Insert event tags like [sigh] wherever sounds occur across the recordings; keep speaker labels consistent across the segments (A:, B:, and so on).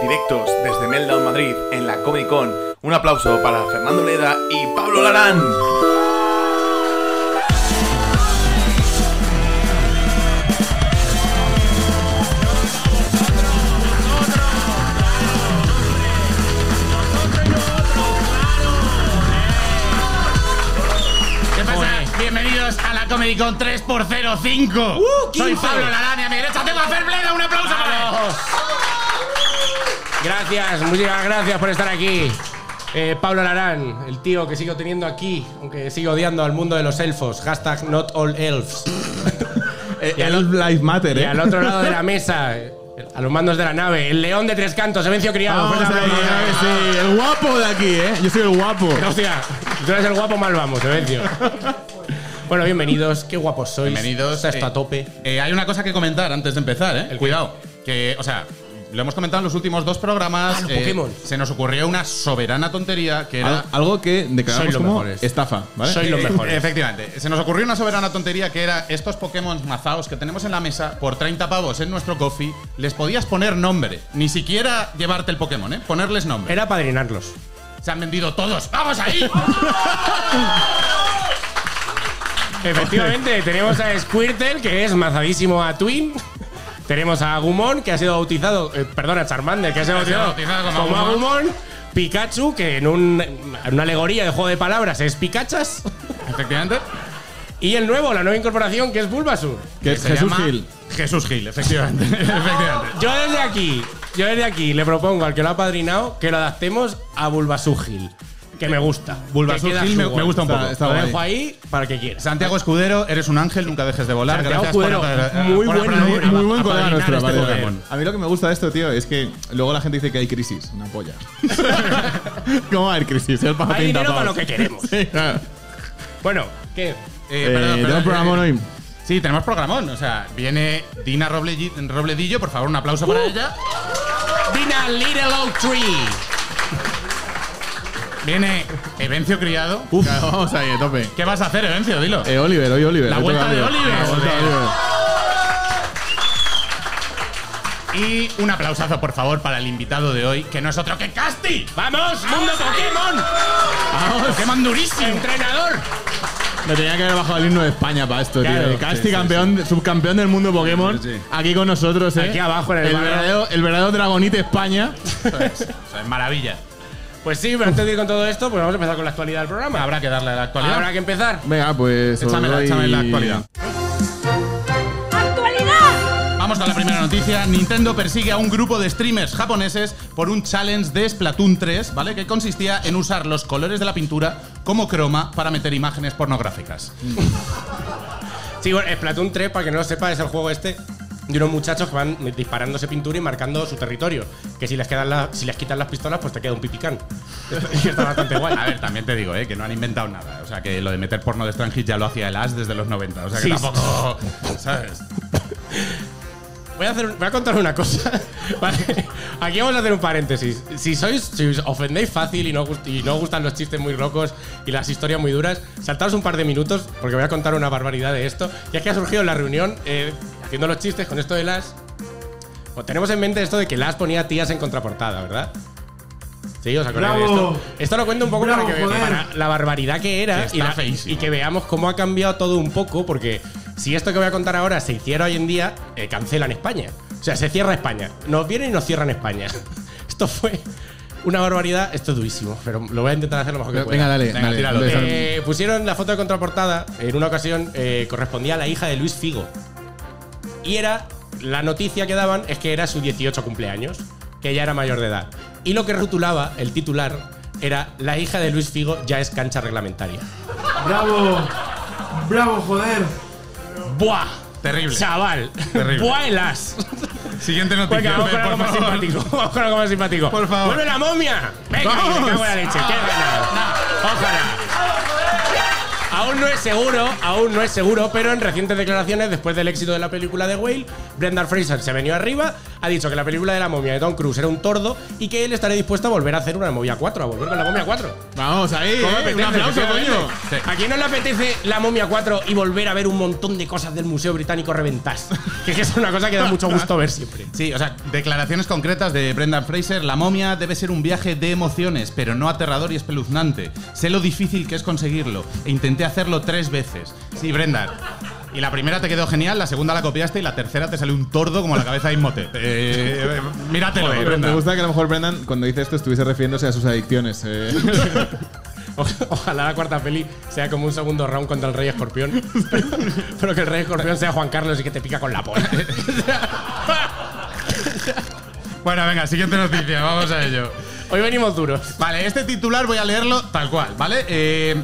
A: directos desde Meltdown Madrid en la Comic Con. Un aplauso para Fernando Leda y Pablo Larán.
B: ¿Qué pasa? Bienvenidos a la Comedy Con 3x05.
C: Uh,
B: Soy Pablo Larán y a mi derecha tengo a Fer Bleda. Un aplauso para él.
C: Gracias, muchísimas gracias por estar aquí. Eh, Pablo Larán, el tío que sigo teniendo aquí, aunque sigo odiando al mundo de los elfos. Hashtag not all
D: [laughs]
C: elves.
D: Y a los Life Matter,
C: Y
D: ¿eh?
C: al otro lado de la mesa, eh, a los mandos de la nave, el león de tres cantos, Evencio Criado.
D: Vamos
C: Fuerte
D: ahí,
C: aplauso.
D: a ver, sí, El guapo de aquí, ¿eh? Yo soy el guapo.
C: Hostia, tú eres el guapo, mal vamos, Evencio. Bueno, bienvenidos, qué guapos sois.
B: Bienvenidos,
C: Está esto
B: eh.
C: a tope.
B: Eh, hay una cosa que comentar antes de empezar, ¿eh? Cuidado. Que, o sea, lo hemos comentado en los últimos dos programas.
C: Ah, los
B: eh,
C: Pokémon. Ah,
B: Se nos ocurrió una soberana tontería que era.
D: Al- algo que
C: Sois
D: declaramos
C: los
D: como
C: mejores.
D: estafa, ¿vale?
C: Sois los
B: Eh,
C: mejores.
B: Efectivamente. Se nos ocurrió una soberana tontería que era estos Pokémon mazaos que tenemos en la mesa por 30 pavos en nuestro coffee, les podías poner nombre. Ni siquiera llevarte el Pokémon, ¿eh? Ponerles nombre.
C: Era padrinarlos.
B: Se han vendido todos. ¡Vamos
C: [laughs]
B: ahí!
C: Efectivamente, tenemos a Squirtle, que es mazadísimo a Twin. Tenemos a Agumon, que ha sido bautizado. eh, perdona, Charmander, que ha sido
B: Ha sido
C: bautizado,
B: bautizado como
C: como,
B: Agumon.
C: Agumon. Pikachu, que en, un- en una alegoría de juego de palabras es Pikachas.
B: Efectivamente.
C: Y el nuevo, la nueva incorporación, que es Bulbasur.
D: Que es
B: se
D: Jesús
B: llama
D: Gil.
B: Jesús Gil, efectivamente. [laughs] efectivamente.
C: Yo desde aquí, yo desde aquí le propongo al que lo ha padrinado que lo adaptemos a Bulbasur Gil, que me gusta.
B: Bulbasur
C: Que queda
B: Gil me-
C: su
B: me gusta un
C: gol.
B: poco.
D: Está
C: lo
D: guay.
C: dejo ahí para que quieras.
B: Santiago Escudero, eres un ángel, nunca dejes de volar.
C: Santiago
B: Gracias por
C: Escudero,
B: apadra-
C: muy
B: por
C: buen
B: apadrinar
C: nombre,
B: a-
D: Muy buen colega
B: apadrinar
D: nuestro,
B: este
D: parece.
B: Pokémon.
D: A mí lo que me gusta de esto, tío, es que luego la gente dice que hay crisis.
B: [laughs]
D: Una polla. ¿Cómo va a haber crisis? El pago
C: Hay
D: 30
C: dinero para lo
D: pavos.
C: que queremos.
D: [laughs] Sí, claro.
C: Bueno, ¿qué?
B: Eh,
D: Eh,
B: perdón,
D: ¿Tenemos
B: perdón,
D: programa
B: eh,
D: hoy?
B: Sí, tenemos programón. O sea, viene Dina Roblelli- Robledillo, por favor, un aplauso para ella.
C: Dina Little Oak Tree.
B: Viene Evencio Criado.
D: Claro, vamos ahí, a tope.
B: ¿Qué vas a hacer, Evencio? Dilo.
D: Eh, Oliver, hoy Oliver.
B: La
D: hoy
B: vuelta
D: toca
B: de Oliver.
D: La vuelta de Oliver.
B: Y un aplausazo, por favor, para el invitado de hoy, que no es otro que Casti.
C: ¡Vamos, mundo Pokémon!
B: ¡Vamos! ¡Qué mandurísimo!
C: ¡Entrenador!
D: Me tenía que haber bajado el himno de España para esto,
C: Claro,
D: tío. Casti, campeón, subcampeón del mundo Pokémon.
B: Sí, sí.
D: Aquí con nosotros, eh.
C: Aquí abajo en el barrio.
D: verdadero, el verdadero Dragonite España.
B: Eso es maravilla.
C: Pues sí, pero antes de ir con todo esto, pues vamos a empezar con la actualidad del programa.
B: Habrá que darle a la actualidad.
C: Habrá que empezar.
D: Venga, pues. os
B: Échamela,
D: doy-
B: échamela la actualidad.
E: ¡Actualidad!
B: Vamos a la primera noticia. Nintendo persigue a un grupo de streamers japoneses por un challenge de Splatoon 3, ¿vale? Que consistía en usar los colores de la pintura como croma para meter imágenes pornográficas.
C: Sí, bueno, Splatoon 3, para que no lo sepa, es el juego este de unos muchachos que van disparándose pintura y marcando su territorio. Que si les, quedan la- si les quitan las pistolas, pues te queda un pipicán. [laughs] Y está bastante guay.
B: A ver, también te digo, ¿eh? Que no han inventado nada. O sea, que lo de meter porno de Strange ya lo hacía el As desde los 90. O sea, que
C: Sí.
B: tampoco. ¿Sabes?
C: Voy a, hacer, un- voy a contar una cosa. [laughs] Vale. Aquí vamos a hacer un paréntesis. Si sois, si os ofendéis fácil y no, os gust- y no os gustan los chistes muy locos y las historias muy duras, saltaos un par de minutos porque voy a contar una barbaridad de esto. Ya que ha surgido en la reunión, eh, haciendo los chistes con esto de las. o tenemos en mente esto de que las ponía tías en contraportada, ¿verdad? Sí, os acordáis de
F: Bravo.
C: esto. Esto lo cuento un poco
F: Bravo,
C: para, que,
F: joder.
C: para la barbaridad que era
B: Que
C: y,
B: está
C: la-
B: feísimo.
C: y que veamos cómo ha cambiado todo un poco, porque si esto que voy a contar ahora se hiciera hoy en día, eh, cancelan España. O sea, se cierra España. Nos vienen y nos cierran España. [laughs] Esto fue una barbaridad. Esto es durísimo, pero lo voy a intentar hacer lo mejor que pueda.
D: Venga, dale,
B: Venga,
D: dale.
B: tíralo,
D: dale.
C: Eh, pusieron la foto de contraportada, en una ocasión eh, correspondía a la hija de Luis Figo. Y era, la noticia que daban es que era su 18 cumpleaños, que ella era mayor de edad. Y lo que rotulaba el titular era, la hija de Luis Figo ya es cancha reglamentaria.
F: Bravo, bravo, joder.
C: ¡Buah!
B: Terrible.
C: Chaval,
B: Terrible.
C: ¡buah el as!
B: Siguiente noticia.
C: Venga, vamos con
B: Fer,
C: algo
B: por
C: más
B: favor.
C: simpático. Vamos con algo más simpático.
B: Por favor.
C: ¡Vuelve la momia! ¡Venga,
B: Vamos.
C: me cago en la leche! ¡Qué
B: Ah,
C: ganado!
B: nah.
C: ¡Ojalá! Aún no es seguro, aún no es seguro, pero en recientes declaraciones, después del éxito de la película de Whale, Brendan Fraser se venió arriba, ha dicho que la película de la momia de Tom Cruise era un tordo y que él estaría dispuesto a volver a hacer una momia 4, a volver con la momia 4.
D: Vamos ahí,
C: ¿Cómo
D: eh, un
C: apetece,
D: aplauso,
C: efectivamente?
D: coño.
C: ¿A quién no le apetece la momia 4 y volver a ver un montón de cosas del Museo Británico reventas? [laughs] Que es que es una cosa que da mucho gusto ver siempre.
B: Sí, o sea, declaraciones concretas de Brendan Fraser. La momia debe ser un viaje de emociones, pero no aterrador y espeluznante. Sé lo difícil que es conseguirlo e intenté hacerlo tres veces. Sí, Brendan. Y la primera te quedó genial, la segunda la copiaste y la tercera te salió un tordo como la cabeza de Inmote. Eh, míratelo,
D: Pero me
B: Brendan.
D: gusta que a lo mejor Brendan, cuando dice esto, estuviese refiriéndose a sus adicciones.
B: [laughs]
D: eh.
C: O- Ojalá la cuarta peli sea como un segundo round contra el Rey Escorpión. [laughs] Pero, pero que el Rey Escorpión sea Juan Carlos y que te pica con la polla.
B: Bueno, venga, siguiente noticia, vamos a ello.
C: Hoy venimos duros.
B: Vale, este titular voy a leerlo tal cual, ¿vale? Eh,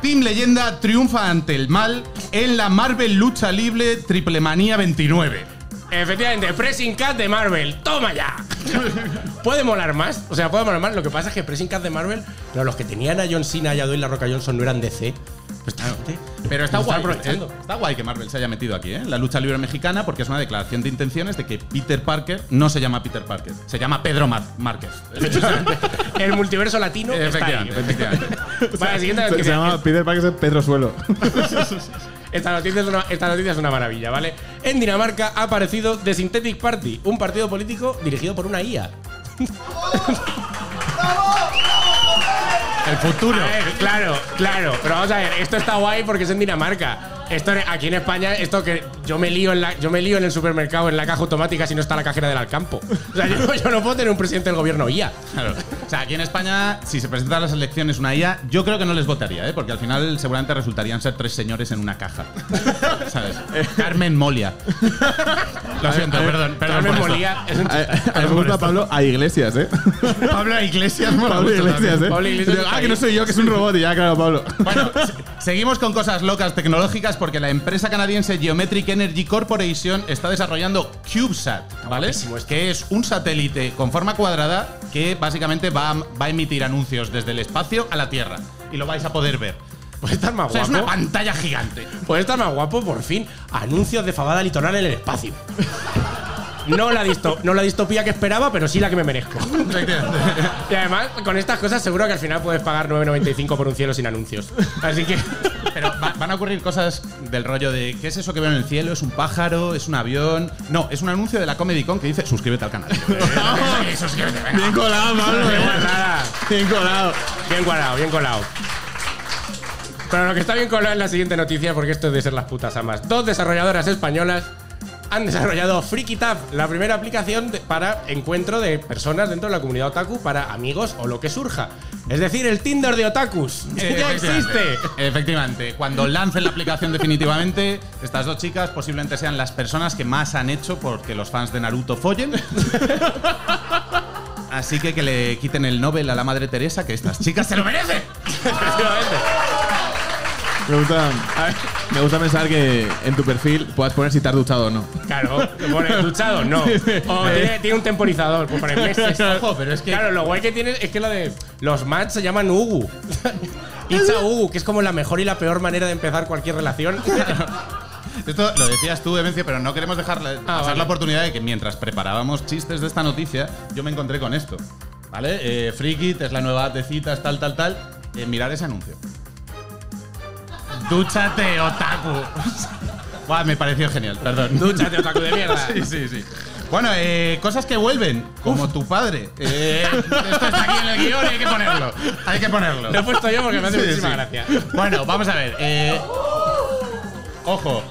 B: Team Leyenda triunfa ante el mal en la Marvel Lucha Libre Triple Manía 29.
C: Efectivamente, Pressing Cat de Marvel. ¡Toma ya! puede molar más. O sea, puede molar más. Lo que pasa es que Pressing Cat de Marvel, pero los que tenían a John Cena y a Dwayne La Roca Johnson no eran DC. Pues esta gente
B: Pero está
C: lo
B: guay,
C: aprovechando.
B: eh, está guay que Marvel se haya metido aquí, ¿eh? en La lucha libre mexicana, porque es una declaración de intenciones de que Peter Parker no se llama Peter Parker, se llama Pedro Ma-
C: [laughs]
B: Márquez.
C: El multiverso latino está ahí. ¿eh?
B: Efectivamente, efectivamente.
C: Vale, la siguiente
D: se, se
C: noticia.
D: llama Peter Parker es
B: [laughs]
D: Pedro Suelo.
C: Esta noticia, es una, esta noticia es una maravilla, ¿vale? En Dinamarca ha aparecido The Synthetic Party, un partido político dirigido por una IA.
B: El futuro.
C: A ver, claro, claro. Pero vamos a ver, esto está guay porque es en Dinamarca. Esto en- aquí en España, esto que yo me lío en la, yo me lío en el supermercado en la caja automática si no está la cajera del Alcampo. O sea, yo, yo no puedo tener un presidente del gobierno IA.
B: Claro. O sea, aquí en España, si se presentan las elecciones una IA, yo creo que no les votaría, ¿eh? porque al final seguramente resultarían ser tres señores en una caja.
C: [laughs]
B: ¿Sabes? Carmen Molia. Lo siento, perdón, perdón.
C: Carmen
B: por esto.
C: Molía es un
D: A, a- a mí me gusta Pablo a
B: [laughs]
D: Iglesias, ¿eh?
B: Pablo Iglesias, mola
D: Pablo
B: mucho
D: Iglesias,
B: también.
D: ¿eh?
C: Pablo Iglesias
D: Digo,
C: está
D: ah, que
C: ahí.
D: no soy yo, que es un robot. Y ya, claro,
B: [laughs]
D: Pablo.
B: Bueno, se- seguimos con cosas locas tecnológicas porque la empresa canadiense Geometric Energy Corporation está desarrollando CubeSat, ¿vale?
C: guapísimo esto.
B: Que es un satélite con forma cuadrada que básicamente va a, va a emitir anuncios desde el espacio a la Tierra y lo vais a poder ver.
C: Puede estar
B: O
C: más
B: sea, es una
C: guapo.
B: pantalla gigante. [laughs]
C: Puede estar más guapo, por fin. Anuncios de fabada litoral en el espacio. No la, disto- no la distopía que esperaba, pero sí la que me merezco. Y además, con estas cosas seguro que al final puedes pagar 9.95 por un cielo sin anuncios. Así que...
B: Pero va- van a ocurrir cosas del rollo de ¿qué es eso que veo en el cielo? ¿Es un pájaro? ¿Es un avión? No, es un anuncio de la Comedy Con que dice suscríbete al canal. Eh, suscríbete, venga.
D: Bien colado, Pablo.
C: Bien
D: eh.
C: guardada.
D: Bien colado.
C: Bien colado, bien colado. Pero lo que está bien colado es la siguiente noticia, porque esto es de ser las putas amas. Dos desarrolladoras españolas han desarrollado FreakyTab, la primera aplicación de- para encuentro de personas dentro de la comunidad otaku para amigos o lo que surja. Es decir, el Tinder de otakus.
B: Eh,
C: [laughs] ¡Ya
B: efectivamente.
C: existe!
B: Efectivamente. Cuando lancen la aplicación definitivamente, estas dos chicas posiblemente sean las personas que más han hecho porque los fans de Naruto follen.
C: [laughs]
B: Así que que le quiten el Nobel a la madre Teresa, que estas chicas se lo merecen.
C: [laughs] Efectivamente.
D: Me gusta, me gusta pensar que en tu perfil puedas poner si te has duchado o no.
C: Claro, te pones duchado,
B: [laughs]
C: no. O tiene, tiene un temporizador, pues para meses.
B: Ojo, pero es que-
C: Claro, lo guay que tiene es que lo de. Los match se
B: [laughs]
C: llaman Ugu. Icha Ugu, que es como la mejor y la peor manera de empezar cualquier relación. [laughs]
B: Esto lo decías tú, Evencio, pero no queremos dejar la- pasar
C: Ah, vale.
B: la oportunidad de que mientras preparábamos chistes de esta noticia, yo me encontré con esto. ¿Vale? Eh, Freakit es la nueva app de citas, tal, tal, tal. Eh, mirar ese anuncio. Dúchate,
C: [laughs]
B: otaku. Buah, me pareció genial, perdón. [laughs]
C: Dúchate, otaku de mierda.
B: Sí, sí, sí. Bueno, eh, cosas que vuelven, como tu padre.
C: [laughs]
B: Eh, esto está aquí en el guión y hay que ponerlo. Hay que ponerlo.
C: Lo he puesto yo porque me hace
B: Sí,
C: muchísima
B: sí.
C: gracia.
B: Bueno, vamos a ver. eh, ojo.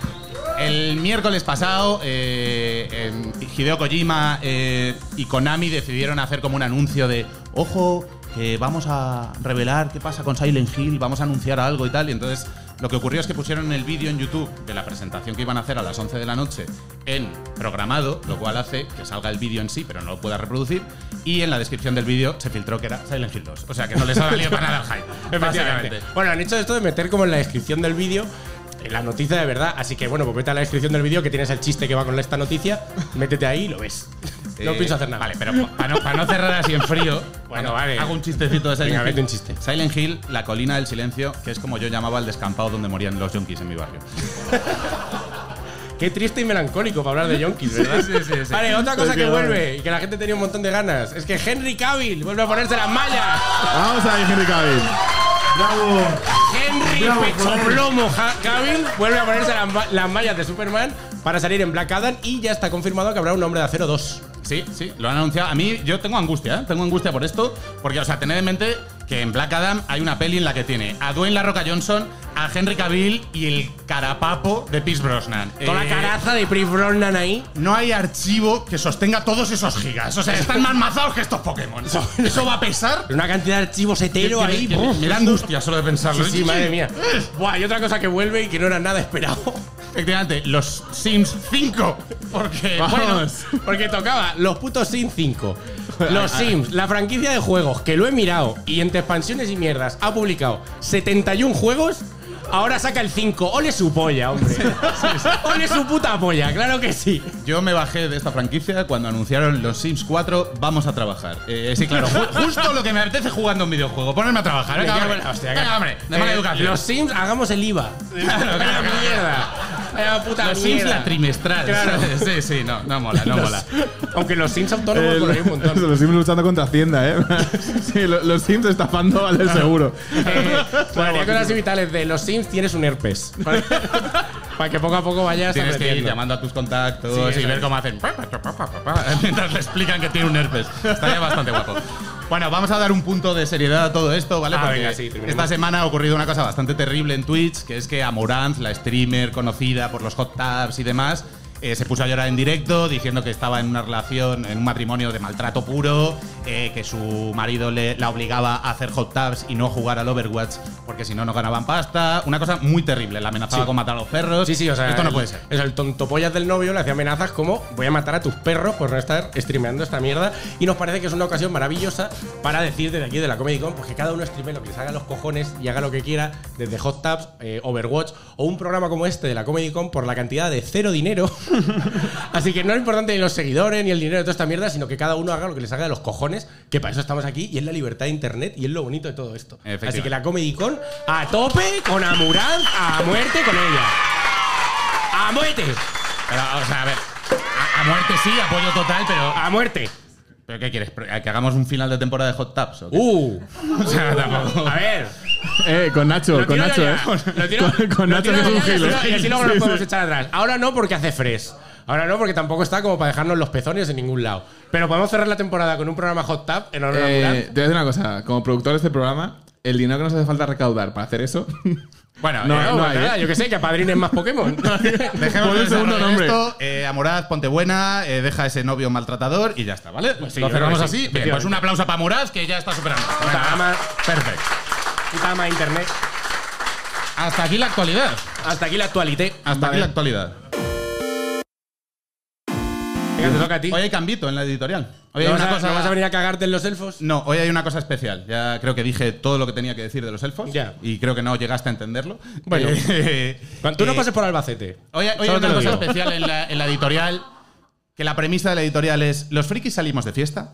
B: El miércoles pasado, eh, em, Hideo Kojima eh, y Konami decidieron hacer como un anuncio de ojo, que vamos a revelar qué pasa con Silent Hill, vamos a anunciar algo y tal. Y entonces lo que ocurrió es que pusieron el vídeo en YouTube de la presentación que iban a hacer a las 11 de la noche en programado, lo cual hace que salga el vídeo en sí, pero no lo pueda reproducir. Y en la descripción del vídeo se filtró que era Silent Hill 2. O sea que no les ha valido para nada el
C: [laughs]
B: hype.
C: Efectivamente.
B: básicamente.
C: Bueno, han hecho esto de meter como en la descripción del vídeo eh, la noticia
B: [laughs]
C: de verdad. Así que bueno, pues vete a la descripción del vídeo que tienes el chiste que va con esta noticia, métete ahí y lo ves. No pienso hacer nada.
B: Vale, pero para no, pa no cerrar así en frío,
C: Bueno,
B: hago-
C: vale.
B: hago un chistecito de Silent
C: Venga,
B: Hill.
C: vete un chiste.
B: Silent Hill, la colina del silencio, que es como yo llamaba el descampado donde morían los yonkis en mi barrio.
C: Qué triste y melancólico para hablar de Yonkis, ¿verdad?
B: [laughs] Sí, sí, sí, sí.
C: Vale, otra cosa
D: Porque
C: que
D: vale.
C: vuelve y que la gente tenía un montón de ganas es que Henry Cavill vuelve a ponerse las mallas.
D: Vamos a ver, Henry Cavill.
F: Bravo.
C: Henry
F: Bravo, joder.
C: Pechoplomo Ja- Cavill vuelve a ponerse las ma- las mallas de Superman para salir en Black Adam y ya está confirmado que habrá un hombre de acero 2.
B: Sí, sí, lo han anunciado. A mí, yo tengo angustia, ¿eh? Tengo angustia por esto, porque, o sea, tened en mente que en Black Adam hay una peli en la que tiene a Dwayne La Roca Johnson, a Henry Cavill y el carapapo de Pierce Brosnan.
C: Toda
B: Eh,
C: la caraza de Pri Brosnan ahí.
B: No hay archivo que sostenga todos esos gigas. O sea, están más mazados que estos
C: [laughs]
B: Pokémon. Eso va a pesar.
C: Una cantidad de archivos hetero
B: Que- que-
C: ahí.
B: que-
C: ¡buf!
B: me da angustia solo de pensarlo. ¿eh?
C: Sí, sí, madre mía. Buah, y otra cosa que vuelve y que no era nada esperado.
B: Efectivamente, los Sims 5. Porque, bueno,
D: Vamos.
C: Eh, Porque tocaba los putos Sims 5, los Sims, la franquicia de juegos que lo he mirado y entre expansiones y mierdas ha publicado 71 juegos. Ahora saca el 5. Ole su polla, hombre. Ole su puta polla, claro que sí.
B: Yo me bajé de esta franquicia cuando anunciaron los Sims 4, vamos a trabajar. Eh, sí, claro, ju- justo lo que me apetece jugando un videojuego, ponerme a trabajar. Venga,
C: Me
B: hombre,
C: cago en la hostia,
B: venga,
C: claro.
B: hombre, de mala
C: Eh,
B: educación.
C: Los Sims, hagamos el IVA.
B: claro,
C: Vaya
B: claro.
C: mierda. Vaya puta
B: Los Sims
C: mierda.
B: la trimestral.
C: Claro.
B: ¿sabes? Sí, sí, no, no mola, no mola.
C: Aunque los Sims autónomos por ahí un
D: [laughs]
C: montón. Eh,
D: los Sims luchando contra Hacienda, ¿eh? [laughs] sí, lo- los Sims estafando al del seguro.
C: Eh, bueno, haría cosas vitales de los Sims tienes un herpes. Para, [laughs] para que poco a poco vayas
B: Tienes que ir
C: aprendiendo.
B: llamando a tus contactos
C: Sí,
B: y ver
C: eso.
B: cómo hacen [laughs] mientras le explican que tiene un herpes. Estaría bastante guapo. Bueno, vamos a dar un punto de seriedad a todo esto, ¿vale?
C: Ah,
B: Porque
C: venga, sí, terminemos.
B: esta semana ha ocurrido una cosa bastante terrible en Twitch, que es que Amoranz, la streamer conocida por los hot tubs y demás, eh, se puso a llorar en directo diciendo que estaba en una relación, en un matrimonio de maltrato puro, eh, que su marido le, la obligaba a hacer hot tubs y no jugar al Overwatch porque si no, no ganaban pasta. Una cosa muy terrible, la amenazaba
C: Sí.
B: con matar a los perros.
C: Sí, sí, o sea,
B: Esto no
C: el-
B: puede ser.
C: o sea, el tontopollas del novio le hacía amenazas como voy a matar a tus perros por no estar streameando esta mierda. Y nos parece que es una ocasión maravillosa para decir desde aquí de la Comedy Con pues que cada uno streame lo que les haga los cojones y haga lo que quiera, desde Hot Tubs, eh, Overwatch o un programa como este de la Comedy Con por la cantidad de
B: [laughs]
C: cero dinero. Así que no es importante ni los seguidores ni el dinero de toda esta mierda, sino que cada uno haga lo que les haga de los cojones, que para eso estamos aquí y es la libertad de internet y es lo bonito de todo esto. Así
B: Efectivamente.
C: que la Comedy Con a tope con Amurán, a muerte con ella. ¡A muerte!
B: Pero, o sea, a ver. A, a muerte sí, apoyo total, pero.
C: ¡A muerte!
B: ¿Pero qué quieres? ¿Pero ¿Que hagamos un final de temporada de Hot Taps? ¿o qué?
D: [laughs]
C: ¡Uh!
B: o sea, tampoco.
C: A ver.
D: Eh, con Nacho,
C: lo
D: con
C: tiro
D: Nacho,
C: ya,
D: ¿eh?
C: ya. Lo tiro-
D: con, con
C: lo
D: Nacho,
C: tiro ya,
D: que es un
C: ya,
D: gil. ¿eh?
C: ya, Y así luego
D: Sí,
C: nos
D: sí.
C: podemos echar atrás. Ahora no, porque hace fres. Ahora no, porque tampoco está como para dejarnos los pezones en ningún lado. Pero podemos cerrar la temporada con un programa Hot Tap en honor a
D: Eh,
C: Murad.
D: te voy a decir una cosa. Como productor de este programa, el dinero que nos hace falta recaudar para hacer eso.
B: Bueno,
D: No,
B: eh,
D: no hay,
C: nada,
D: ¿eh?
C: Yo que sé, que apadrinen más Pokémon. [laughs]
B: dejemos
D: Por
B: de
D: un segundo
B: desarrollar
D: nombre.
B: esto. Eh, Amoraz, ponte buena, eh, deja ese novio maltratador y ya está, ¿vale?
C: Pues sí,
B: Lo
C: yo creo
B: cerramos
C: que sí,
B: así. Bien, pues
C: efectivamente.
B: un aplauso para Amoraz que ya está superando.
C: Puta ama,
B: Perfecto.
C: puta ama internet.
B: Hasta aquí la actualidad.
C: Hasta aquí la actualité.
B: Hasta aquí la actualidad.
C: Venga, te toca a ti.
B: Hoy hay cambito en la editorial. Hoy
C: ¿No
B: hay
C: vas
B: una
C: a-
B: cosa.
C: ¿No vas a venir a cagarte en los elfos?
B: No, hoy hay una cosa especial. Ya creo que dije todo lo que tenía que decir de los elfos.
C: Ya.
B: Y creo que no llegaste a entenderlo.
C: Bueno.
B: [laughs] Eh,
C: Cuando tú no
B: eh,
C: pases por Albacete.
B: Hoy, hoy hay
C: Solo te
B: una
C: lo
B: cosa
C: digo.
B: especial en la, en la editorial. Que la premisa de la editorial es: los frikis salimos de fiesta.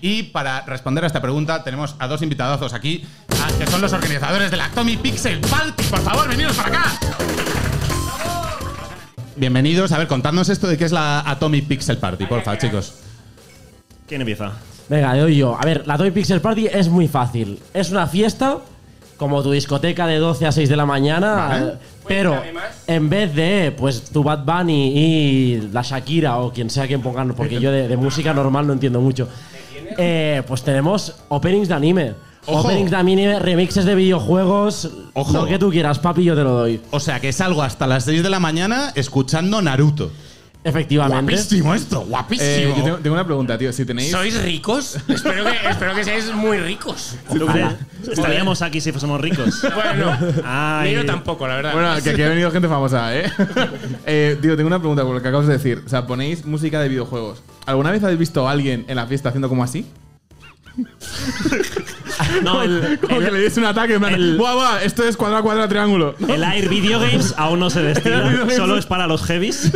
B: Y para responder a esta pregunta, tenemos a dos invitadazos aquí, a- que son los organizadores de la Actomi Pixel Party. Por favor, venidos para acá. Bienvenidos. A ver, contadnos esto de qué es la Atomic Pixel Party, porfa, chicos.
E: ¿Quién empieza?
G: Venga, doy yo. A ver, la Toy Pixel Party es muy fácil. Es una fiesta, como tu discoteca de 12 a 6 de la mañana, eh, pero
C: Cuéntame más.
G: en vez de pues tu Bad Bunny y la Shakira o quien sea quien pongan, porque yo de, de música normal no entiendo mucho, eh, pues tenemos openings de anime.
B: Ojo.
G: Openings de anime, remixes de videojuegos,
B: Ojo.
G: lo que tú quieras, papi, yo te lo doy.
B: O sea, que salgo hasta las 6 de la mañana escuchando Naruto.
G: Efectivamente.
B: Guapísimo esto,
D: [laughs] Eh,
B: guapísimo.
D: yo tengo, tengo una pregunta, tío. Si tenéis.
C: ¿Sois ricos? espero, que, espero que seáis muy ricos.
E: Ojalá. Estaríamos aquí si fuésemos
G: [laughs]
E: ricos.
C: Bueno,
E: Ay.
C: ni yo tampoco, la verdad.
D: Bueno, que aquí ha venido gente famosa, ¿eh? [laughs] eh tío, tengo una pregunta por lo que acabas de decir. O sea, ponéis música de videojuegos. ¿Alguna vez habéis visto a alguien en la fiesta haciendo como así?
E: No,
G: [laughs]
E: el,
D: Como que
E: el-
D: le diese un ataque. en plan,
E: el-
D: Buah, buah, esto es cuadrado, cuadrado, triángulo. [laughs]
E: el Air Video Games aún no se
D: El Air Video
E: destila.
D: Games.
E: Solo es para los heavies.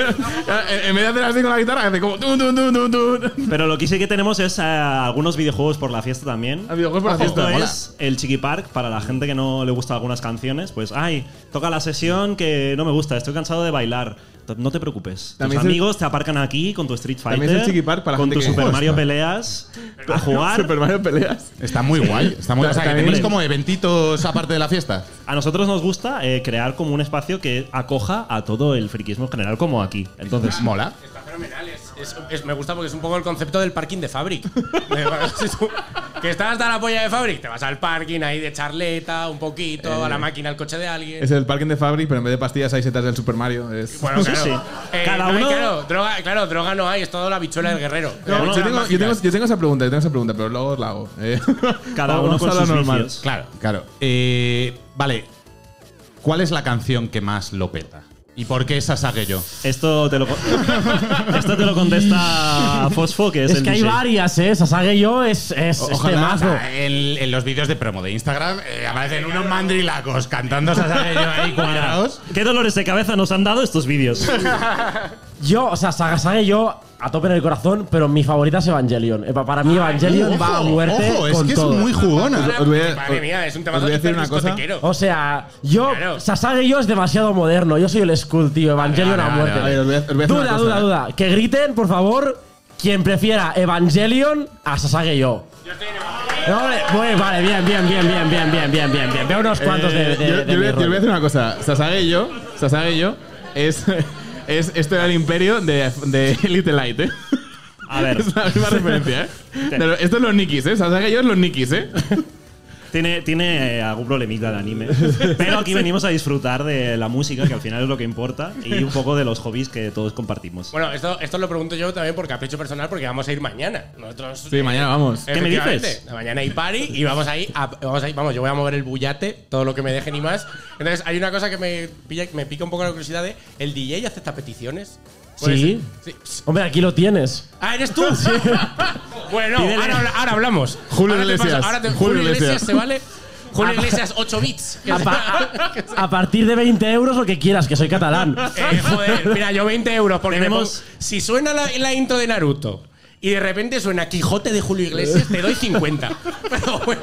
D: en en vez de hacer así con la guitarra, hace como. Tun, tun, tun, tun, tun.
E: Pero lo que sí que tenemos es eh, algunos videojuegos por la fiesta también.
D: A Ah, videojuegos por la
E: Esto
D: fiesta, mola.
E: es el Chiqui Park para la gente que no le gusta algunas canciones. Pues, ay, toca la sesión que no me gusta, estoy cansado de bailar. T- No te preocupes. Tus
D: También es el-
E: amigos te aparcan aquí con tu Street
D: También
E: Fighter,
D: es el Chiqui Park para la
E: con
D: gente
E: tu
D: que
E: Super
D: le
E: Mario
D: gusta.
E: Peleas, a jugar.
D: Super Mario peleas.
B: Está muy guay. Está muy, o sea, que
D: También-
B: tenéis como eventitos aparte de la fiesta.
E: A nosotros nos gusta eh, crear como un espacio que acoja a todo el friquismo en general, como aquí. Entonces,
B: Mola.
C: Está fenomenal. es- es- es- me gusta porque es un poco el concepto del parking de Fabric. De- [laughs] es un- que estás hasta la polla de Fabric, te vas al parking ahí de charleta, un poquito, a la máquina, al coche de alguien.
D: Eh. Es el parking de Fabric, pero en vez de pastillas hay setas del Super Mario. Es...
C: Bueno,
E: Sí,
C: claro.
E: sí.
C: Eh,
E: Cada
C: no hay-
E: uno-
C: claro, droga, claro, droga no hay, es todo la bichuela del guerrero.
D: No,
C: La
D: Eh, yo,
C: bichuela
D: tengo, yo,
C: mágica.
D: tengo, yo tengo esa pregunta, yo tengo esa pregunta, pero luego la hago. [laughs] eh.
E: cada uno
D: Vamos
E: con
D: a lo
E: sus
D: normal.
E: vicios.
B: Claro, claro. Eh, vale. ¿Cuál es la canción que más lo peta? ¿Y por qué esa saqué yo?
E: Esto te lo, [laughs] esto te lo contesta Fosfo, que es,
G: Es
E: el
G: que hay
E: DJ.
G: varias, ¿eh? Sasage yo es, es, es
B: Ojalá
G: temazo.
B: en, en los vídeos de promo de Instagram eh, aparecen unos mandrilacos cantando esa saqué yo ahí cuadrados.
E: ¿Qué dolores de cabeza nos han dado estos vídeos?
G: Yo, o sea, Sasage yo a tope en el corazón, pero mi favorita es Evangelion. Eh, pa- Para mí Evangelion va a muerte
B: ojo, es
G: con
B: que
G: todo.
B: es muy jugona.
D: Os voy a-
C: Madre mía, es un tema
D: os voy a decir una cosa. Oh.
G: O sea, yo,
C: Claro.
G: Sasage yo es demasiado moderno. Yo soy el school, tío. Evangelion
B: Vale,
G: a
B: vale,
G: muerte.
D: vale, vale, os voy a- os voy a hacer
G: duda,
D: una cosa,
G: duda,
D: eh.
G: duda. Que griten, por favor, quien prefiera Evangelion a Sasage yo. No, hombre, bueno, vale, bien, bien, bien, bien, bien, bien, bien, bien, bien. Veo unos cuantos de,
D: Eh,
G: de-
D: yo,
G: de
D: yo
G: mi
D: voy, a- yo voy a
G: rollo.
D: decir una cosa. Sasage y yo, Sasage y yo, es, [laughs] es esto era el imperio de, de [laughs] Little Light, ¿eh?
E: A ver,
D: Es la misma referencia, ¿eh? Pero esto es los Nikis, ¿eh? Sasage y yo es los Nikis, ¿eh?
E: tiene, tiene eh, algún problemita de anime. Pero aquí venimos a disfrutar de la música, que al final es lo que importa, y un poco de los hobbies que todos compartimos.
C: Bueno, esto, esto lo pregunto yo también por capricho personal, porque vamos a ir mañana. Nosotros,
D: Sí, mañana vamos.
E: ¿Qué me dices?
C: Efectivamente, Mañana hay party y vamos ahí, a- vamos ahí, vamos, yo voy a mover el bullate, todo lo que me dejen y más. Entonces, hay una cosa que me, pilla- me pica un poco la curiosidad de, ¿el DJ acepta peticiones? Puede
G: Sí.
C: ser. Sí.
G: Hombre, aquí lo tienes.
C: Ah, ¿eres tú? [laughs] bueno,
E: Pídele.
C: ahora, habla- ahora hablamos.
D: Julio
C: Ahora te
D: Iglesias.
C: paso- ahora te-
D: Julio
C: Julio, Iglesias
D: Iglesias.
C: se vale. Julio Iglesias 8 bits.
G: A, pa- [laughs] a- a partir de 20 euros lo que quieras, que soy catalán.
C: [laughs] Eh, joder, mira, yo 20 euros porque
E: Tenemos-
C: me pongo- si suena la, la intro de Naruto y de repente suena Quijote de Julio Iglesias, te doy 50. [laughs] Pero bueno.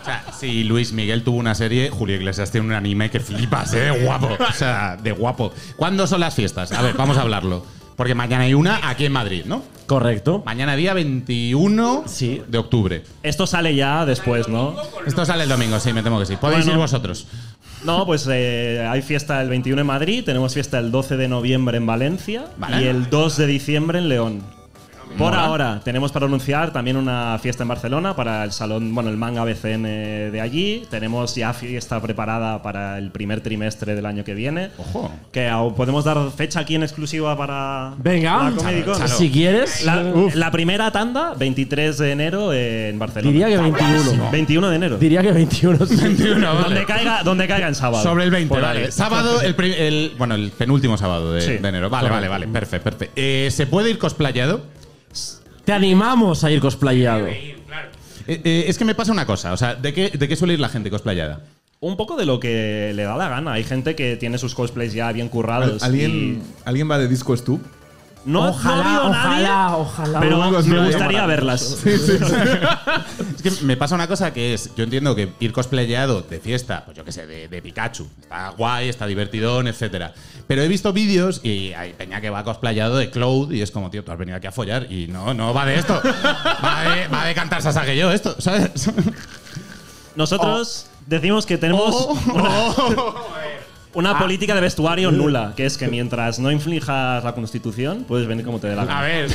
B: O sea, si Luis Miguel tuvo una serie, Julio Iglesias tiene un anime que flipas, ¿eh? De guapo. O sea, de guapo. ¿Cuándo son las fiestas? A ver, vamos a hablarlo. Porque mañana hay una aquí en Madrid, ¿no?
G: Correcto.
B: Mañana día 21
G: Sí.
B: de octubre.
E: Esto sale ya después, ¿no?
B: Esto sale el domingo, sí, me temo que sí. Podéis
E: Bueno.
B: ir vosotros. [laughs]
E: No, pues eh, hay fiesta el 21 en Madrid, tenemos fiesta el 12 de noviembre en Valencia
B: Vale.
E: y el 2 de diciembre en León. Por ahora tenemos para anunciar también una fiesta en Barcelona para el salón, bueno, el manga BCN de allí. Tenemos ya fiesta preparada para el primer trimestre del año que viene.
B: Ojo.
E: Que aún podemos dar fecha aquí en exclusiva para
G: Venga,
E: la Comedicón.
G: si quieres,
E: La, la primera tanda, 23 de enero eh, en Barcelona.
G: diría que 21.
E: 21 de enero.
G: Diría que 21. sí.
E: Donde caiga, donde caiga en sábado.
B: Sobre el 20,
E: Por
B: vale.
E: ahí.
B: Sábado, el, pri- el- bueno, el penúltimo sábado de,
E: Sí.
B: de enero. Vale, vale, vale. Perfecto, perfecto. Eh, ¿Se puede ir cosplayado?
G: Te animamos a ir cosplayado.
B: Eh, eh, es que me pasa una cosa. O sea, ¿de qué, ¿de qué suele ir la gente cosplayada?
E: Un poco de lo que le da la gana. Hay gente que tiene sus cosplays ya bien
D: Al-
G: Pues
E: currados.
D: ¿Alguien,
E: y-
D: ¿Alguien va de disco Stoop?
E: No,
G: Ojalá,
E: no ha habido
G: ojalá,
E: nadie,
G: ojalá.
E: Pero
D: Amigos,
E: me
D: no,
E: gustaría
D: no.
E: verlas.
B: Es que me pasa una cosa que es, yo entiendo que ir cosplayado de fiesta, pues yo qué sé, de, de Pikachu, está guay, está divertidón, etcétera. Pero he visto vídeos y hay peña que va cosplayado de Cloud y es como, tío, tú has venido aquí a follar y no, no va de esto. Va de, va de cantar Sasage yo esto,
E: [laughs]
B: ¿sabes? [laughs]
E: Nosotros
D: Oh.
E: decimos que tenemos una, una
C: Ah.
E: política de vestuario nula, que es que mientras no inflijas la constitución, puedes venir como te dé la
C: A
E: gana.
C: ver,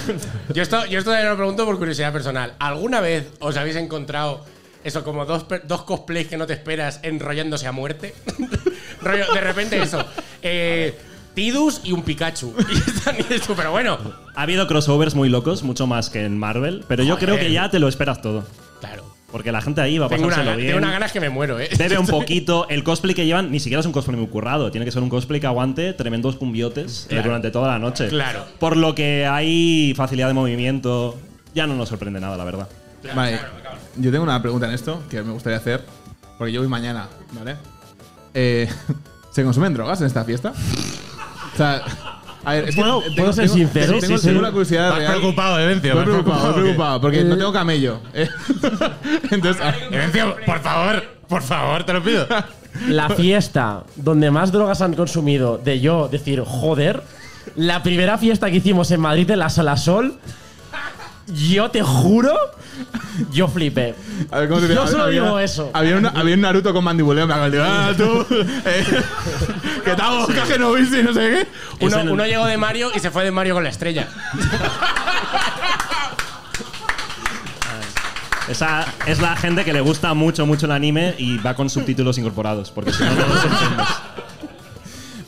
C: yo esto, yo esto también lo pregunto por curiosidad personal. ¿Alguna vez os habéis encontrado eso, como dos, per- dos cosplays que no te esperas enrollándose a muerte? [laughs] Rollo, de repente eso. Eh, Tidus y un Pikachu. [laughs] Y están y esto, pero bueno.
E: Ha habido crossovers muy locos, mucho más que en Marvel, pero yo
C: Joder.
E: creo que ya te lo esperas todo.
C: Claro.
E: Porque la gente ahí va a
C: Tengo, una,
E: pasárselo
C: gana-
E: bien.
C: tengo unas ganas que me muero, ¿eh?
E: Bebe un poquito. El cosplay que llevan ni siquiera es un cosplay muy currado. Tiene que ser un cosplay que aguante tremendos cumbiotes eh, durante toda la noche.
C: Claro.
E: Por lo que hay facilidad de movimiento. Ya no nos sorprende nada, la verdad.
D: Vale. yo tengo una pregunta en esto que me gustaría hacer, porque yo voy mañana, ¿vale? Eh, [laughs] ¿Se consumen drogas en esta fiesta? O sea, a ver, es que
G: ¿Puedo-
D: tengo-
G: puedo ser
D: tengo-
G: sincero?
D: tengo- Tengo,
G: Sí, sí.
D: tengo la curiosidad
B: Vas
D: real.
B: preocupado, Evencio.
D: Estoy
B: vas
D: preocupado, estoy
B: ¿o qué?
D: preocupado, porque
B: [laughs]
D: no tengo camello. eh. Entonces, a-
B: Evencio, por favor, por favor, te lo pido.
G: La fiesta donde más drogas han consumido, de yo decir, joder, la primera fiesta que hicimos en Madrid en la Sala Sol, yo te juro, yo flipé.
D: a ver, ¿cómo te diría?
G: Yo solo
D: Había-
G: digo eso.
D: Había, una- había un Naruto con mandibuleo, me acuerdo. digo, Ah,
B: [laughs]
D: tú. eh, que te hago que no viste, no sé qué.
C: [laughs] Uno,
E: Ese no-
C: uno llegó de Mario y se fue de Mario con la estrella.
E: Esa es la gente que le gusta mucho, mucho el anime y va con subtítulos incorporados, porque si no, no nos
D: [laughs]
E: entiendes.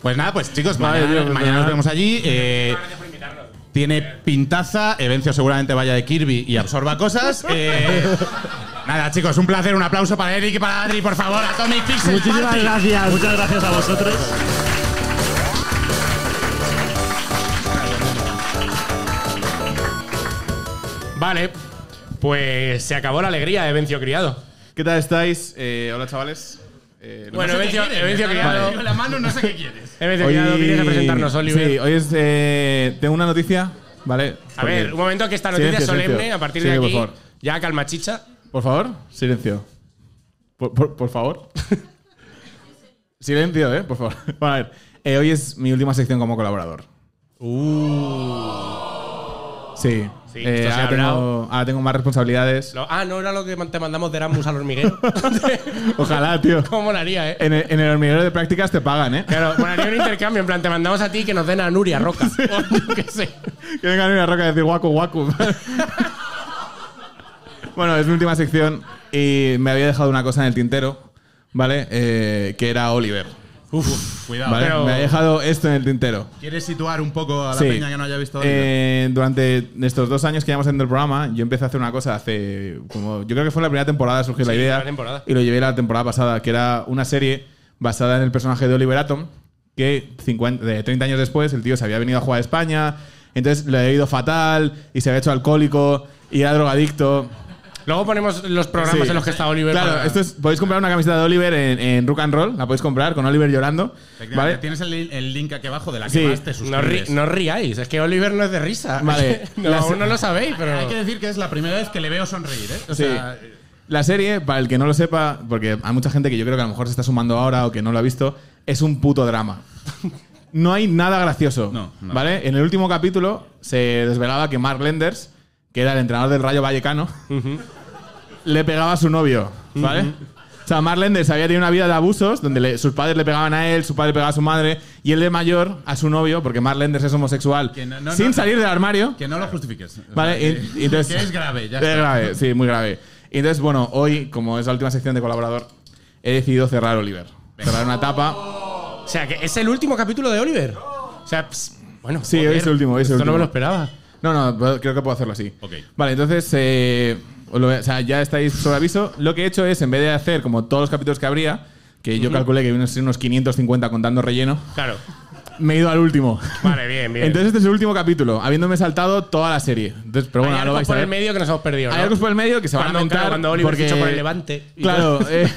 B: Pues nada, pues chicos,
D: Madre
B: mañana,
D: mía, pues
B: mañana
D: nada.
B: nos vemos allí. eh, tiene pintaza, Evencio seguramente vaya de Kirby y absorba cosas. eh,
D: [laughs]
B: nada, chicos, un placer, un aplauso para Eric y para Adri, por favor, Atomic Pixel.
G: Muchísimas
B: Party.
G: gracias.
E: Muchas gracias a vosotros.
C: Vale, pues se acabó la alegría de Vencio Criado.
D: ¿Qué tal estáis? Eh, hola, chavales. Eh,
C: Bueno, Evencio, Evencio Criado.
B: la mano, no sé qué quieres.
C: Evencio Criado, vienes a presentarnos, Oliver.
D: Sí, hoy es. eh, tengo una noticia, ¿vale?
C: A ver, un
D: Porque-
C: momento que esta noticia
D: Silencio,
C: es solemne,
D: silencio.
C: a partir
D: Silencio,
C: de aquí.
D: por favor.
C: Ya calma chicha.
D: Por favor, silencio. Por, por- por favor. silencio, ¿eh? Por favor. Bueno, a ver. eh, hoy es mi última sección como colaborador. Uh. Sí.
C: Sí,
D: Eh,
C: esto se ha
D: ahora,
C: hablado.
D: tengo, ahora tengo más responsabilidades.
C: No, ah, no era lo que te mandamos de Erasmus al
D: [laughs]
C: hormiguero.
D: Ojalá, tío.
C: ¿Cómo molaría, eh?
D: En el, en el hormiguero de prácticas te pagan, ¿eh?
C: Claro, molaría un intercambio. En plan, te mandamos a ti que nos den a Nuria Roca. O yo qué sé.
D: [laughs] Que venga una roca a decir
B: [laughs]
D: guaco guaco. bueno, es mi última sección y me había dejado una cosa en el tintero, ¿vale? Eh, que era Oliver.
B: Cuidado.
D: ¿vale?
C: pero-
D: Me ha dejado esto en el tintero.
B: ¿Quieres situar un poco a la
D: Sí.
B: peña que no haya visto?
D: Eh, durante estos dos años que llevamos haciendo el programa, yo empecé a hacer una cosa hace como. Yo creo que fue en la primera temporada surgió la
C: Sí,
D: idea.
C: la temporada.
D: Y lo llevé la temporada pasada, que era una serie basada en el personaje de Oliver Atom, que 50, de 30 años después el tío se había venido a jugar a España, entonces le había ido fatal y se había hecho alcohólico y era drogadicto.
C: Luego ponemos los programas
D: Sí.
C: en los que está Oliver.
D: Claro,
C: para-
D: esto es, podéis comprar una camiseta de Oliver en, en Rock and Roll, la podéis comprar con Oliver llorando.
B: Efectivamente,
D: ¿Vale?
B: Tienes el, el link aquí abajo de la que
D: Sí.
B: más te
C: No, ri-
B: suscribes.
C: no riáis, es que Oliver no es de risa.
D: Vale.
C: [laughs] No,
D: La-
C: aún no lo sabéis, pero.
B: Hay que decir que es la primera vez que le veo sonreír, ¿eh? O
D: Sí.
B: sea,
D: La serie, para el que no lo sepa, porque hay mucha gente que yo creo que a lo mejor se está sumando ahora o que no lo ha visto, es un
B: [laughs]
D: puto drama. No hay nada gracioso.
B: No, no.
D: ¿Vale? En el último capítulo se desvelaba que Mark Lenders, que era el entrenador del Rayo Vallecano, le pegaba a su novio. ¿Vale? O sea, Mark Lenders había tenido una vida de abusos donde le- sus padres le pegaban a él, su padre pegaba a su madre y él de mayor a su novio, porque Mark Lenders es homosexual,
B: Que no- no,
D: sin
B: no.
D: salir del armario.
B: que no lo justifiques. O
D: Vale,
B: sea,
D: y-
B: que-
D: y entonces-
B: que es grave, ya
D: Es
B: está.
D: grave, sí, muy grave. Y entonces, bueno, hoy, como es la última sección de colaborador, he decidido cerrar Oliver. Cerrar una etapa.
C: O sea, que es el último capítulo de Oliver. O sea, ps, bueno.
D: Sí,
C: joder,
D: hoy es el último, hoy es el
C: Esto no
D: último.
C: me lo esperaba.
D: No, no, pero creo que puedo hacerlo así.
B: Ok.
D: Vale, entonces, eh, os lo voy a- o sea, ya estáis sobre aviso. Lo que he hecho es, en vez de hacer como todos los capítulos que habría, que yo calculé que iban a ser unos 550 contando relleno,
C: Claro.
D: me he ido al último.
C: [laughs] Vale, bien, bien.
D: Entonces, este es el último capítulo, habiéndome saltado toda la serie. Entonces, pero
C: hay
D: bueno, ahora lo
C: algo
D: vais a
C: por el
D: ver.
C: medio que nos hemos perdido.
D: Hay
C: ¿no?
D: algo por el medio que se van a
C: Cuando-
D: mentar
C: claro, cuando Oliver
D: porque-
C: fichó por el Levante. [laughs]
D: Claro, eh,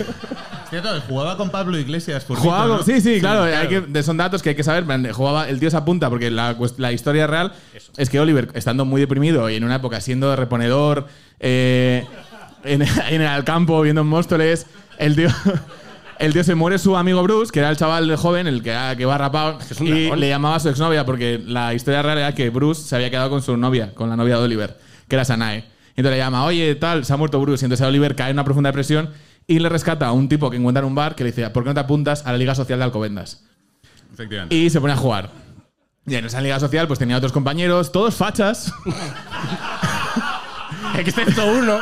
B: Es cierto, jugaba con Pablo Iglesias. Furbito,
D: Jugaba con-
B: ¿no?
D: Sí, sí, claro. hay que- de- son datos que hay que saber. man, Jugaba, el tío se apunta porque la, cuest- la historia real es que Oliver, estando muy deprimido y en una época siendo reponedor, eh, en, [laughs] en el campo viendo en Móstoles, el tío, [laughs] el tío se muere su amigo Bruce, que era el chaval joven, el que, que va rapado,
C: es un
D: y
C: dragón.
D: le llamaba a su exnovia porque la historia real era que Bruce se había quedado con su novia, con la novia de Oliver, que era Sanae. Entonces le llama, oye, tal, se ha muerto Bruce. Y entonces Oliver cae en una profunda depresión y le rescata a un tipo que encuentra en un bar que le dice, ¿por qué no te apuntas a la Liga Social de Alcobendas?
B: Efectivamente.
D: Y se pone a jugar. Y en esa Liga Social pues tenía otros compañeros, todos fachas, [laughs]
C: este Excepto uno.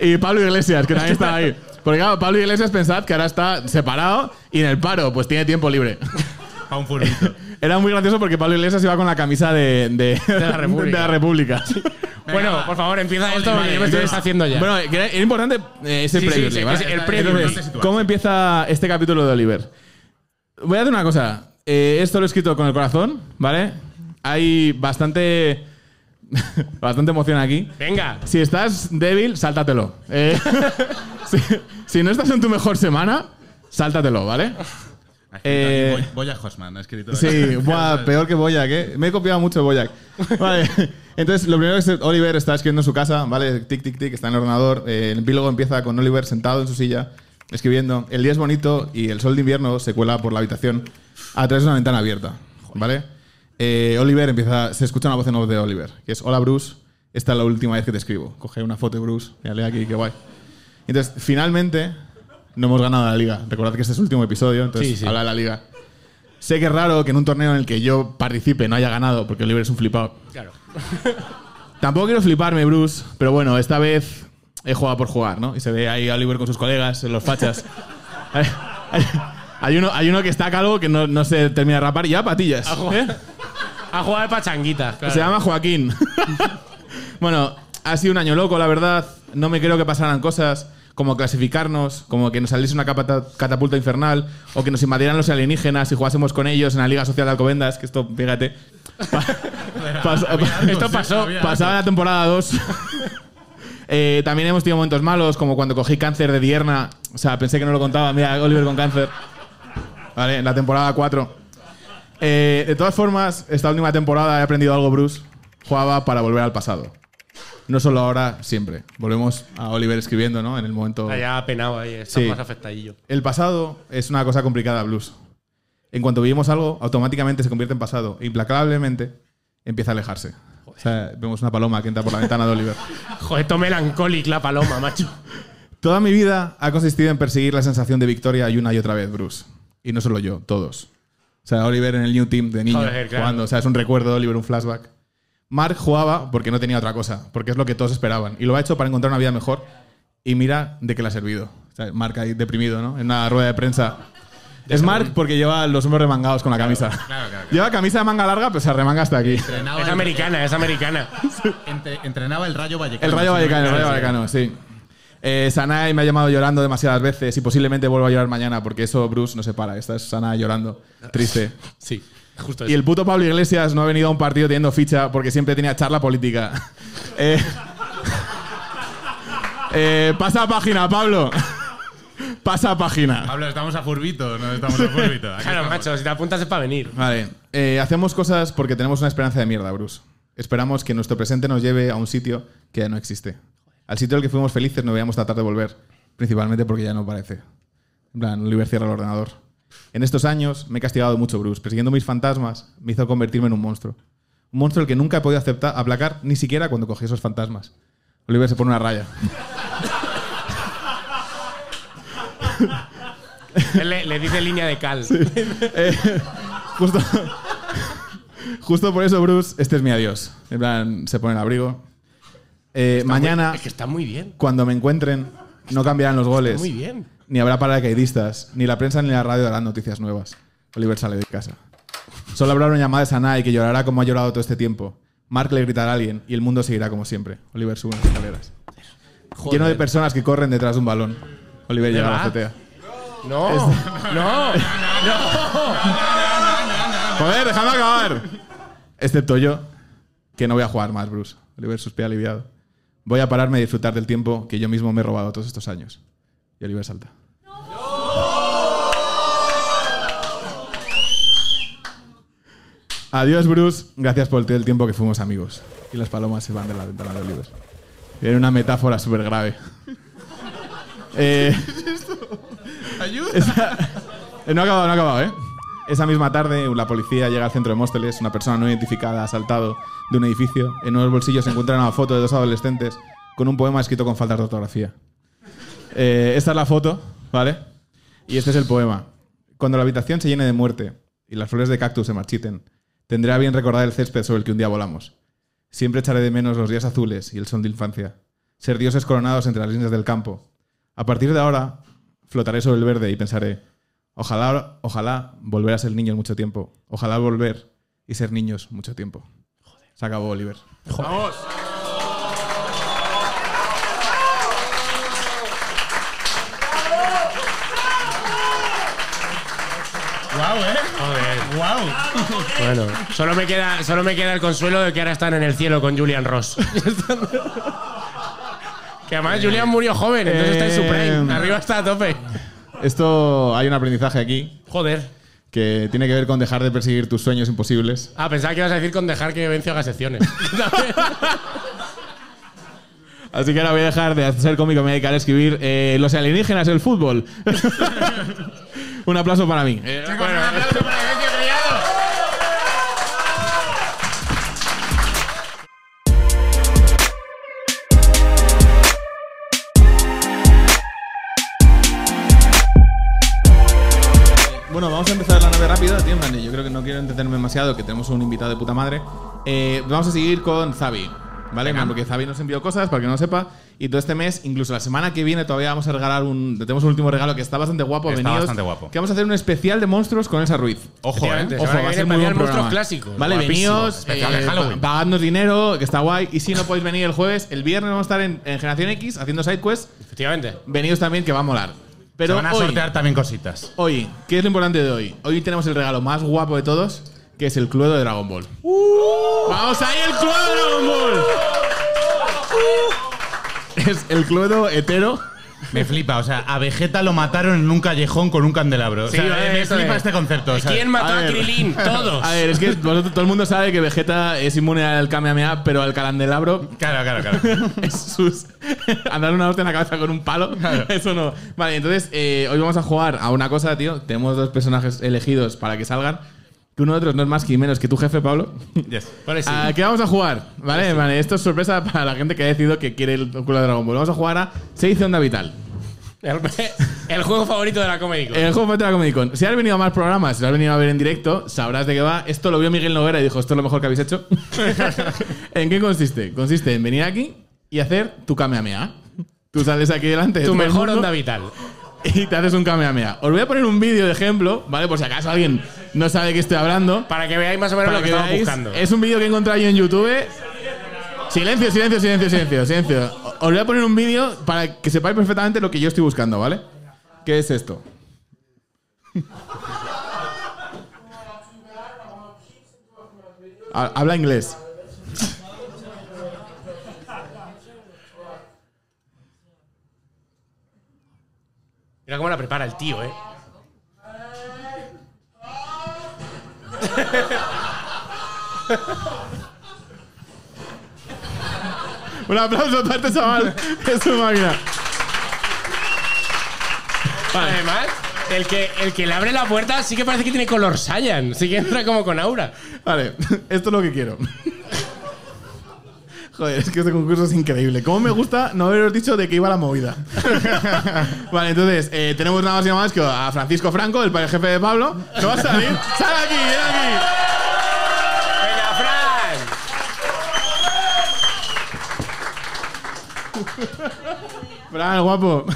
D: y Pablo Iglesias, que también estaba ahí. Porque claro, Pablo Iglesias pensad que ahora está separado y en el paro pues tiene tiempo libre.
B: A un furbito.
D: [laughs] Era muy gracioso porque Pablo Iglesias iba con la camisa de, [laughs] de-
C: la República.
D: de la República.
C: bueno, por favor, empieza esto porque yo me estoy
D: Entonces,
C: deshaciendo Ah, ya.
D: Bueno, que era- era importante eh, ese
C: Sí, sí,
D: preview,
C: sí,
D: ¿vale?
C: ese- el preview,
D: Entonces,
B: no te sitúas.
D: ¿Cómo empieza este capítulo de Oliver? Voy a hacer una cosa. Eh, esto lo he escrito con el corazón, ¿vale? Hay bastante [laughs] Bastante emoción aquí.
C: Venga.
D: Si estás débil, sáltatelo. Eh, [laughs] si, si no estás en tu mejor semana, sáltatelo, ¿vale? Eh,
B: Boy- Boya Hosman ha escrito. [laughs]
D: Sí, buah, peor que Boyac, ¿eh? Me he copiado mucho de Boyac. Vale. Entonces, lo primero es que Oliver está escribiendo en su casa, ¿vale? Tic, tic, tic, está en el ordenador. Eh, el epílogo empieza con Oliver sentado en su silla, escribiendo. El día es bonito y el sol de invierno se cuela por la habitación a través de una ventana abierta, ¿vale? Eh, Oliver empieza, se escucha una voz en off de Oliver, que es: Hola, Bruce, esta es la última vez que te escribo. Coge una foto de Bruce, mírale aquí, qué guay. Entonces, finalmente, no hemos ganado la liga. Recordad que este es el último episodio, entonces
C: Sí, sí.
D: habla de la liga. Sé que es raro que en un torneo en el que yo participe no haya ganado, porque Oliver es un flipado.
C: Claro.
D: Tampoco quiero fliparme, Bruce, pero bueno, esta vez he jugado por jugar, ¿no? Y se ve ahí a Oliver con sus colegas,
C: [laughs]
D: los fachas. [laughs] hay, hay- hay uno, hay uno que está calvo que no, no se termina de rapar, ya patillas. ¿eh?
C: A jugar de pachanguita. claro.
D: Se llama Joaquín. [laughs] bueno, ha sido un año loco, la verdad. No me creo que pasaran cosas como clasificarnos, como que nos saliese una capata- catapulta infernal, o que nos invadieran los alienígenas y jugásemos con ellos en la Liga Social de Alcobendas, que esto, fíjate. [laughs] pa- pas-
C: Esto pasó.
D: Pasaba la
C: [laughs]
D: temporada 2. Eh, también hemos tenido momentos malos, como cuando cogí cáncer de dierna. O sea, pensé que no lo contaba. Mira, Oliver con cáncer. Vale, en la temporada 4. Eh, de todas formas, esta última temporada he aprendido algo, Bruce. Jugaba para volver al pasado. No solo ahora, siempre. Volvemos a Oliver escribiendo, ¿no? En el momento.
C: Allá penado ahí, está
D: Sí.
C: más afectadillo.
D: El pasado es una cosa complicada, Blues. En cuanto vivimos algo, automáticamente se convierte en pasado. E implacablemente empieza a alejarse. O sea, vemos una paloma que entra por la ventana de Oliver.
C: Joder, esto melancólico la paloma, macho.
D: Toda mi vida ha consistido en perseguir la sensación de victoria y una y otra vez, Bruce. Y no solo yo, todos. O sea, Oliver en el New Team de niño
C: Joder, claro.
D: jugando. O sea, es un recuerdo de Oliver, un flashback. Mark jugaba porque no tenía otra cosa, porque es lo que todos esperaban. Y lo ha hecho para encontrar una vida mejor. Y mira de qué le ha servido. O sea, Mark ahí deprimido, ¿no? En una rueda de prensa. Es Mark porque lleva los hombros remangados con la camisa. Lleva camisa de manga larga, pero se remanga hasta aquí.
B: Entrenaba
C: Es
B: el-
C: americana, es americana.
B: entre- entrenaba el Rayo Vallecano.
D: El Rayo
B: Si no me
D: Vallecano, el Rayo
B: equivoco.
D: Vallecano, sí. Eh, Sanai me ha llamado llorando demasiadas veces y posiblemente vuelva a llorar mañana porque eso Bruce no se para. Esta es Sanai llorando, triste.
C: Sí, justo
D: Y
C: eso.
D: el puto Pablo Iglesias no ha venido a un partido teniendo ficha porque siempre tenía charla política. [laughs] Eh, eh, pasa página, Pablo. [laughs] Pasa página.
B: Pablo, estamos a Furbito, no estamos
D: [laughs]
B: a Furbito. Aquí
C: Claro,
B: estamos.
C: macho, si te apuntas es para venir.
D: Vale. eh, hacemos cosas porque tenemos una esperanza de mierda, Bruce. Esperamos que nuestro presente nos lleve a un sitio que ya no existe. Al sitio al que fuimos felices no veíamos tratar de volver. Principalmente porque ya no parece. En plan, Oliver cierra el ordenador. En estos años me he castigado mucho, Bruce. Persiguiendo mis fantasmas me hizo convertirme en un monstruo. Un monstruo al que nunca he podido aceptar, aplacar ni siquiera cuando cogí esos fantasmas. Oliver se pone una raya. [laughs]
C: Él le, le dice línea de cal.
D: Justo, justo por eso, Bruce, este es mi adiós. En plan, se pone el abrigo. Eh, mañana,
C: Es que está muy bien.
D: cuando me encuentren, no cambiarán los goles.
C: Muy bien.
D: Ni habrá paracaidistas, ni la prensa ni la radio darán noticias nuevas. Oliver sale de casa. Solo habrá una llamada de Sanai que llorará como ha llorado todo este tiempo. Mark le gritará a alguien y el mundo seguirá como siempre. Oliver sube las escaleras. Lleno de personas que corren detrás de un balón. Oliver llega a la
C: ¿Verdad?
D: azotea.
C: No, no.
D: Joder, déjame acabar. Excepto yo, que no voy a jugar más, Bruce. Oliver suspira aliviado. Voy a pararme y disfrutar del tiempo que yo mismo me he robado todos estos años. Y Oliver salta. Adiós, Bruce. Gracias por todo el tiempo que fuimos amigos. Y las palomas se van de la ventana de Oliver. Era una metáfora súper grave. Eh, eh, No ha acabado, no ha acabado, ¿eh? Esa misma tarde, la policía llega al centro de Móstoles. Una persona no identificada ha saltado de un edificio. En unos bolsillos se encuentra una foto de dos adolescentes con un poema escrito con faltas de ortografía. Eh, esta es la foto, ¿vale? Y este es el poema. Cuando la habitación se llene de muerte y las flores de cactus se marchiten, tendré a bien recordar el césped sobre el que un día volamos. Siempre echaré de menos los días azules y el son de infancia. Ser dioses coronados entre las líneas del campo. A partir de ahora, flotaré sobre el verde y pensaré, ojalá, ojalá volver a ser niños mucho tiempo. Ojalá volver y ser niños mucho tiempo. Se acabó, Oliver.
A: ¡Vamos!
C: Joder.
B: ¡Guau!
C: Bueno, solo me, queda, solo me queda el consuelo de que ahora están en el cielo con Julian Ross. que además Julian murió joven, entonces está en su prime.
D: Eh,
C: Arriba está a tope.
D: Esto hay un aprendizaje aquí
C: Joder.
D: que tiene que ver con dejar de perseguir tus sueños imposibles.
C: Ah, pensaba que ibas a decir con dejar que Vencio haga secciones.
D: Así que ahora voy a dejar de hacer cómico, me voy a dedicar a escribir eh, Los alienígenas, el fútbol. [laughs] un aplauso para mí. Eh,
C: bueno, un aplauso para Vencio Criado.
D: Bueno, vamos a empezar la nave rápida, tío. en plan, Yo creo que no quiero entretenerme demasiado, que tenemos un invitado de puta madre. Eh, vamos a seguir con Zabi, ¿vale? Porque Zabi nos envió cosas, para que no lo sepa. Y todo este mes, incluso la semana que viene, todavía vamos a regalar un. Tenemos un último regalo que está bastante guapo.
B: Está
D: venidos,
B: bastante guapo.
D: Que vamos a hacer un especial de monstruos con Elsa Ruiz.
B: Ojo,
C: Efectivamente.
B: ¿eh?
D: Ojo,
C: semana
D: va a
C: que
D: ser
C: viene
D: muy
C: Paliar
D: buen
C: Monstruos
D: programa. eh.
C: Clásicos.
D: Vale,
B: Guapísimo.
D: veníos,
B: Especial de Halloween.
D: pagadnos dinero, que está guay. Y si no podéis venir el jueves, el viernes vamos a estar en, en Generación X haciendo sidequests.
C: Efectivamente.
D: Venidos también, que va a molar.
B: Se
D: Pero
B: van a
D: hoy-
B: sortear también cositas.
D: Hoy, ¿qué es lo importante de hoy? Hoy tenemos el regalo más guapo de todos, que es el cluedo de Dragon Ball. ¡Vamos ahí, el cluedo de Dragon Ball! Es el cluedo hetero.
B: Me flipa, o sea, a Vegeta lo mataron en un callejón con un candelabro.
C: Sí,
B: o sea,
C: eh,
B: me
C: eso
B: flipa
C: es.
B: este concepto. o sea,
C: ¿Quién mató a,
D: ver.
C: Krilin? Todos.
D: [laughs] A ver, es que vosotros- todo el mundo sabe que Vegeta es inmune al Kamehameha, pero al calandelabro
B: Claro, claro, claro.
D: [laughs]
B: [laughs]
D: es sus. [laughs] Andar una hostia en la cabeza con un palo. [laughs] Eso no. Vale, entonces eh, hoy vamos a jugar a una cosa, tío. Tenemos dos personajes elegidos para que salgan. Que uno de otros no es más que menos que tu jefe, Pablo.
B: Yes.
C: Vale, sí.
D: ¿A qué Ah, vamos a jugar? Vale, vale, esto es sorpresa para la gente que ha decidido que quiere el culo de Dragon Ball. Vamos a jugar a 6 Onda Vital.
C: el, [laughs] el juego favorito de la Comedy Club.
D: El juego de la Comic Con. Si has venido a más programas, si lo has venido a ver en directo, sabrás de qué va. Esto lo vio Miguel Noguera y dijo, esto es lo mejor que habéis hecho.
C: [laughs]
D: ¿En qué consiste? Consiste en venir aquí y hacer tu Kamehameha. Tú sales aquí delante de
C: tu
D: todo el
C: mejor
D: mundo
C: onda vital.
D: y te haces un Kamehameha. Os voy a poner un vídeo de ejemplo, ¿vale? Por si acaso alguien no sabe de qué estoy hablando.
C: Para que veáis más o menos
D: Para
C: lo que,
D: que
C: estamos
D: veáis,
C: buscando.
D: Es un vídeo que he encontrado yo en YouTube. Silencio, silencio, silencio, silencio, silencio. O- Os voy a poner un vídeo para que sepáis perfectamente lo que yo estoy buscando, ¿vale? ¿Qué es esto? [laughs] Ha- Habla inglés.
C: Mira cómo la prepara el tío, eh.
D: Un aplauso para este chaval. [laughs] Es su máquina.
C: Además, el que, el que le abre la puerta sí que parece que tiene color Saiyan. Sí que entra como con aura.
D: Vale, [laughs] esto es lo que quiero. Joder, es que este concurso es increíble. ¿Cómo me gusta no haberos dicho de qué iba la movida? [laughs] vale, entonces, eh, tenemos nada más y nada más que a Francisco Franco, el padre jefe de Pablo. No va a salir. ¡Sal aquí, ven aquí!
C: ¡Venga, Fran!
D: Fran, guapo.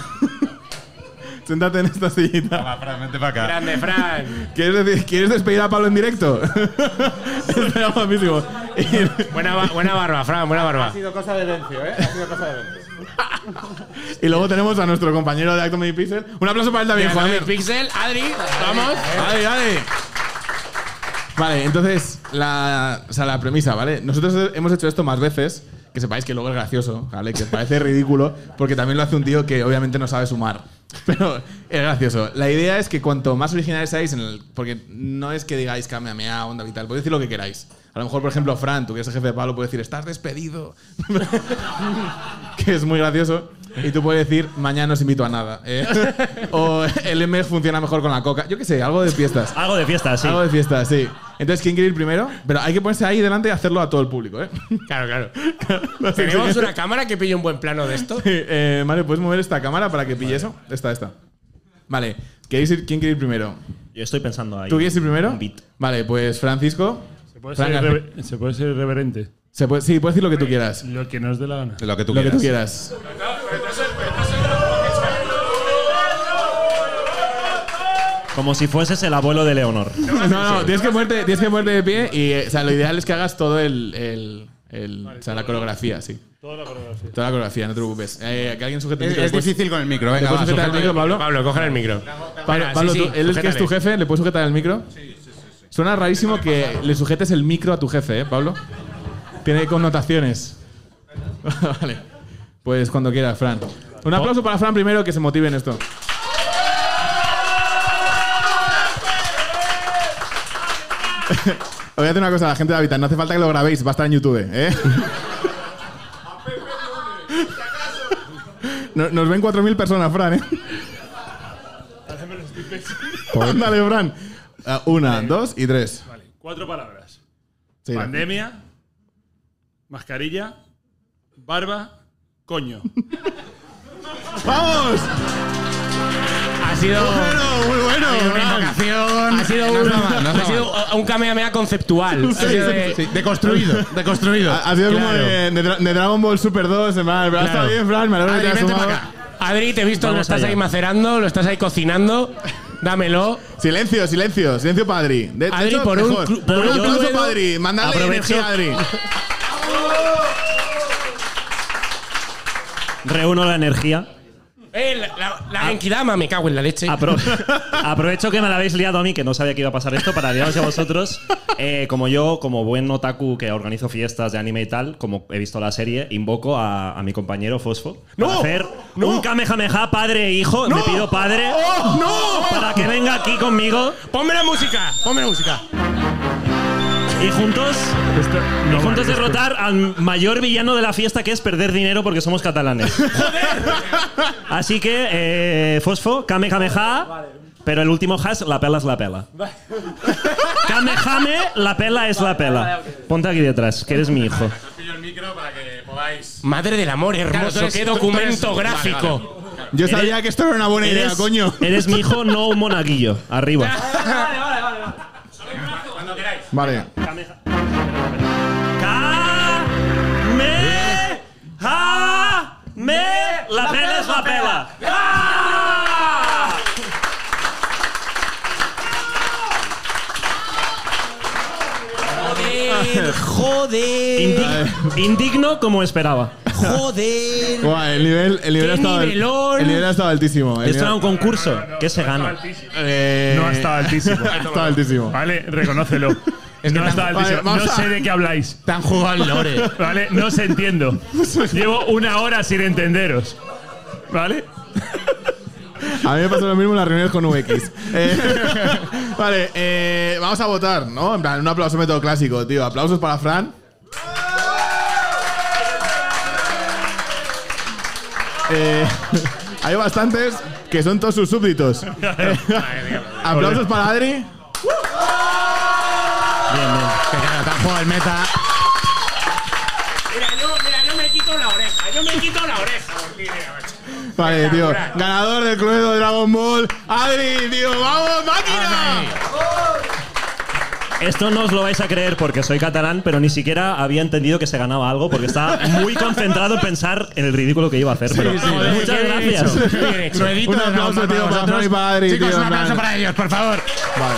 D: [laughs] Siéntate en esta sillita.
B: Va, Fran, vente para acá.
C: Grande, Fran.
D: ¿Quieres, decir- ¿quieres despedir a Pablo en directo? [laughs] Estaría guapísimo. Y-
C: Buena, ba- buena barba, Fran, buena barba.
B: eh.
D: Y, luego tenemos a nuestro compañero de Acto Medi Pixel. Un aplauso para él también,
C: Bien,
D: Javier.
C: Javi Pixel, Adri, vamos.
D: ¡Dale, dale! Vale, entonces, la, o sea, la premisa, ¿vale? Nosotros hemos hecho esto más veces, que sepáis que luego es gracioso, ¿vale? Que parece ridículo, porque también lo hace un tío que obviamente no sabe sumar. [laughs] Pero es gracioso. La idea es que cuanto más originales seáis, en el- porque no es que digáis Kamehameha, onda vital, podéis decir lo que queráis. A lo mejor, por ejemplo, Fran, tú que eres el jefe de Pablo, puedes decir, estás despedido. [laughs] que es muy gracioso. Y tú puedes decir, mañana os invito a nada. ¿eh? [laughs] o el M funciona mejor con la coca. Yo qué sé, algo de fiestas.
E: Algo de fiesta, sí.
D: Algo de fiestas, sí. Entonces, ¿quién quiere ir primero? Pero hay que ponerse ahí delante y hacerlo a todo el público, ¿eh?
C: Claro, claro.
D: Los
C: ¿Tenemos
D: siguientes-
C: una cámara que pille un buen plano de esto?
D: Eh, Mario, ¿puedes mover esta cámara para que pille eso? Esta, esta. Vale. ¿Queréis ir- ¿Quién quiere ir primero?
E: Yo estoy pensando ahí.
D: ¿Tú quieres ir primero?
E: Un beat.
D: Vale, pues Francisco.
H: ¿Se puede,
D: Fran
H: ser
D: García.
H: irrever- se puede ser irreverente.
D: Se puede- sí, puedes decir lo que tú quieras.
H: Lo que nos dé la gana.
B: Lo que tú
D: Lo que
B: quieras.
D: tú quieras.
E: Como si fueses el abuelo de Leonor.
D: No, no, tienes que muerte, tienes que muerte de pie y eh, o sea, lo ideal es que hagas todo el, el- el- o sea, la coreografía, sí.
H: Toda la coreografía.
D: Toda la coreografía, no te preocupes. Eh, que alguien sujete
B: Es,
D: el micro
B: es
D: después.
B: difícil con el micro, venga.
D: ¿Le
B: va,
D: puedes sujetar el
B: sujétame.
D: micro, Pablo?
C: Pablo, coge el micro.
D: Pablo,
C: Espera,
D: Pablo,
C: sí,
D: tú-
C: sí,
D: él es que es tu
C: sujétale.
D: jefe, ¿le puedes sujetar el micro? Sí, sí, sí. Suena rarísimo que le sujetes el micro a tu jefe, ¿eh, Pablo? Tiene connotaciones. [laughs] vale. Pues cuando quieras, Fran. Un aplauso para Fran primero que se motive en esto. Os voy a hacer una cosa, la gente de Habitat, no hace falta que lo grabéis, va a estar en YouTube, ¿eh?
C: [laughs]
D: No- Nos ven 4.000 personas, Fran, ¿eh? Ándale, Fran. Ah, Una, dos y tres.
H: Vale, cuatro palabras.
D: Sí, la-
H: Pandemia, mascarilla, barba, coño.
D: ¡Vamos!
C: Ha sido.
D: Bueno, muy bueno. Fran.
C: Ha sido un, ha sido un kamehameha conceptual. Ha sido de-
D: Sí, de constru-
B: Deconstruido, [laughs] deconstruido.
D: Ha ha sido como
C: Claro.
D: de, de Dra- de Dragon Ball Super 2, hermano. Pero Está bien, Fran, me alegro que
C: Adri,
D: te hayas
C: vente
D: sumado.
C: para acá. Adri, te he visto que lo
E: Vamos
C: estás
E: allá.
C: ahí macerando, lo estás ahí cocinando. Dámelo.
D: Silencio, silencio, silencio, Padri. De, de
C: Adri,
D: hecho,
C: por un
D: mejor.
C: cru- por
D: Por
C: un
D: un aplauso,
C: duelo,
D: Padri. Mandale
C: aprovecho-
D: energía, Adri.
E: Reúno la energía.
C: Eh, la, la, la Genkidama, me cago en la leche.
E: Apro- [laughs] aprovecho que me la habéis liado a mí, que no sabía que iba a pasar esto, para liaros
C: [laughs]
E: a vosotros. Eh, como yo, como buen otaku que organizo fiestas de anime y tal, como he visto la serie, invoco a, a mi compañero Fosfo
C: ¡No!
E: para hacer
C: ¡No!
E: un kamehameha padre e hijo. Me pido padre
C: ¡Oh, no!
E: para que venga aquí conmigo
C: Ponme la música, ponme la música.
E: y juntos, y juntos derrotar al mayor villano de la fiesta, que es perder dinero porque somos catalanes. Así que, eh, Fosfo, kamehameha, pero el último hash, la pela es la pela. Kamehame, la pela es la pela. Ponte aquí detrás, que eres mi hijo.
C: Madre del amor, hermoso, qué documento gráfico.
D: Yo sabía que esto era una buena idea,
E: Eres,
D: coño.
E: eres mi hijo, no un monaguillo. Arriba.
D: Vale.
E: Kamehame, la pela es la pela.
C: Joder,
D: [laughs]
C: joder,
E: Indig- indigno como esperaba.
C: joder.
D: Guau, el nivel, el nivel
C: ¡Qué
D: ha estado,
C: nivelón!
D: el nivel ha estado altísimo. El
E: Esto era
D: nivel-
E: un concurso. ¿Qué se gana?
D: Eh,
H: No ha estado altísimo.
D: [laughs] ha estado altísimo.
H: Vale, reconócelo. no ha estado
D: vale,
H: altísimo.
D: vamos
H: no
D: a-
H: sé de qué habláis.
B: Te han jugado al lore.
H: Vale, no os entiendo. Llevo una hora sin entenderos. ¿Vale?
D: A mí me pasó lo mismo en las reuniones con UX. Eh, vale, eh, vamos a votar, ¿no? En plan, un aplauso método clásico, tío. Aplausos para Fran. Eh, hay bastantes que son todos sus súbditos. [laughs] aplausos para Adri.
E: Bien, bien.
D: Que claro, te han jugado el meta.
C: Mira, yo, mira, yo me quito la oreja, yo me quito la oreja. porque, a ver.
D: Vale, tío. Ganador del Cluedo de Dragon Ball. Adri, tío. ¡Vamos, máquina!
E: Esto no os lo vais a creer porque soy catalán, pero ni siquiera había entendido que se ganaba algo porque estaba muy concentrado en pensar en el ridículo que iba a hacer. Pero
B: Joder,
E: muchas
B: qué bien
E: gracias.
B: hecho, qué bien hecho. Ruedito
D: Un
B: de Dragon
D: aplauso,
B: Ball
D: tío, para
B: vosotros.
D: Fran y para Adri,
B: Chicos,
D: tío,
B: un
D: en plan-
B: aplauso para ellos, por favor.
D: Vale.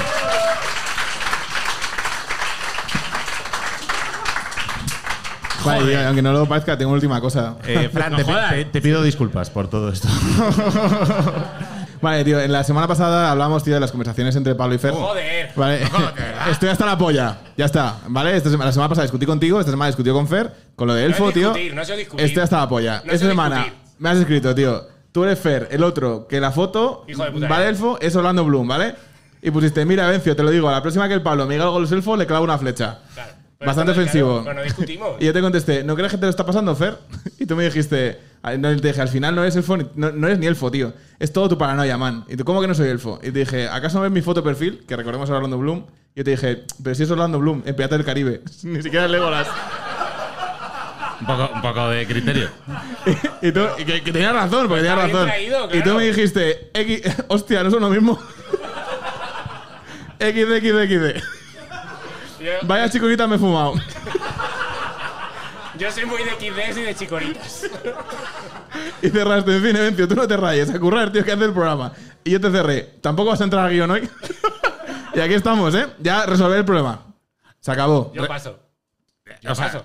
D: Vale, y aunque no lo parezca, tengo una última cosa.
B: Eh, Fran, te, te- te pido disculpas por todo esto.
D: [laughs] Vale, tío, en la semana pasada hablamos, tío, de las conversaciones entre Pablo y Fer.
C: Joder.
D: Vale, [laughs] estoy hasta la polla. Ya está, ¿vale? Esta sema- la semana pasada discutí contigo, esta semana discutí con Fer, con lo de Elfo, tío.
C: discutir, no ha sido discutir.
D: Estoy hasta la polla.
C: No ha
D: esta
C: sido
D: semana
C: discutir.
D: me has escrito, tío, tú eres Fer, el otro, que la foto,
C: Hijo de puta,
D: ¿vale?
C: eh.
D: Elfo, es Orlando Bloom, ¿vale? Y pusiste, mira, Bencio, te lo digo, a la próxima que el Pablo me diga algo de los elfos, le clavo una flecha.
C: Claro. Pero
D: Bastante
C: estamos-
D: ofensivo.
C: claro, pero no discutimos.
D: Y yo te contesté, ¿no crees que te lo está pasando, Fer? [laughs] Y tú me dijiste, ah, no, te dije, al final no eres elfo, ni- no, no eres ni elfo, tío. Es todo tu paranoia, man. Y tú, ¿cómo que no soy elfo? Y te dije, ¿acaso no ves mi foto de perfil? Que recordemos a Orlando Bloom. Y yo te dije, pero si es Orlando Bloom, en Pirata del Caribe. [laughs] ni siquiera es Legolas.
B: Un poco, un poco de criterio.
D: y tú, y que, que tenías razón, porque tenías
C: está bien
D: razón.
C: traído,
D: Y tú
C: claro.
D: me dijiste, X, [laughs] hostia, no son lo mismo. [laughs] XDXDXD.
C: Yo,
D: Vaya chicorita me he fumado.
C: yo soy muy de XDs y de chicoritas.
D: Y cerraste, en fin, Evencio, tú no te rayes, a currar, tío, que hace el programa. Y yo te cerré, tampoco vas a entrar a guión hoy. [laughs] y aquí estamos, ¿eh? Ya resolver el problema. Se acabó.
C: Yo
D: [laughs]
C: paso. Yo paso.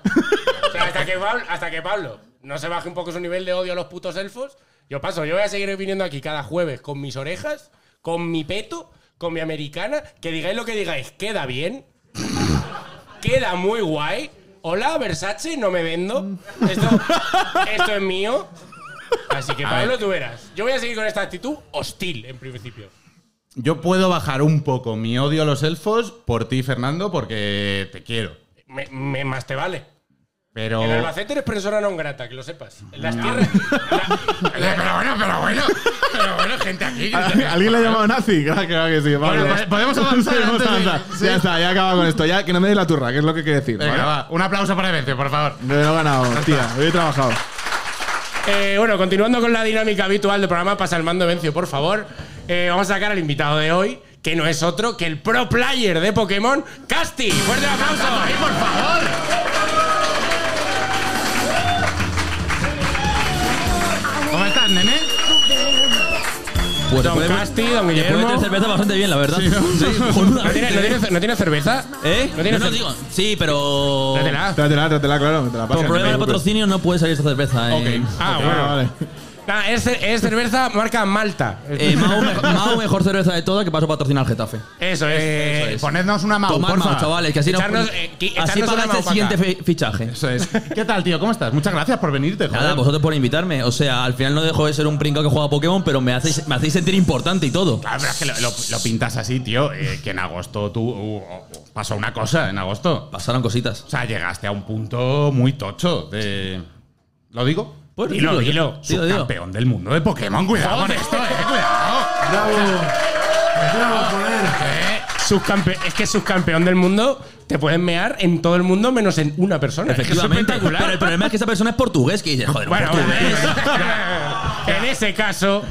C: O sea, hasta que, Pablo, hasta que Pablo no se baje un poco su nivel de odio a los putos elfos, yo paso. Yo voy a seguir viniendo aquí cada jueves con mis orejas, con mi peto, con mi americana, que digáis lo que digáis, queda bien, queda muy guay. Hola, Versace, no me vendo. Esto, esto es mío. Así que, Pablo, tú verás. Yo voy a seguir con esta actitud hostil, en principio.
B: Yo puedo bajar un poco mi odio a los elfos por ti, Fernando, porque te quiero.
C: Me- me- más te vale.
B: Pero.
C: En Albacete eres persona non grata, que lo sepas. En las tierras.
B: [laughs]
C: [laughs]
B: Pero bueno, pero bueno. Pero bueno, gente
C: [laughs]
B: aquí.
D: ¿Alguien le ha llamado nazi? [laughs] Claro que, claro que sí. Pablo.
B: ¿eh? Bueno,
D: [laughs]
B: podemos avanzar
D: Sí, podemos
B: antes de-
D: avanzar.
B: sí.
D: Ya está, ya acaba con esto. Ya que no me des la turra, que es lo que quiero decir.
B: Venga,
D: ¿vale?
B: va. Un aplauso para Evencio, por favor.
D: Me lo he ganado, tía. Hoy he trabajado.
C: Eh, bueno, continuando con la dinámica habitual del programa, pasa el mando, Vencio, por favor. Eh, vamos a sacar al invitado de hoy, que no es otro que el pro player de Pokémon, Casti. ¡Fuerte el aplauso! ahí, por favor!
B: ¿Cómo estás, nene?
I: Pues
C: Don
I: después, de-
C: Casti, don
I: después de
C: Guillermo.
I: tres cervezas bastante bien, la verdad. Sí,
B: [laughs]
I: cojonudamente.
C: ¿No tiene, no tiene- no tiene cerveza?
I: ¿Eh?
C: ¿No tiene
I: no,
C: cer-
I: digo. Sí, pero.
C: Tráetela.
D: Trátela, trátela, claro. que Te la
I: Por
D: pasen, no te
I: problema de
D: preocupes.
I: patrocinio no puede salir esta cerveza. eh.
C: Ah,
D: Ok,
C: bueno.
D: vale.
C: Nada, es, es cerveza marca Malta.
B: [laughs]
I: Eh, Mau, me- Mau, mejor cerveza de todas que paso a patrocinar al Getafe.
C: Eso es.
B: Eh, ponednos una Mau,
I: Tomar
B: porfa.
I: Mau, chavales, que así, nos-
C: Echarnos, eh, qui-
I: así
C: echarnos una
I: para
C: Mau
I: este
C: pa'
I: siguiente
C: acá.
I: fi- fichaje.
B: Eso es. ¿Qué tal, tío? ¿Cómo estás? Muchas gracias por venirte, joder.
I: Nada, vosotros por invitarme. O sea, al final no dejo de ser un pringao que juega a Pokémon, pero me hacéis, me hacéis sentir importante y todo.
B: Ah, pero es que lo, lo- lo pintas así, tío. eh, que en agosto tú. uh, uh, pasó una cosa en agosto.
I: Pasaron cositas.
B: O sea, llegaste a un punto muy tocho de. ¿Lo digo?
I: Pues,
B: dilo,
I: dilo,
B: dilo.
I: dilo, dilo.
B: Subcampeón del mundo de Pokémon. Cuidado con esto, eh. Cuidado.
F: Bravo. Bravo, joder.
C: eh, Subcampe- es que subcampeón del mundo te pueden mear en todo el mundo menos en una persona. Es que es
I: Efectivamente.
C: espectacular.
I: Pero el problema es que esa persona es portugués, que dice, joder, un
C: bueno,
I: portugués.
C: en ese caso.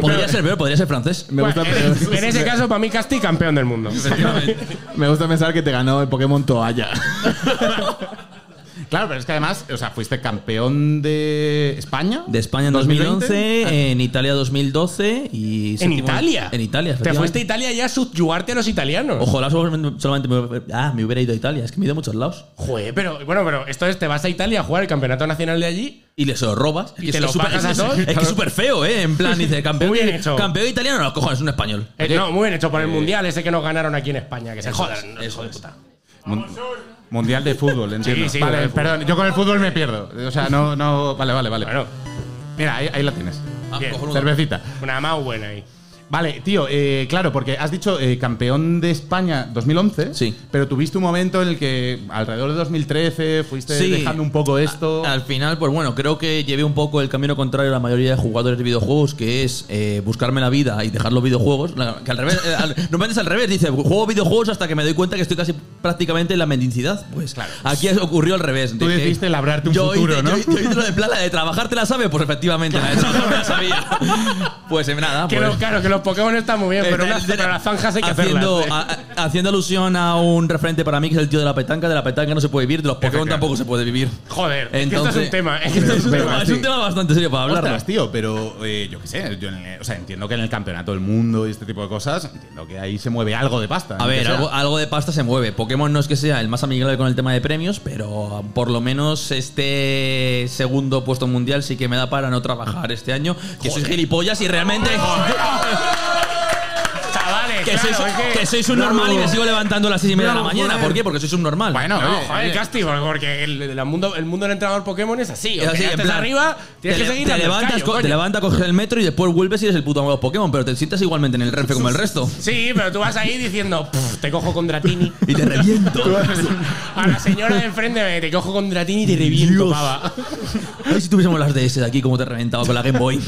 I: Podría ser, pero podría ser francés.
D: Me gusta,
C: en, en ese caso, para mí, Casti, campeón del mundo.
D: [laughs] me gusta pensar que te ganó el Pokémon
B: [laughs]
D: Toalla.
B: Claro, pero es que además, o sea, fuiste campeón de España.
I: De España en 2011,
B: 2020.
I: en Italia 2012 y...
C: Ah. ¿En
I: séptimo-
C: Italia?
I: En Italia,
C: Te
I: efectivamente.
C: fuiste a Italia ya a subyugarte a los italianos.
I: Ojalá solamente, solamente me, ah, me hubiera ido a Italia. Es que me he ido a muchos lados.
C: Joder, pero bueno, pero esto es: te vas a Italia a jugar el campeonato nacional de allí.
I: Y les lo robas.
C: Y te
I: Es que
C: lo
I: es súper-
C: pagas a
I: es-
C: todos.
I: Es que es súper feo, ¿eh? En plan, dice, campeón,
C: Muy bien hecho.
I: campeón italiano, no, cojones, es un español.
C: Eh, no, muy bien hecho por el mundial ese que nos ganaron aquí en España. Que se jodan. no, hijo de puta.
B: Mun- mundial de fútbol, entiendo.
C: sí,
B: vale,
C: de fútbol.
B: perdón, yo con el fútbol me pierdo. O sea, no, no. Vale, vale, vale.
C: Bueno,
B: Mira, ahí, ahí la tienes.
I: Ah,
C: Bien,
I: cojonudo.
B: Cervecita.
C: una más buena ahí.
B: Vale, tío, eh, claro, porque has dicho eh, campeón de España 2011.
I: Sí.
B: Pero tuviste un momento en el que alrededor de 2013 fuiste
I: Sí.
B: dejando un poco esto.
I: A- al final, pues bueno, creo que llevé un poco el camino contrario a la mayoría de jugadores de videojuegos, que es eh, buscarme la vida y dejar los videojuegos. La- Que al revés, eh, al- [laughs] normalmente es al revés, dice, juego videojuegos hasta que me doy cuenta que estoy casi prácticamente en la mendicidad. Pues claro. Aquí es- ocurrió al revés.
B: Tú
I: Dije,
B: decidiste labrarte un
I: yo
B: futuro,
I: hice-
B: ¿no?
I: Yo, yo hice lo de plan, la de trabajar te la sabes, pues efectivamente,
C: [laughs]
I: la de trabajar me la sabía. Pues eh, nada,
C: Que
I: pues-
C: lo- claro, que los Pokémon están muy bien, pero,
I: Está-
C: una- pero las zanjas hay que
I: haciendo,
C: hacerlas.
I: a- a- haciendo alusión a un referente para mí que es el tío de la petanca. De la petanca no se puede vivir, de los Pokémon tampoco se puede vivir.
C: Joder, es que esto
I: Entonces,
C: es un tema. es que esto es un
I: Pero
C: tema.
I: es un tema bastante serio para hablar.
B: Ostras, tío, pero eh, yo qué sé, yo en el- o sea, entiendo que en el campeonato del mundo y este tipo de cosas, entiendo que ahí se mueve algo de pasta.
I: A
B: aunque
I: ver,
B: sea.
I: algo, algo de pasta se mueve. Pokémon no es que sea el más amigable con el tema de premios, pero por lo menos este segundo puesto mundial sí que me da para no trabajar este año. Que sois gilipollas y realmente.
C: Chavales,
I: [laughs] Ah, Que
C: claro,
I: sois,
C: es que-
I: que sois un normal y me sigo levantando a las 6 y media de la mañana. ¿Por qué? Porque sois un normal.
B: Bueno,
C: No,
B: oye,
C: joder,
B: oye.
C: Casti, porque el, el mundo, el mundo del entrenador Pokémon es así.
I: Es
C: aunque
I: así, en
C: ya estés
I: plan,
C: arriba, tienes
I: te
C: que
I: le-
C: seguir
I: te
C: al
I: levantas,
C: callo,
I: co- te
C: coño.
I: levantas, coges el metro y después vuelves y eres el puto amo de los Pokémon, pero te sientas igualmente en el renfe como el resto.
C: Sí, pero tú vas ahí diciendo, "Pff, te cojo con Dratini.
I: Y te reviento.
C: A la señora de enfrente, me- te cojo con Dratini y te reviento,
I: Dios.
C: pava. [laughs]
I: Ay, si tuviésemos las DS de aquí, como te he reventado con la
C: [laughs]
I: Game Boy.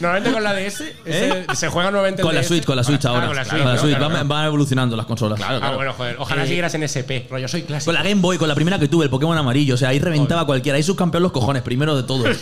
C: Normalmente con la DS
I: ¿Eh?
C: se, se juega nuevamente el
I: Con la
C: DS.
I: Switch, con la Switch
C: Ah,
I: ahora.
C: con la Switch,
I: Con la
C: ¿no?
I: Switch.
C: Claro,
I: Van,
C: claro.
I: van evolucionando las consolas.
C: Ah, bueno, joder. Ojalá
I: Eh,
C: siguieras en SP. Rollo, soy clásico.
I: Con la Game Boy, con la primera que tuve, el Pokémon amarillo. O sea, ahí reventaba cualquiera. Ahí subcampeón los cojones, primero
C: [laughs]
I: de todos.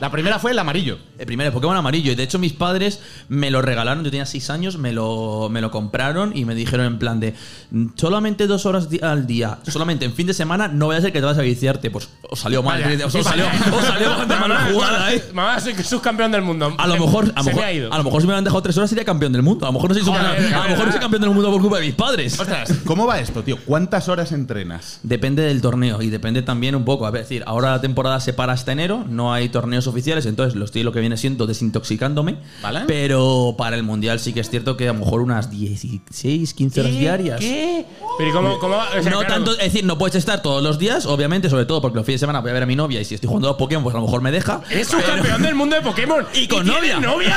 B: La primera fue el amarillo.
I: El primero, el Pokémon amarillo. Y de hecho, mis padres me lo regalaron. Yo tenía 6 años, me lo, me lo compraron y me dijeron en plan de "Mm, solamente dos horas di- al día, solamente en fin de semana, no vaya a ser que te vas a viciarte. Pues os salió mal, os, os salió,
C: [laughs]
I: os salió bastante mal la jugada, ¿eh?
C: Mamá, soy subcampeón del mundo.
I: A lo mejor, a,
C: se
I: mejor,
C: me ha ido.
I: a lo mejor si me hubieran dejado tres horas sería campeón del mundo. A lo mejor no soy,
C: Joder,
I: subcampeón- a
C: verdad.
I: lo mejor no soy campeón del mundo por culpa de mis padres.
B: ¿Cómo va esto, tío? ¿Cuántas horas entrenas?
I: Depende del torneo y depende también un poco. A ver, es decir, ahora la temporada se para hasta enero, no hay torneos oficiales, entonces lo estoy lo que viene siendo desintoxicándome.
B: Vale.
I: Pero para el mundial sí que es cierto que a lo mejor unas 16, 15 horas diarias.
C: ¿Qué? Pero ¿y cómo, cómo va? O sea,
I: no
C: claro,
I: tanto, es decir, no puedes estar todos los días, obviamente, sobre todo porque los fines de semana voy a ver a mi novia y si estoy jugando a Pokémon, pues a lo mejor me deja.
C: Eres un campeón del mundo de Pokémon.
I: Y con
C: tiene
I: novia. [laughs]
C: novia?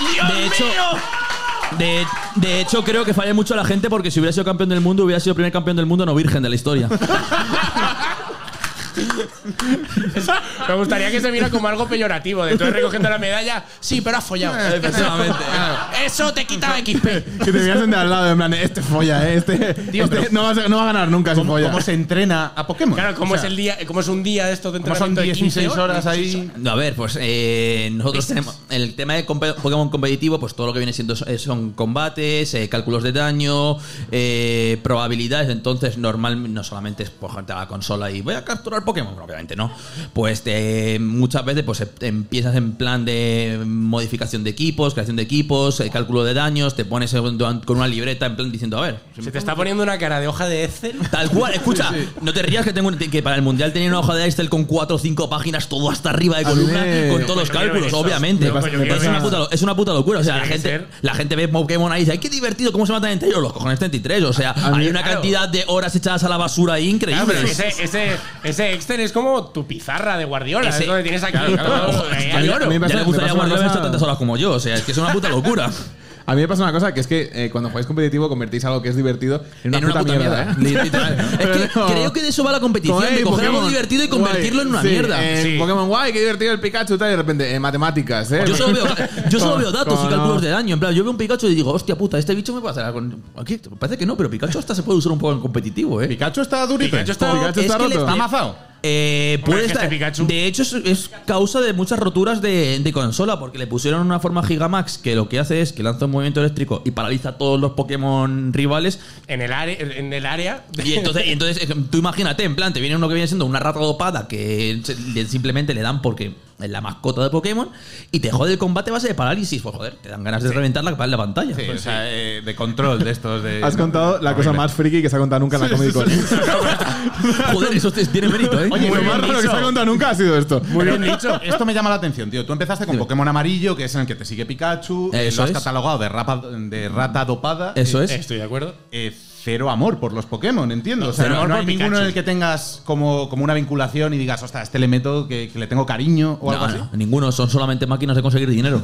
C: ¡Dios! ¡Dios
I: De hecho,
C: mío!
I: De, de hecho, creo que falla mucho a la gente porque si hubiera sido campeón del mundo, hubiera sido primer campeón del mundo no virgen de la historia.
C: [laughs] Me gustaría que se viera como algo peyorativo. De tú recogiendo la medalla. Sí, pero has follado.
I: [laughs] Efectivamente.
C: [laughs] Eso te quita XP.
D: Que te veas de al lado, en plan, este folla, ¿eh? este, este no, vas a- no va a ganar nunca si
B: ¿Cómo,
D: folla.
B: cómo se entrena a Pokémon?
C: Claro, ¿cómo, es el día, ¿cómo es un día de esto de
B: ¿Cómo son
C: entrenamiento de
B: 16
C: 15
B: horas ahí?
I: No, A ver, pues eh, nosotros tenemos el tema de compe- Pokémon competitivo, pues todo lo que viene siendo so- eh, son combates, eh, cálculos de daño, eh, probabilidades. Entonces, normal, no solamente es por gente a la consola y voy a capturar Pokémon, bueno, obviamente no. Pues eh, muchas veces pues eh, empiezas en plan de modificación de equipos, creación de equipos, eh, cálculo de daños, te pones en- con una libreta en plan diciendo, a ver, si
C: Se te está poniendo una cara de hoja de Excel.
I: Tal cual, escucha, no te rías que tengo un- que para el mundial tenía una hoja de Excel con cuatro o cinco páginas todo hasta arriba de
D: Ah,
I: columna
D: me-
I: con todos los
C: Yo quiero
I: cálculos,
C: eso.
I: obviamente.
C: Yo quiero
I: Es
C: eso.
I: una, puta, lo- es una puta locura, o sea, la
C: Tiene que
I: gente,
C: ser.
I: la gente ve Pokémon ahí y dice, "Ay, qué divertido, cómo se matan entre ellos los cojones 33", o sea, hay una
C: claro.
I: cantidad de horas echadas a la basura ahí
C: Claro,
I: increíble.
C: Ah, pero ese, ese, ese Excel es como tu pizarra de Guardiola.
I: Ese-
C: es donde tienes aquí. todo,
I: Ojo,
C: ahí
I: ya
C: hay
I: le-
C: oro.
D: a mí me
I: ya
D: pasa-
I: le
D: me
I: gustaría
D: pasa una
I: guardar
D: cosa-
I: esto tantas horas como yo, o sea, es que es una puta locura.
D: A mí me pasa [laughs] una cosa, que es que eh, cuando jugáis competitivo convertís algo que es divertido en una, puta, mierda, ¿eh?
I: Li- literal. Es que
D: Pero-
I: creo que de eso va la competición,
D: Como,
I: de
D: "Ey,
I: coger algo
D: Pokémon,
I: divertido y
D: guay".
I: convertirlo en una
D: Sí,
I: mierda.
D: eh,
C: Sí.
D: Pokémon, guay, qué divertido el Pikachu, tal, y de repente, eh, matemáticas, ¿eh?
I: Yo
D: [laughs]
I: solo veo, yo solo veo datos y
D: Como no.
I: cálculos de daño. En plan, yo veo un Pikachu y digo, hostia puta, este bicho me puede hacer algo. con- Aquí parece que no, pero Pikachu hasta se puede usar un poco en competitivo, ¿eh?
B: Pikachu está durito.
C: Pikachu está-
D: Pikachu
I: es
D: está
I: que le-
D: roto.
B: ¿Está amazado?
I: Eh,
C: Hombre,
I: puede
C: es que
I: estar-
C: este Pikachu-
I: De hecho, es, es causa de muchas roturas de, de consola, porque le pusieron una forma Gigamax que lo que hace es que lanza un movimiento eléctrico y paraliza a todos los Pokémon rivales.
C: En el área. En el área
I: Y entonces, y entonces eh, tú imagínate, en plan, te viene uno que viene siendo una rata dopada que se- le- simplemente le dan porque es la mascota de Pokémon y te jode el combate a base de parálisis. Pues joder, te dan ganas de reventar la, la pantalla. Pues,
B: Sí, o sea, eh, de control de estos. De,
D: Has contado la cosa más friki que se ha contado nunca en la Comic Con.
I: Joder, eso te- tiene mérito, ¿eh?
D: Lo más raro que se ha contado nunca ha sido esto.
B: Muy bien dicho. [laughs] Esto me llama la atención, tío. Tú empezaste con Pokémon amarillo, que es en el que te sigue Pikachu. eh,
I: Eso
B: lo has
I: es.
B: catalogado de, rapa- de rata dopada.
I: Eso es.
C: Estoy de acuerdo.
B: Eh, cero amor por los Pokémon, entiendo. o sea,
C: cero
B: no,
C: amor
B: no hay
C: por
B: ninguno
C: Pikachu.
B: en el que tengas como, como una vinculación y digas, ostras, este le meto que, que le tengo cariño o
I: No,
B: algo así. [laughs]
I: no, ninguno, son solamente máquinas de conseguir dinero.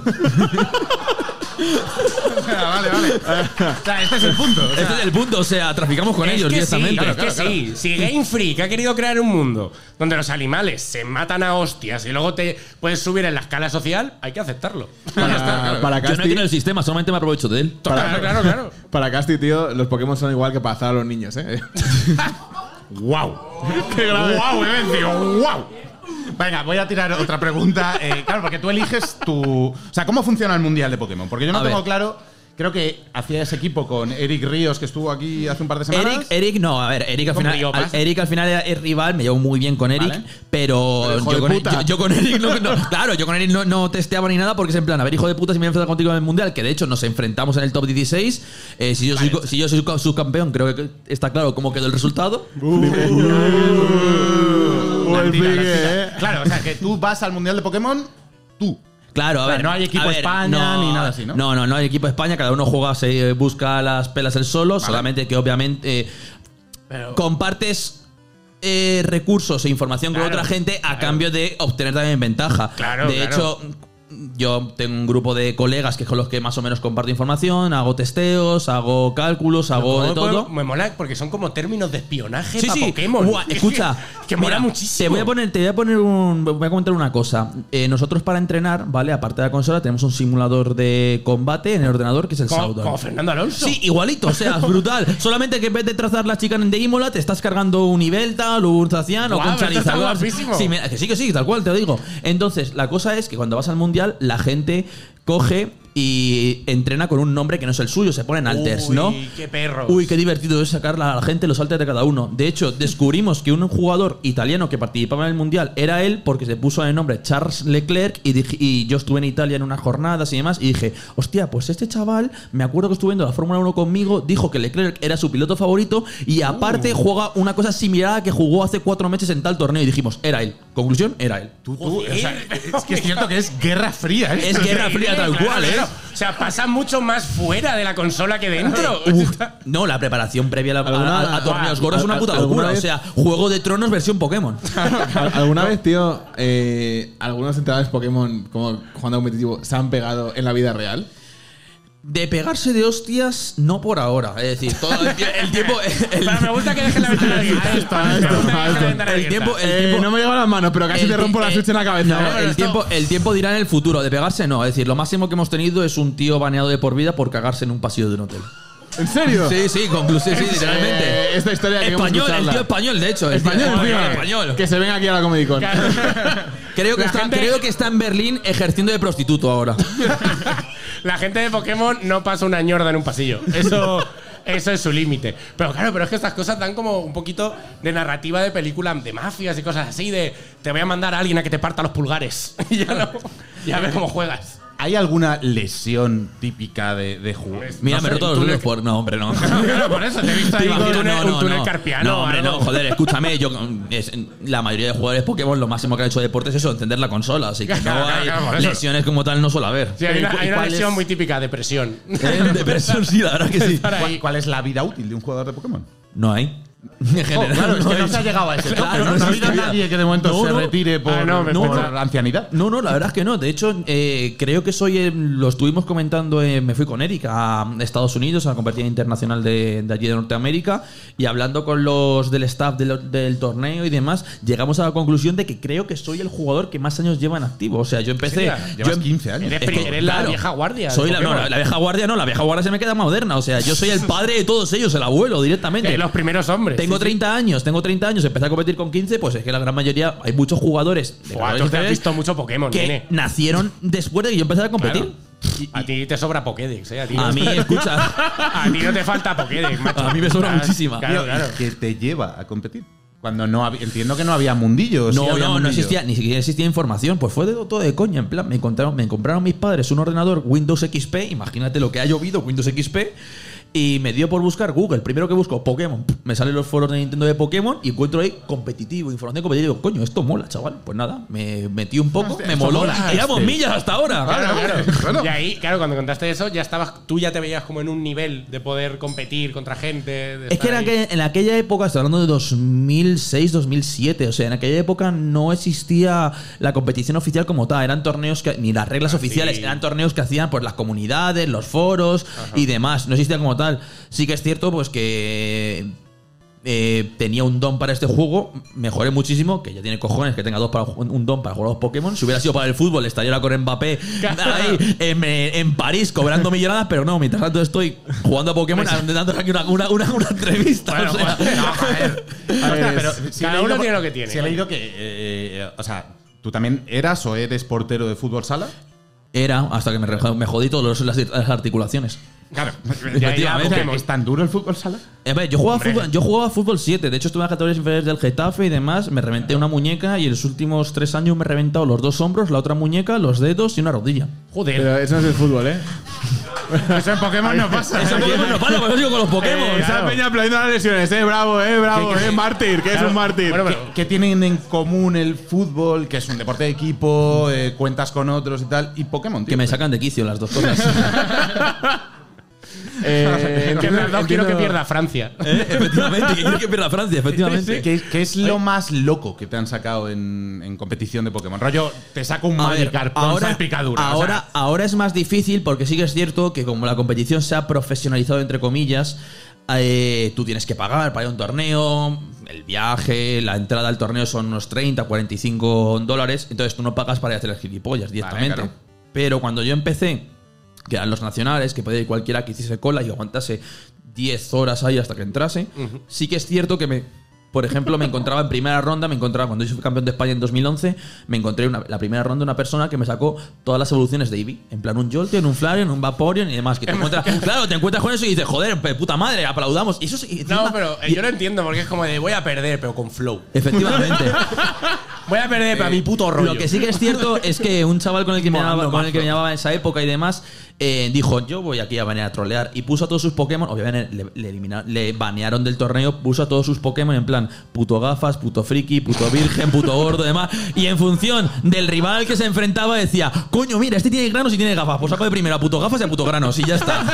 B: Ah, vale, vale. o sea, este es el punto. o sea,
I: este es el punto, o sea, traficamos con ellos
C: es que sí,
I: directamente.
C: es que sí. Si Game Freak ha querido crear un mundo donde los animales se matan a hostias y luego te puedes subir en la escala social, hay que aceptarlo. Ya
B: Ah,
C: está,
D: Para,
C: claro.
D: para
I: Yo no
D: Casti,
I: quiero el sistema, solamente me aprovecho de él.
C: Claro, claro, claro.
D: para Casti, tío, los Pokémon son igual que para azar a los niños, ¿eh?
B: ¡Wow! ¡Qué grave! ¡Wow! He vencido. ¡Wow! Venga, voy a tirar otra pregunta. Eh, claro, porque tú eliges tu. O sea, ¿cómo funciona el mundial de Pokémon? Porque yo no
I: A
B: tengo
I: ver.
B: claro. Creo que hacía ese equipo con Eric Ríos, que estuvo aquí hace un par de semanas.
I: Eric, Eric, no, a ver, Eric al
C: Con
I: final,
C: Briopas.
I: al- Eric al final era- es rival, me llevo muy bien con Eric,
B: Vale.
I: pero
D: hijo de
I: yo con,
D: puta.
I: yo- yo con Eric no, no- [laughs] claro, yo con Eric no, no testeaba ni nada porque es en plan, a ver, hijo de puta, si me voy a enfrentar contigo en el mundial, que de hecho nos enfrentamos en el top 16, eh, si, yo soy, co- si yo soy co- subcampeón, creo que está claro cómo quedó el resultado.
D: Uh, el
B: Mentira,
D: pique,
B: mentira.
D: ¿eh?
B: Claro, o sea, que tú vas al mundial de Pokémon, tú.
I: Claro, a
B: Claro,
I: ver.
B: no hay equipo
I: a ver,
B: España ni nada así, ¿no?
I: No, no, no hay equipo España, cada uno juega, se eh, busca las pelas el solo, solamente que obviamente eh, compartes eh, recursos e información con
C: Claro,
I: otra gente a cambio de obtener también ventaja.
C: Claro,
I: de
C: claro.
I: hecho, yo tengo un grupo de colegas que es con los que más o menos comparto información, hago testeos, hago cálculos, hago
C: Como
I: de todo.
C: podemos- Me mola porque son como términos de espionaje
I: Sí,
C: para
I: sí.
C: Pokémon. [laughs]
I: Buah, escucha.
C: que mola
I: mira,
C: muchísimo.
I: Te voy a poner, te voy a poner un. Voy a comentar una cosa. Eh, nosotros para entrenar, ¿vale? Aparte de la consola, tenemos un simulador de combate en el ordenador que es el
C: como,
I: Saudon.
C: como Fernando Alonso.
I: Sí, igualito,
C: [laughs]
I: o sea, brutal. Solamente que en vez de trazar la chica de Imola, te estás cargando un Ibeltal, un Zacian o
C: Guau,
I: con
C: pero esto está
I: Charizard.
C: guapísimo.
I: Sí, mira, que sí, que sí, tal cual, te lo digo. Entonces, la cosa es que cuando vas al mundial, la gente coge y entrena con un nombre que no es el suyo, se ponen alters,
C: Uy,
I: ¿no?
C: qué perros.
I: Uy, qué divertido es sacar a la gente los alters de cada uno. De hecho, descubrimos que un jugador italiano que participaba en el Mundial era él porque se puso el nombre Charles Leclerc y, dije- y yo estuve en Italia en unas jornadas y demás y dije, hostia, pues este chaval, me acuerdo que estuve viendo la Fórmula 1 conmigo, dijo que Leclerc era su piloto favorito y aparte juega una cosa similar a que jugó hace cuatro meses en tal torneo y dijimos, era él. Conclusión, era él.
B: Tú, tú, o sea, es que es cierto que es guerra fría. ¿eh?
I: Es guerra fría tal
C: Claro,
I: cual, ¿eh?
C: claro. O sea, pasa mucho más fuera de la consola que dentro. [laughs]
I: Uf, no, la preparación previa a, la-
D: ¿Alguna-
I: a- a torneos gordos es una
D: al-
I: puta
D: alguna
I: locura. O
D: vez?
I: sea, Juego de Tronos versión Pokémon.
D: Al- ¿Alguna vez, tío, eh, algunos entrenadores Pokémon, como jugando a competitivo, se han pegado en la vida real?
I: De pegarse de hostias, no por ahora. Es decir, todo el, tie- el tiempo. El,
C: [laughs] Pero me gusta que dejen la ventana abierta. Me gusta que dejen la ventana
I: el tiempo.
C: abierta.
I: El
D: Eh,
I: tiempo
D: no me llevo las manos, pero casi
I: el
D: te rompo
I: ti-
D: la
I: eh,
D: switch en la cabeza.
I: no,
D: ¿eh?
I: el, tiempo, el tiempo dirá en el futuro. De pegarse, no. Es decir, lo máximo que hemos tenido es un tío baneado de por vida por cagarse en un pasillo de un hotel.
D: ¿En serio?
I: Sí, sí, conclusión, sí, literalmente.
D: Eh, esta historia que
I: español, el tío español, de hecho. El tío
D: español,
I: español,
D: tío.
I: español.
D: Que se venga aquí a la Comedy Con.
I: Creo que,
C: La
I: está,
C: gente-
I: creo que está en Berlín ejerciendo de prostituto
D: [laughs]
I: ahora.
C: [laughs] La gente de Pokémon no pasa una ñorda en un pasillo. Eso, eso es su límite. Pero claro, pero es que estas cosas dan como un poquito de narrativa de película de mafias y cosas así, de te voy a mandar a alguien a que te parta los pulgares. [laughs] Y ya no. Ya ves cómo juegas.
B: ¿Hay alguna lesión típica de, de jugar?
I: Mira, me he roto los
C: túnel-
I: dedos por. No, hombre, no.
D: [laughs]
C: Claro, por eso te he visto
I: Te
C: ahí con un
I: imaginas,
C: túnel,
I: no, no,
C: un túnel
I: no.
C: carpiano.
I: No, hombre,
C: o algo.
I: no, joder, escúchame. Yo, es- la mayoría de jugadores Pokémon lo máximo que han hecho de deporte es eso, encender la consola. Así
C: [laughs]
I: que
C: Claro,
I: no
C: claro,
I: hay
C: claro, por eso.
I: lesiones como tal, no suele haber.
C: Sí, hay
B: ¿Y
C: una,
B: cu-
C: hay
B: y
C: una
B: cuál
C: lesión
B: es?
C: muy típica, depresión.
I: [laughs] Eh, Depresión, sí, la verdad
C: [laughs]
I: que sí.
C: Para
B: ¿Cuál,
C: ahí.
B: cuál es la vida útil de un jugador de Pokémon?
I: No hay. En general,
C: Oh,
B: claro, es que no
C: [laughs]
I: hay.
B: se ha llegado a ese.
I: Claro,
B: no,
I: no
B: ha habido
I: existe.
B: nadie que de momento
I: No,
B: se
I: no.
B: retire por,
C: Ah, no, me
B: por
C: pensaba-
B: ancianidad.
I: No, no, la verdad es que no. De hecho, eh, creo que soy. eh, lo estuvimos comentando. eh, me fui con Eric a Estados Unidos, a la competencia internacional de, de allí de Norteamérica. Y hablando con los del staff de lo- del torneo y demás, llegamos a la conclusión de que creo que soy el jugador que más años lleva en activo. O sea, yo empecé.
C: Hostia,
I: yo
B: Llevas
I: em-
B: 15 años.
C: Eres,
I: Es
C: pri-
I: que,
C: eres la
I: claro,
C: vieja guardia. de
I: Soy la, no,
C: Pokémon.
I: la, la vieja guardia no, la vieja guardia se me queda moderna. O sea, yo soy el padre de todos ellos, el abuelo directamente.
C: De Eh, los primeros hombres.
I: Tengo
C: Sí, sí.
I: 30 años, tengo 30 años, empecé a competir con 15, pues es que la gran mayoría, hay muchos jugadores de
C: Buah, tú te
I: categorías
C: has
I: inferiores
C: visto mucho Pokémon,
I: que
C: nene.
I: nacieron después de que yo empezara a competir.
C: Claro. A ti te sobra Pokédex, ¿eh? A ti,
I: A mí, escucha,
C: [laughs] a ti no te falta Pokédex, macho.
I: a mí me sobra
C: Claro,
I: muchísima.
C: Claro, claro.
B: Que te lleva a competir. Cuando no había- entiendo que no había mundillo. sí
I: No,
B: había
I: no, no
B: mundillo.
I: existía, ni siquiera existía información, pues fue de todo de coña, en plan, me encontraron, me compraron mis padres un ordenador Windows XP, imagínate lo que ha llovido Windows XP. Y me dio por buscar Google. Primero que busco Pokémon. Me salen los foros de Nintendo de Pokémon y encuentro ahí competitivo, información competitiva. Digo, coño, esto mola, chaval. Pues nada, me metí un poco, me moló. Tiramos millas hasta ahora.
C: Claro, Y ahí, claro, cuando contaste eso, ya estabas, tú ya te veías como en un nivel de poder competir contra gente. de
I: Es que
C: estar
I: en,
C: ahí.
I: aquella- en aquella época, estoy hablando de 2006, 2007, o sea, en aquella época no existía la competición oficial como tal, eran torneos que, ni las
C: Ah,
I: reglas oficiales, eran torneos que hacían pues las comunidades, los foros y demás, no existía como tal. Sí que es cierto pues que eh, tenía un don para este juego, mejoré muchísimo, que ya tiene cojones que tenga dos para, un don para jugar a los Pokémon, si hubiera sido para el fútbol estaría ahora con Mbappé [laughs] ahí en, eh, en París cobrando millonadas, pero no, mientras tanto estoy jugando a Pokémon, dando aquí una, una, una, una entrevista. [laughs] o sea.
B: A ver,
C: Hostia,
B: pero
C: pero
B: sí he
C: Pues, cada
B: leído
C: uno
B: por-
C: tiene lo que tiene.
B: Sí he leído que, eh, o sea, tú también eras o eres portero de fútbol sala.
I: Era hasta que me, re- me jodí todas las, las articulaciones.
C: Claro, ya, ya,
I: Efectivamente.
C: Pokémon.
B: ¿Es tan duro el fútbol sala?
I: A ver, Eh, yo jugaba,
C: Hombre.
I: fútbol, yo jugaba fútbol 7, de hecho estuve en las categorías inferiores del Getafe y demás, me reventé una muñeca y en los últimos tres años me he reventado los dos hombros, la otra muñeca, los dedos y una [laughs] rodilla.
C: Joder,
D: Pero eso no es el fútbol, ¿eh?
B: Eso en Pokémon no pasa.
I: Eso Pokémon no para, pues yo sigo con los Pokémon.
D: Esa peña aplaudiendo las lesiones, ¿eh? Bravo, ¿eh? Bravo, ¿eh? Mártir, que es un mártir.
C: Bueno, pero-
B: ¿Qué tienen en común el fútbol, que es un deporte de equipo, eh, cuentas con otros y tal, y Pokémon, tío?
I: Que me sacan de quicio las dos [laughs] cosas.
D: Eh,
C: [laughs] que
D: entiendo-
C: las dos quiero que
D: entiendo-
C: pierda Francia.
I: Eh, Efectivamente, que quiere que pierda Francia, efectivamente.
B: ¿Qué, qué es lo más loco que te han sacado en, en competición de Pokémon? Rollo, te saco un
I: A ver,
B: Magikarp con
I: ahora,
B: salpicadura. o
I: ahora,
B: sea,
I: ahora es más difícil porque sí que es cierto que como la competición se ha profesionalizado, entre comillas, eh, tú tienes que pagar para ir a un torneo, el viaje, la entrada al torneo son unos 30, 45 dólares, entonces tú no pagas para ir a hacer las gilipollas directamente.
B: claro.
I: Pero cuando yo empecé, que eran los nacionales, que podía ir cualquiera que hiciese cola y aguantase 10 horas ahí hasta que entrase, sí que es cierto que me Por ejemplo, me encontraba en primera ronda, me encontraba cuando yo fui campeón de España en 2011, me encontré una- la primera ronda una persona que me sacó todas las evoluciones de Eevee. En plan, un Jolteon, un Flareon, un Vaporeon y demás.
C: [laughs]
I: Que te encuentras, claro, te encuentras con eso y dices, joder, pe- puta madre, aplaudamos. Y eso es- y encima-
C: No, pero eh, yo lo entiendo porque es como de voy a perder, pero con flow.
I: [laughs] Efectivamente.
C: Voy a
D: Eh,
C: perder,
I: Eh,
C: pero a mi puto rollo.
I: Lo que sí que
D: [laughs]
I: es cierto es que un chaval con el que me
C: Molando
I: llamaba, con el que
C: mazo.
I: me llamaba en esa época y demás, eh, dijo, yo voy aquí a banear a trolear. Y puso a todos sus Pokémon, obviamente le, le eliminaron, le banearon del torneo, puso a todos sus Pokémon en plan, puto gafas, puto friki, puto virgen, puto gordo, demás. Y en función del rival que se enfrentaba decía, coño, mira, este tiene granos y tiene gafas. Pues saco de primero a puto gafas y a puto granos y ya
D: [laughs]
I: está.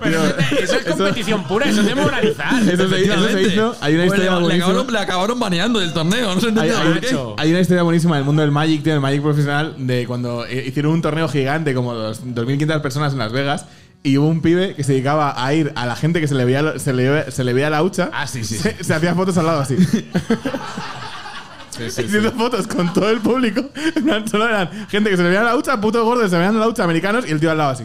C: Pero eso es competición pura, eso es de moralizar.
D: [laughs] Eso se, eso se hizo. Hay una
I: Pues le-
D: historia
I: le,
D: buenísima.
I: acabaron, le acabaron baneando del torneo, no se
D: Hay,
I: entendió
D: hay-
I: por qué.
D: hay una historia buenísima del mundo del Magic, tío, del Magic profesional, de cuando eh, hicieron un torneo gigante, como dos- 2.500 personas en Las Vegas, y hubo un pibe que se dedicaba a ir a la gente que se le veía, lo- se le, se le veía la hucha.
B: Ah, sí, sí.
D: Se, se hacía fotos al lado [laughs] así. Haciendo fotos con todo el público. [laughs] En plan, Solo eran gente que se le veía la hucha, puto gordo, se le veían la hucha, americanos, y el tío al lado así.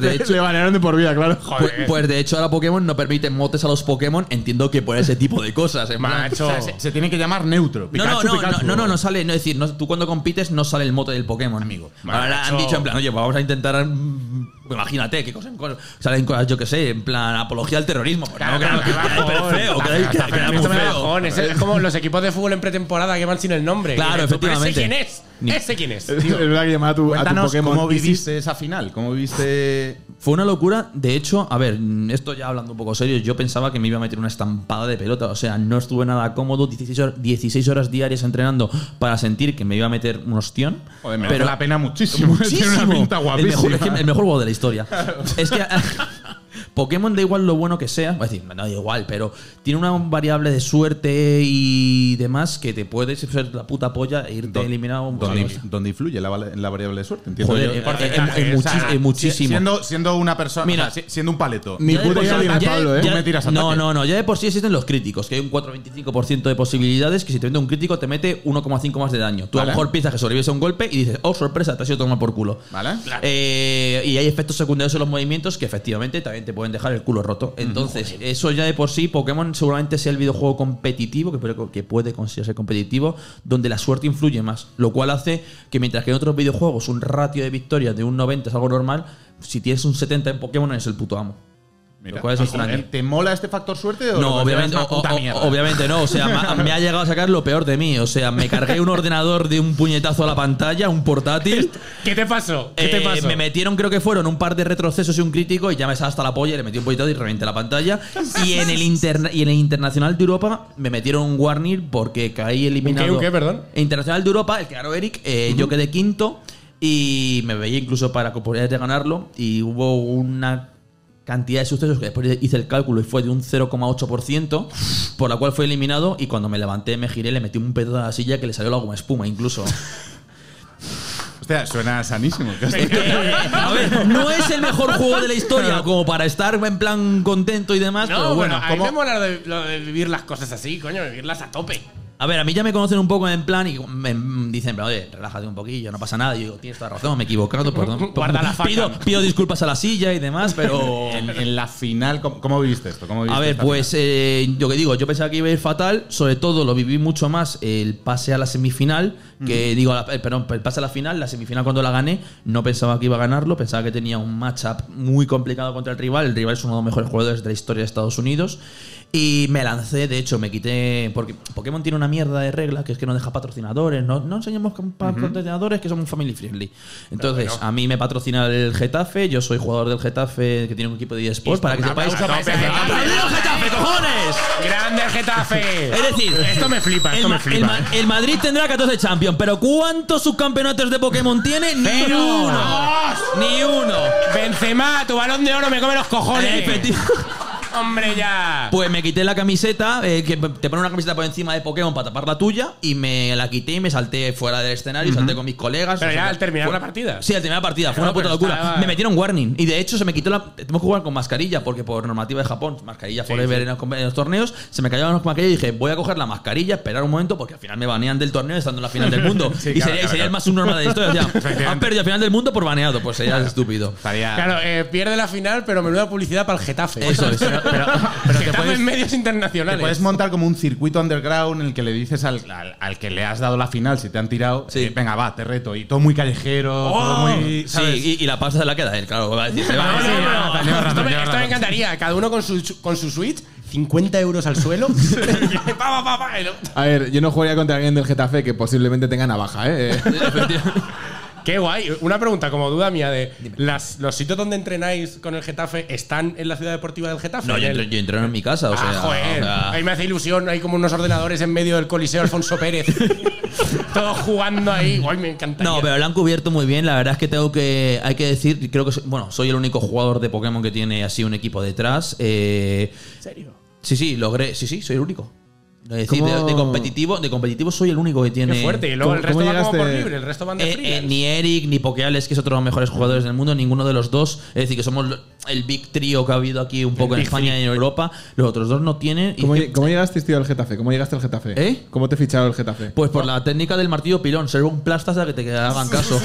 D: [laughs]
I: de hecho,
D: le banearon de por vida, claro.
I: Pues,
B: eh.
I: pues de hecho ahora Pokémon no permite motes a los Pokémon, entiendo que por ese tipo de cosas. en plan-
C: Macho.
B: se, se tiene que llamar neutro.
I: No, no,
B: Pikachu,
I: no,
B: Pikachu.
I: no, no, no sale, no es decir, no- tú cuando compites no sale el mote del Pokémon, amigo. Ahora
C: Macho.
I: han dicho en plan, oye, pues vamos a intentar, mm, imagínate, qué cosas, cosas- salen cosas, yo qué sé, en plan apología al terrorismo. Pues no,
C: Claro,
I: queda-
C: qué
I: [laughs] queda
C: bajón.
I: hiper feo, queda- queda- queda muy
C: Esto me da
I: feo.
C: cojones, Es es como los equipos de fútbol en pretemporada que van sin el nombre.
I: ¿eh? Claro,
C: Y dices tú, ¿pero
I: efectivamente. Eh,
C: ¿Ese quién es? ¿Ese quién es?
D: [laughs] Es verdad que llamaba a tu, a tu
B: Cuéntanos
D: Pokémon.
B: cómo
D: y sí-
B: viviste esa final, cómo viviste
I: Fue una locura. De hecho, a ver, mm, esto ya hablando un poco serio, yo pensaba que me iba a meter una estampada de pelota. O sea, no estuve nada cómodo. 16 horas, 16 horas diarias entrenando para sentir que me iba a meter un ostión.
B: Joder, me pero la pena muchísimo. [laughs] Tiene una
I: Muchísimo.
B: pinta guapísima.
I: El mejor, es que el mejor juego de la
B: [laughs]
I: historia. es que ah, Pokémon da igual lo bueno que sea, es decir, no da igual, pero tiene una variable de suerte y demás que te puedes hacer la puta polla e irte
B: Do-
I: eliminado.
B: donde,
I: Joder,
B: donde influye la, vale- la variable de suerte, entiendo
I: Joder,
B: yo.
I: eh, eh, eh,
C: porcentaje,
I: eh,
C: o sea,
I: muchis- eh, muchísimo.
B: Siendo, siendo una persona,
I: Mira.
B: o sea, si- siendo un paleto.
D: Ni
I: Ya de
D: puta
I: por
D: idea
I: sí-
D: de quién es
I: ya de-
D: Pablo, ¿eh?
I: ya-
B: me tiras
I: No,
B: ataque.
I: no, no. Ya de por sí existen los críticos, que hay un 4,25% de posibilidades que si te mete un crítico te mete 1,5 más de daño. Tú
B: Vale.
I: a lo mejor piensas que sobrevives a un golpe y dices, oh, sorpresa, te has ido a tomar por culo.
B: ¿Vale?
I: Eh, y hay efectos secundarios en los movimientos que efectivamente también te pueden dejar el culo roto. Entonces, eso ya de por sí, Pokémon seguramente sea el videojuego competitivo, que, pero que puede considerarse competitivo, donde la suerte influye más. Lo cual hace que mientras que en otros videojuegos un ratio de victorias de un 90 es algo normal, si tienes un 70 en Pokémon eres el puto amo. lo cual es extraño.
B: ¿Te mola este factor suerte o
I: No,
B: lo consideras
I: obviamente,
B: una
I: o-
B: puta
I: o-
B: mierda?
I: obviamente no. O sea,
B: [laughs]
I: ma- me ha llegado a sacar lo peor de mí. O sea, me cargué un ordenador de un puñetazo a la pantalla, un portátil.
C: ¿Qué te pasó? ¿Qué te
I: Eh,
C: pasó?
I: Me metieron, creo que fueron, un par de retrocesos y un crítico y ya me estaba hasta la polla y le metí un poquito y reventé la
C: [laughs]
I: pantalla. Y en el, interna- y en el Internacional de Europa me metieron un warning porque caí eliminado.
C: ¿Un qué, un qué, perdón?
I: Internacional de Europa, el que ganó Eric, eh, yo quedé quinto y me veía incluso para posibilidades de ganarlo y hubo una cantidad de sucesos que después hice el cálculo y fue de un 0,8% por la cual fue eliminado y cuando me levanté me giré le metí un pedo a la silla que le salió la goma espuma incluso
B: Hostia, suena sanísimo. casi.
I: A ver, [laughs] no es el mejor juego de la historia como para estar en plan contento y demás,
C: No,
I: pero
C: bueno,
I: bueno.
C: a mí me mola lo de, lo de vivir las cosas así, coño, vivirlas a tope.
I: A ver, a mí ya me conocen un poco en plan y me me dicen, pero, oye, relájate un poquillo, no pasa nada. Y yo digo, tienes toda razón, me he equivocado, perdón.
C: [laughs] Guarda la faca.
I: Pido, pido disculpas a la silla y demás,
C: [laughs]
I: pero...
B: en, en la final, ¿cómo, cómo viviste esto? ¿Cómo viviste
I: A ver,
B: esta
I: pues eh, yo que digo, yo pensaba que iba a ir fatal, sobre todo lo viví mucho más el pase a la semifinal, que digo, la- eh, perdón, el pase a la final, la semifinal cuando la gané, no pensaba que iba a ganarlo, pensaba que tenía un matchup muy complicado contra el rival, el rival es uno de los mejores jugadores de la historia de Estados Unidos, y me lancé, de hecho, me quité, porque Pokémon tiene una mierda de regla, que es que no deja patrocinadores, no, no enseñamos con- pa- patrocinadores que somos family friendly. Entonces, a mí me patrocina el Getafe, yo soy jugador del Getafe, que tiene un equipo de eSports, para que
C: Un
I: sepáis...
C: aplauso Ah, para ese
I: ¡Aplaudido,
C: Getafe.
I: Getafe, cojones!
C: ¡Grande el Getafe!
I: [laughs] Es decir,
C: esto me flipa, esto
I: el,
C: me
I: Ma-
C: flipa.
I: el Ma- el Madrid tendrá 14 Champions, pero ¿cuántos subcampeonatos de Pokémon tiene? Ni
C: Cero.
I: uno.
C: Dos.
I: Ni uno.
C: eh. Benzema, tu balón de oro me come los cojones.
I: Efectivamente.
C: Hombre, ya.
I: Pues me quité la camiseta, eh, que te pone una camiseta por encima de Pokémon para tapar la tuya, y me la quité y me salté fuera del escenario, salté con mis colegas.
C: Pero
I: o
C: ya
I: sea,
C: al terminar
I: fue-
C: la partida.
I: Sí, al terminar la partida, fue
C: Claro,
I: una puta
C: pero
I: locura.
C: estaba-
I: Me metieron warning y de hecho se me quitó la. Tenemos que jugar con mascarilla porque por normativa de Japón, mascarilla forever En, los, en los torneos, se me cayeron las mascarillas y dije, voy a coger la mascarilla, esperar un momento porque al final me banean del torneo estando en la final
C: [laughs]
I: del mundo. y sería, y sería el más subnormal de la historia. O sea, han perdido al final del mundo por baneado, pues sería estúpido.
B: final? Estaría-
C: [laughs] Claro, eh, pierde la final, pero menuda publicidad para el Getafe.
I: Eso es.
C: Pero te en medios
B: Te
C: internacionales.
B: puedes montar como un circuito underground en el que le dices al, al- al que le has dado la final, si te han tirado, eh, venga, va, te reto. Y todo muy callejero,
D: Oh,
B: todo muy. ¿sabes?
I: Sí, y, y la pasta se la queda él, claro. Va ¿eh? a decir, se va.
C: No, no, no, no.
B: razón, Ah, lleva
C: Esto, me,
B: razón.
C: esto me encantaría. Cada uno con su, con su Switch, 50 euros al
B: [laughs]
C: suelo. pa, pa, pa, pa, y lo-
D: A ver, yo no jugaría contra alguien del Getafe que posiblemente tenga navaja,
B: [laughs]
D: ¿eh?
C: Qué guay. Una pregunta como duda mía de las, los sitios donde entrenáis con el Getafe están en la ciudad deportiva del Getafe.
I: No, yo,
C: En el-
I: entro- yo entreno en mi casa, o sea.
C: ah, joder.
I: o sea,
C: Ahí me hace ilusión. Hay como unos ordenadores en medio del Coliseo Alfonso Pérez.
I: [laughs]
C: Todos jugando ahí. Guay, me encantaría.
I: No, pero lo han cubierto muy bien. La verdad es que tengo que. Hay que decir, creo que. soy- Bueno, soy el único jugador de Pokémon que tiene así un equipo detrás. Eh, ¿En serio? Sí, sí, logré. Sí, sí, soy el único. Es decir, de, de competitivo, de competitivo soy el único que tiene.
C: Qué fuerte. Y luego el
D: ¿Cómo-
C: resto
D: cómo
C: va como por
D: llegaste?
C: libre. El resto van de
I: Eh, eh,
C: freelance.
I: ni Eric ni Pokeales, que es otro de los mejores jugadores del mundo, ninguno de los dos. Es decir, que somos el big trío que ha habido aquí un poco en España y en Europa. Los otros dos no tienen. y
D: ¿Cómo,
I: que-
D: lle- cómo llegaste, tío, al Getafe? ¿Cómo llegaste al Getafe?
I: ¿Eh?
D: ¿Cómo te ficharon el Getafe?
I: pues por la técnica del martillo pilón, ser un plasta hasta que
C: [laughs]
I: te hagan caso.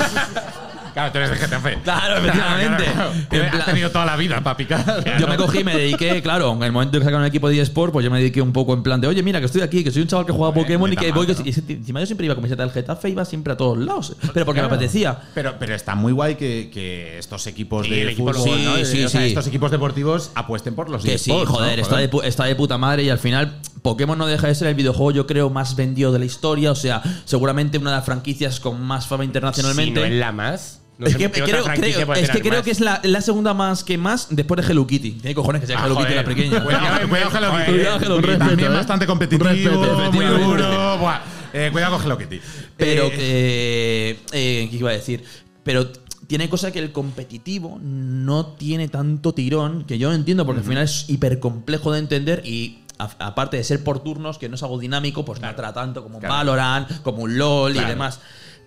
C: Claro, tú eres de Getafe. [laughs]
I: claro, efectivamente. En
B: Has
I: plan-
B: tenido toda la vida para picar.
I: Yo me cogí y me dediqué, claro, en el momento que sacaron el equipo de eSport, pues yo me dediqué un poco en plan de, oye, mira, que estoy aquí, que soy un chaval que juega a Pokémon y que voy. que- y ese- encima yo siempre iba con camiseta del Getafe, iba siempre a todos lados. Pero porque me apetecía.
J: Pero, pero está muy guay que, que estos equipos
C: Sí, el
J: de
C: equipo
J: fútbol,
I: local,
J: ¿no?
I: sí, sí,
J: o sea,
I: sí.
J: estos equipos deportivos apuesten por los
I: Que sí,
J: eSports, ¿no?
I: joder, está, de, pu- está de puta madre y al final Pokémon no deja de ser el videojuego, yo creo, más vendido de la historia. O sea, seguramente una de las franquicias con más fama internacionalmente.
C: Si no es la más. No
I: es
C: sé
I: que
C: qué otra
I: creo,
C: franquicia
I: creo-
C: puede
I: es que,
C: tener
I: creo
C: más.
I: que es la, la segunda más que más después de Hello Kitty. Tiene cojones
C: Ah,
I: que sea Hello Kitty la pequeña.
B: Cuidado, cuidado con Hello Kitty.
I: Cuidado con Hello
B: Un
I: Kitty.
B: También
D: Respeto, ¿eh?
B: bastante
D: Un respeto,
B: competitivo, muy
I: efectivamente.
B: duro. Buah.
J: Eh, cuidado con Hello Kitty.
I: Pero
J: Eh,
I: que. eh, ¿Qué iba a decir? Pero t- tiene cosa que el competitivo no tiene tanto tirón, que yo no entiendo, porque al final es hiper complejo de entender y. a- Aparte de ser por turnos, que no es algo dinámico, pues no trata tanto como un Valorant, como un LOL y demás.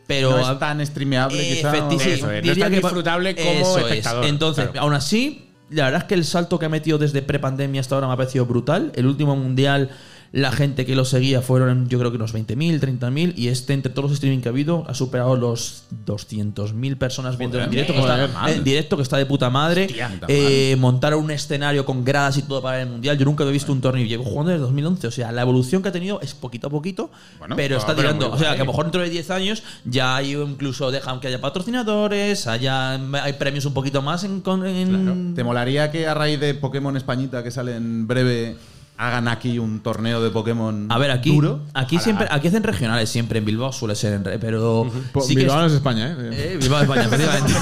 I: Pero
B: No es tan streameable,
I: Eh,
B: quizá.
I: Efecti- sí,
C: Eso es, no es
I: diría
C: tan
I: que pa-
C: disfrutable como
I: eso es.
C: espectador,
I: Entonces,
C: claro.
I: aún así, la verdad es que el salto que ha metido desde prepandemia hasta ahora me ha parecido brutal. El último mundial, la gente que lo seguía fueron yo creo que unos 20.000, 30.000 y este entre todos los streaming que ha habido ha superado los 200.000 personas viendo en directo, que está, en directo que está de puta madre. Eh, montaron un escenario con gradas y todo para el mundial. Yo nunca había visto un torneo. Llevo jugando desde 2011, o sea, la evolución que ha tenido es poquito a poquito, pero está tirando. O sea, que a lo mejor dentro de 10 años ya hay incluso dejan que haya patrocinadores, haya hay premios un poquito más en, con- en-
J: ¿Te molaría que a raíz de Pokémon Españita, que sale en breve, hagan aquí un torneo de Pokémon
I: A ver, aquí,
J: duro?
I: aquí siempre, aquí hacen regionales siempre, en Bilbao suele ser en re- pero
D: Po-
J: Pues
I: sí que
D: Pues Bilbao no
I: es-
D: es España, ¿eh?
I: Eh,
J: [laughs]
I: Bilbao, España, efectivamente.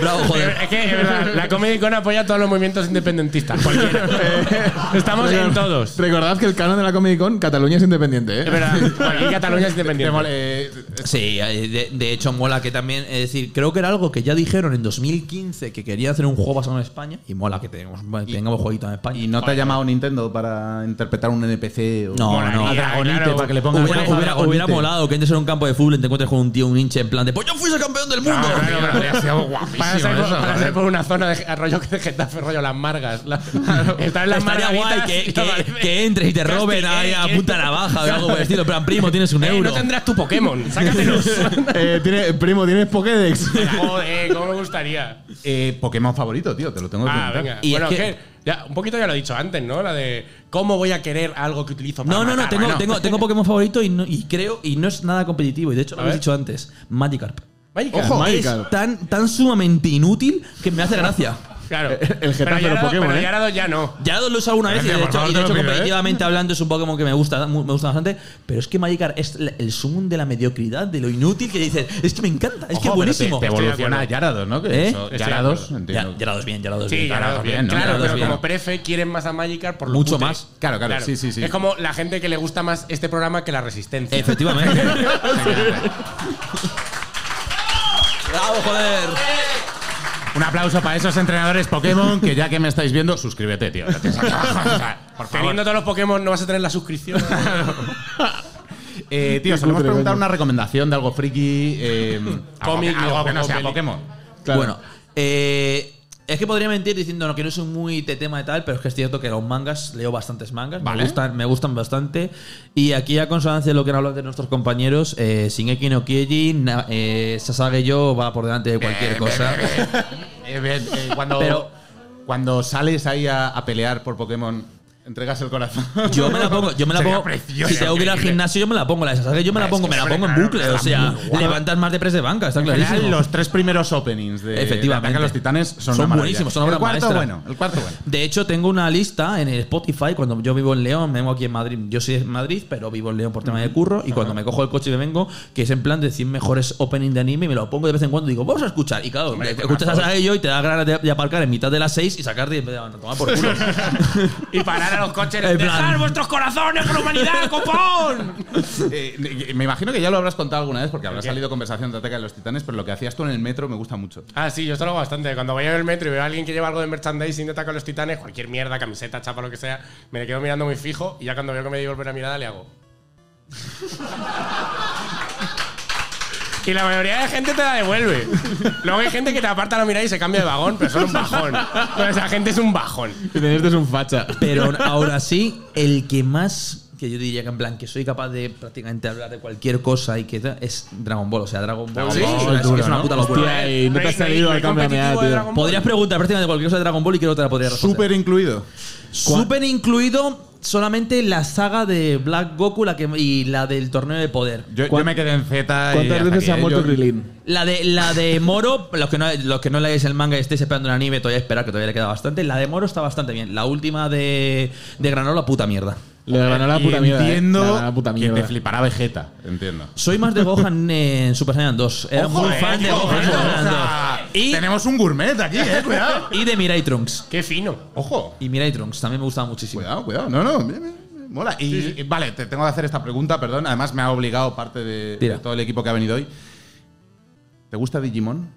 I: Bravo, joder.
C: Es que, es
I: [laughs]
C: verdad, la Comedy Con apoya todos los movimientos independentistas. cualquiera.
I: [laughs]
C: Estamos en todos.
D: Recordad que el canon de la Comic Con, Cataluña es independiente, ¿eh?
C: Es verdad, aquí Cataluña es independiente.
I: Sí, eh, de, de hecho mola que también, es decir, creo que era algo que ya dijeron en 2015 que querían hacer un juego basado en España y mola que tengamos, que tengamos jueguito en España.
J: ¿Y no te ha llamado Nintendo para interpretar un NPC o
I: No,
J: Molaría,
I: no.
J: a Dragonite
C: claro.
J: para que le pongan
I: hubiera,
J: voz a
I: hubiera-
J: Dragonite?
I: hubiera molado que entres en un campo de fútbol y te encuentres con un tío, un hinche en plan de, pues yo fui el campeón del mundo.
C: Para ser, por, para ser por una zona de rollo de Getafe, rollo Las Margas. La, estar en Las
I: Estaría guay
C: Margaritas
I: que,
C: y la
I: que-
C: Valencia.
I: que entres
C: [laughs]
I: y te
C: Casting,
I: roben
C: eh,
I: ahí a
C: que-
I: punta navaja o algo por el estilo. En plan, primo, tienes un
C: Eh,
I: euro.
C: no tendrás tu Pokémon, sácatelos.
I: [laughs]
D: Eh, tiene- primo, tienes Pokédex.
C: [laughs] Joder, cómo me gustaría.
J: Eh, Pokémon favorito, tío, te lo tengo que
C: Ah,
J: preguntar.
C: venga.
I: Y
C: bueno,
I: es
C: es
I: que-
C: que ya, un poquito ya lo he dicho antes, ¿no? La de cómo voy a querer algo que utilizo para
I: No, no, no,
C: matar,
I: tengo,
C: bueno.
I: tengo, tengo Pokémon favorito y, no- y creo, y no es nada competitivo. Y de hecho lo
C: A
I: habéis
C: ver.
I: dicho antes, Magikarp.
C: Mágica.
D: Ojo,
I: Es tan, tan sumamente inútil que me hace gracia.
C: Claro.
D: el Getafe de los
C: Yarado-
D: Pokémon,
C: Pero
D: ¿eh?
C: Yarado ya no.
I: Ya lo he usado alguna vez y de
B: Gracias, por
I: hecho,
B: favor,
I: y de
B: te lo
I: hecho,
B: pido, ¿eh?
I: competitivamente hablando es un Pokémon que me gusta, mu- me gusta bastante, pero es que Magikarp es la- el sumum de la mediocridad, de lo inútil que dices, es que me encanta, es que es
J: Ojo, pero te-
I: buenísimo.
J: Te,
I: Estoy de
J: evoluciona
I: acuerdo.
J: Yarados, ¿no?
I: ¿Eh?
J: Que eso-
I: Estoy de
J: Yarados,
C: acuerdo.
J: entiendo.
I: Ya, Yarados bien, Yarados
C: Sí,
I: Pues bien.
C: Yarado
I: Yarados
C: bien.
I: ¿no?
C: Claro,
I: Yarados
C: pero
I: bien.
C: como prefe quieren más a Magikarp por lo
I: Mucho
C: cutre.
I: más.
J: Claro, claro, sí, sí, sí.
C: Es como la gente que le gusta más este programa que la resistencia. [laughs]
I: Efectivamente. Bravo, joder.
J: Un aplauso para esos entrenadores Pokémon que ya que me estáis viendo, suscríbete, tío. Gracias. O sea, Por favor.
C: Teniendo todos los Pokémon no vas a tener la suscripción.
J: Eh, tío, solemos preguntar una recomendación de
I: [laughs]
J: algo friki, eh, algo que-
C: Cómic,
J: algo, que no
C: como
J: sea
C: peli.
J: Pokémon.
I: Bueno, eh, Es que podría mentir diciendo no, que no soy muy de tema y tal, pero es que es cierto que los mangas, leo bastantes mangas,
C: Vale.
I: me, gustan, me gustan bastante. Y aquí, a consonancia de lo que han hablado de nuestros compañeros, eh, Shingeki no Kyojin, na- eh, Sasage yo va por delante de cualquier cosa.
B: Eh, bien, eh, cuando,
I: Pero-
B: cuando sales ahí a, a pelear por Pokémon, entregas el corazón.
I: Yo me la pongo, yo me la
B: Sería
I: pongo.
B: precioso,
I: si tengo que ir al
B: increíble.
I: gimnasio, yo me la pongo la de Sasage, yo me la
B: Es
I: pongo,
B: que
I: me la
B: hombre,
I: pongo en
B: claro,
I: bucle.
B: está
I: O sea,
B: muy guapo.
I: levantas más de press de banca, está
B: En general,
I: clarísimo.
B: los tres primeros openings de
I: Efectivamente.
B: Ataque a los Titanes son,
I: Son
B: una maravilla.
I: buenísimos, son
B: el
I: obras
B: cuarto
I: maestras.
B: bueno, el cuarto
I: [laughs]
B: bueno.
I: De hecho, tengo una lista en el Spotify. Cuando yo vivo en León, me vengo aquí en Madrid. Yo soy de Madrid, pero vivo en León por tema de curro. Y cuando me cojo el coche y me vengo, que es en plan de 100 mejores opening de anime, y me lo pongo de vez en cuando y digo, vamos a escuchar. Y claro, te- escuchas a Saga y yo y te da ganas de, de aparcar en mitad de las 6 y sacarte y en vez de tomar
C: [laughs]
I: por culo.
C: Y parar a los coches.
I: En plan-
C: ¡Dejar vuestros corazones por la humanidad, copón!
B: Eh, eh, me imagino que ya lo habrás contado alguna vez porque habrá salido conversación de Ataque a los Titanes, pero lo que hacías tú en el metro me gusta mucho.
C: Ah, sí, yo esto lo hago bastante. Cuando voy en el metro y veo a alguien que lleva algo de merchandising de Ataque a los Titanes, cualquier mierda, camiseta, chapa, lo que sea, me le quedo mirando muy fijo y ya cuando veo que me devuelve la mirada le hago. Y la mayoría de gente te la devuelve. Luego hay gente que te aparta la mirada y se cambia de vagón, pero son un bajón. Pero esa gente es un bajón.
D: Esto es un facha.
I: Pero ahora sí, el que más que yo diría que en plan que soy capaz de prácticamente hablar de cualquier cosa y que ta- es Dragon Ball, o sea, Dragon Ball
B: Oh,
C: Sí,
I: es-
C: es
I: es, una puta locura.
D: Hostia, y no te has
C: No hay- no hay-
D: salido
C: no
D: al
C: hay
D: cambio
C: competitivo de
D: de meada,
C: Dragon
D: tío.
C: Ball.
I: Podrías preguntar prácticamente cualquier cosa de Dragon Ball y creo que te la podría responder.
D: Súper incluido.
I: Súper incluido solamente la saga de Black Goku la que, y la del torneo de poder.
B: Yo, yo me quedé en Z. y
D: ¿Cuántas
B: hasta
D: veces
B: que
D: se ha muerto
B: yo-
D: Krillin?
I: La de, la de Moro, los que, no, los que no leáis el manga y estéis esperando el anime, todavía esperar que todavía le queda bastante. La de Moro está bastante bien. La última de, de Granola, puta mierda.
D: Le ganó la
B: Y
D: puta mierda. eh. Le
B: Entiendo
D: ganó la puta
B: que te
D: mierda.
B: flipará Vegeta. Entiendo.
I: Soy más de Gohan en Super Saiyan 2. Era muy fan de Gohan en Super Saiyan 2. Y,
B: Tenemos un gourmet aquí, eh. Cuidado.
I: y de Mirai Trunks.
C: Qué fino.
B: Ojo.
I: Y Mirai Trunks también me gustaba muchísimo.
B: Cuidado, cuidado. No, no. me- me- me Mola. Y, y vale, te tengo que hacer esta pregunta, perdón. Además, me ha obligado parte de,
I: Tira.
B: de todo el equipo que ha venido hoy. ¿Te gusta Digimon?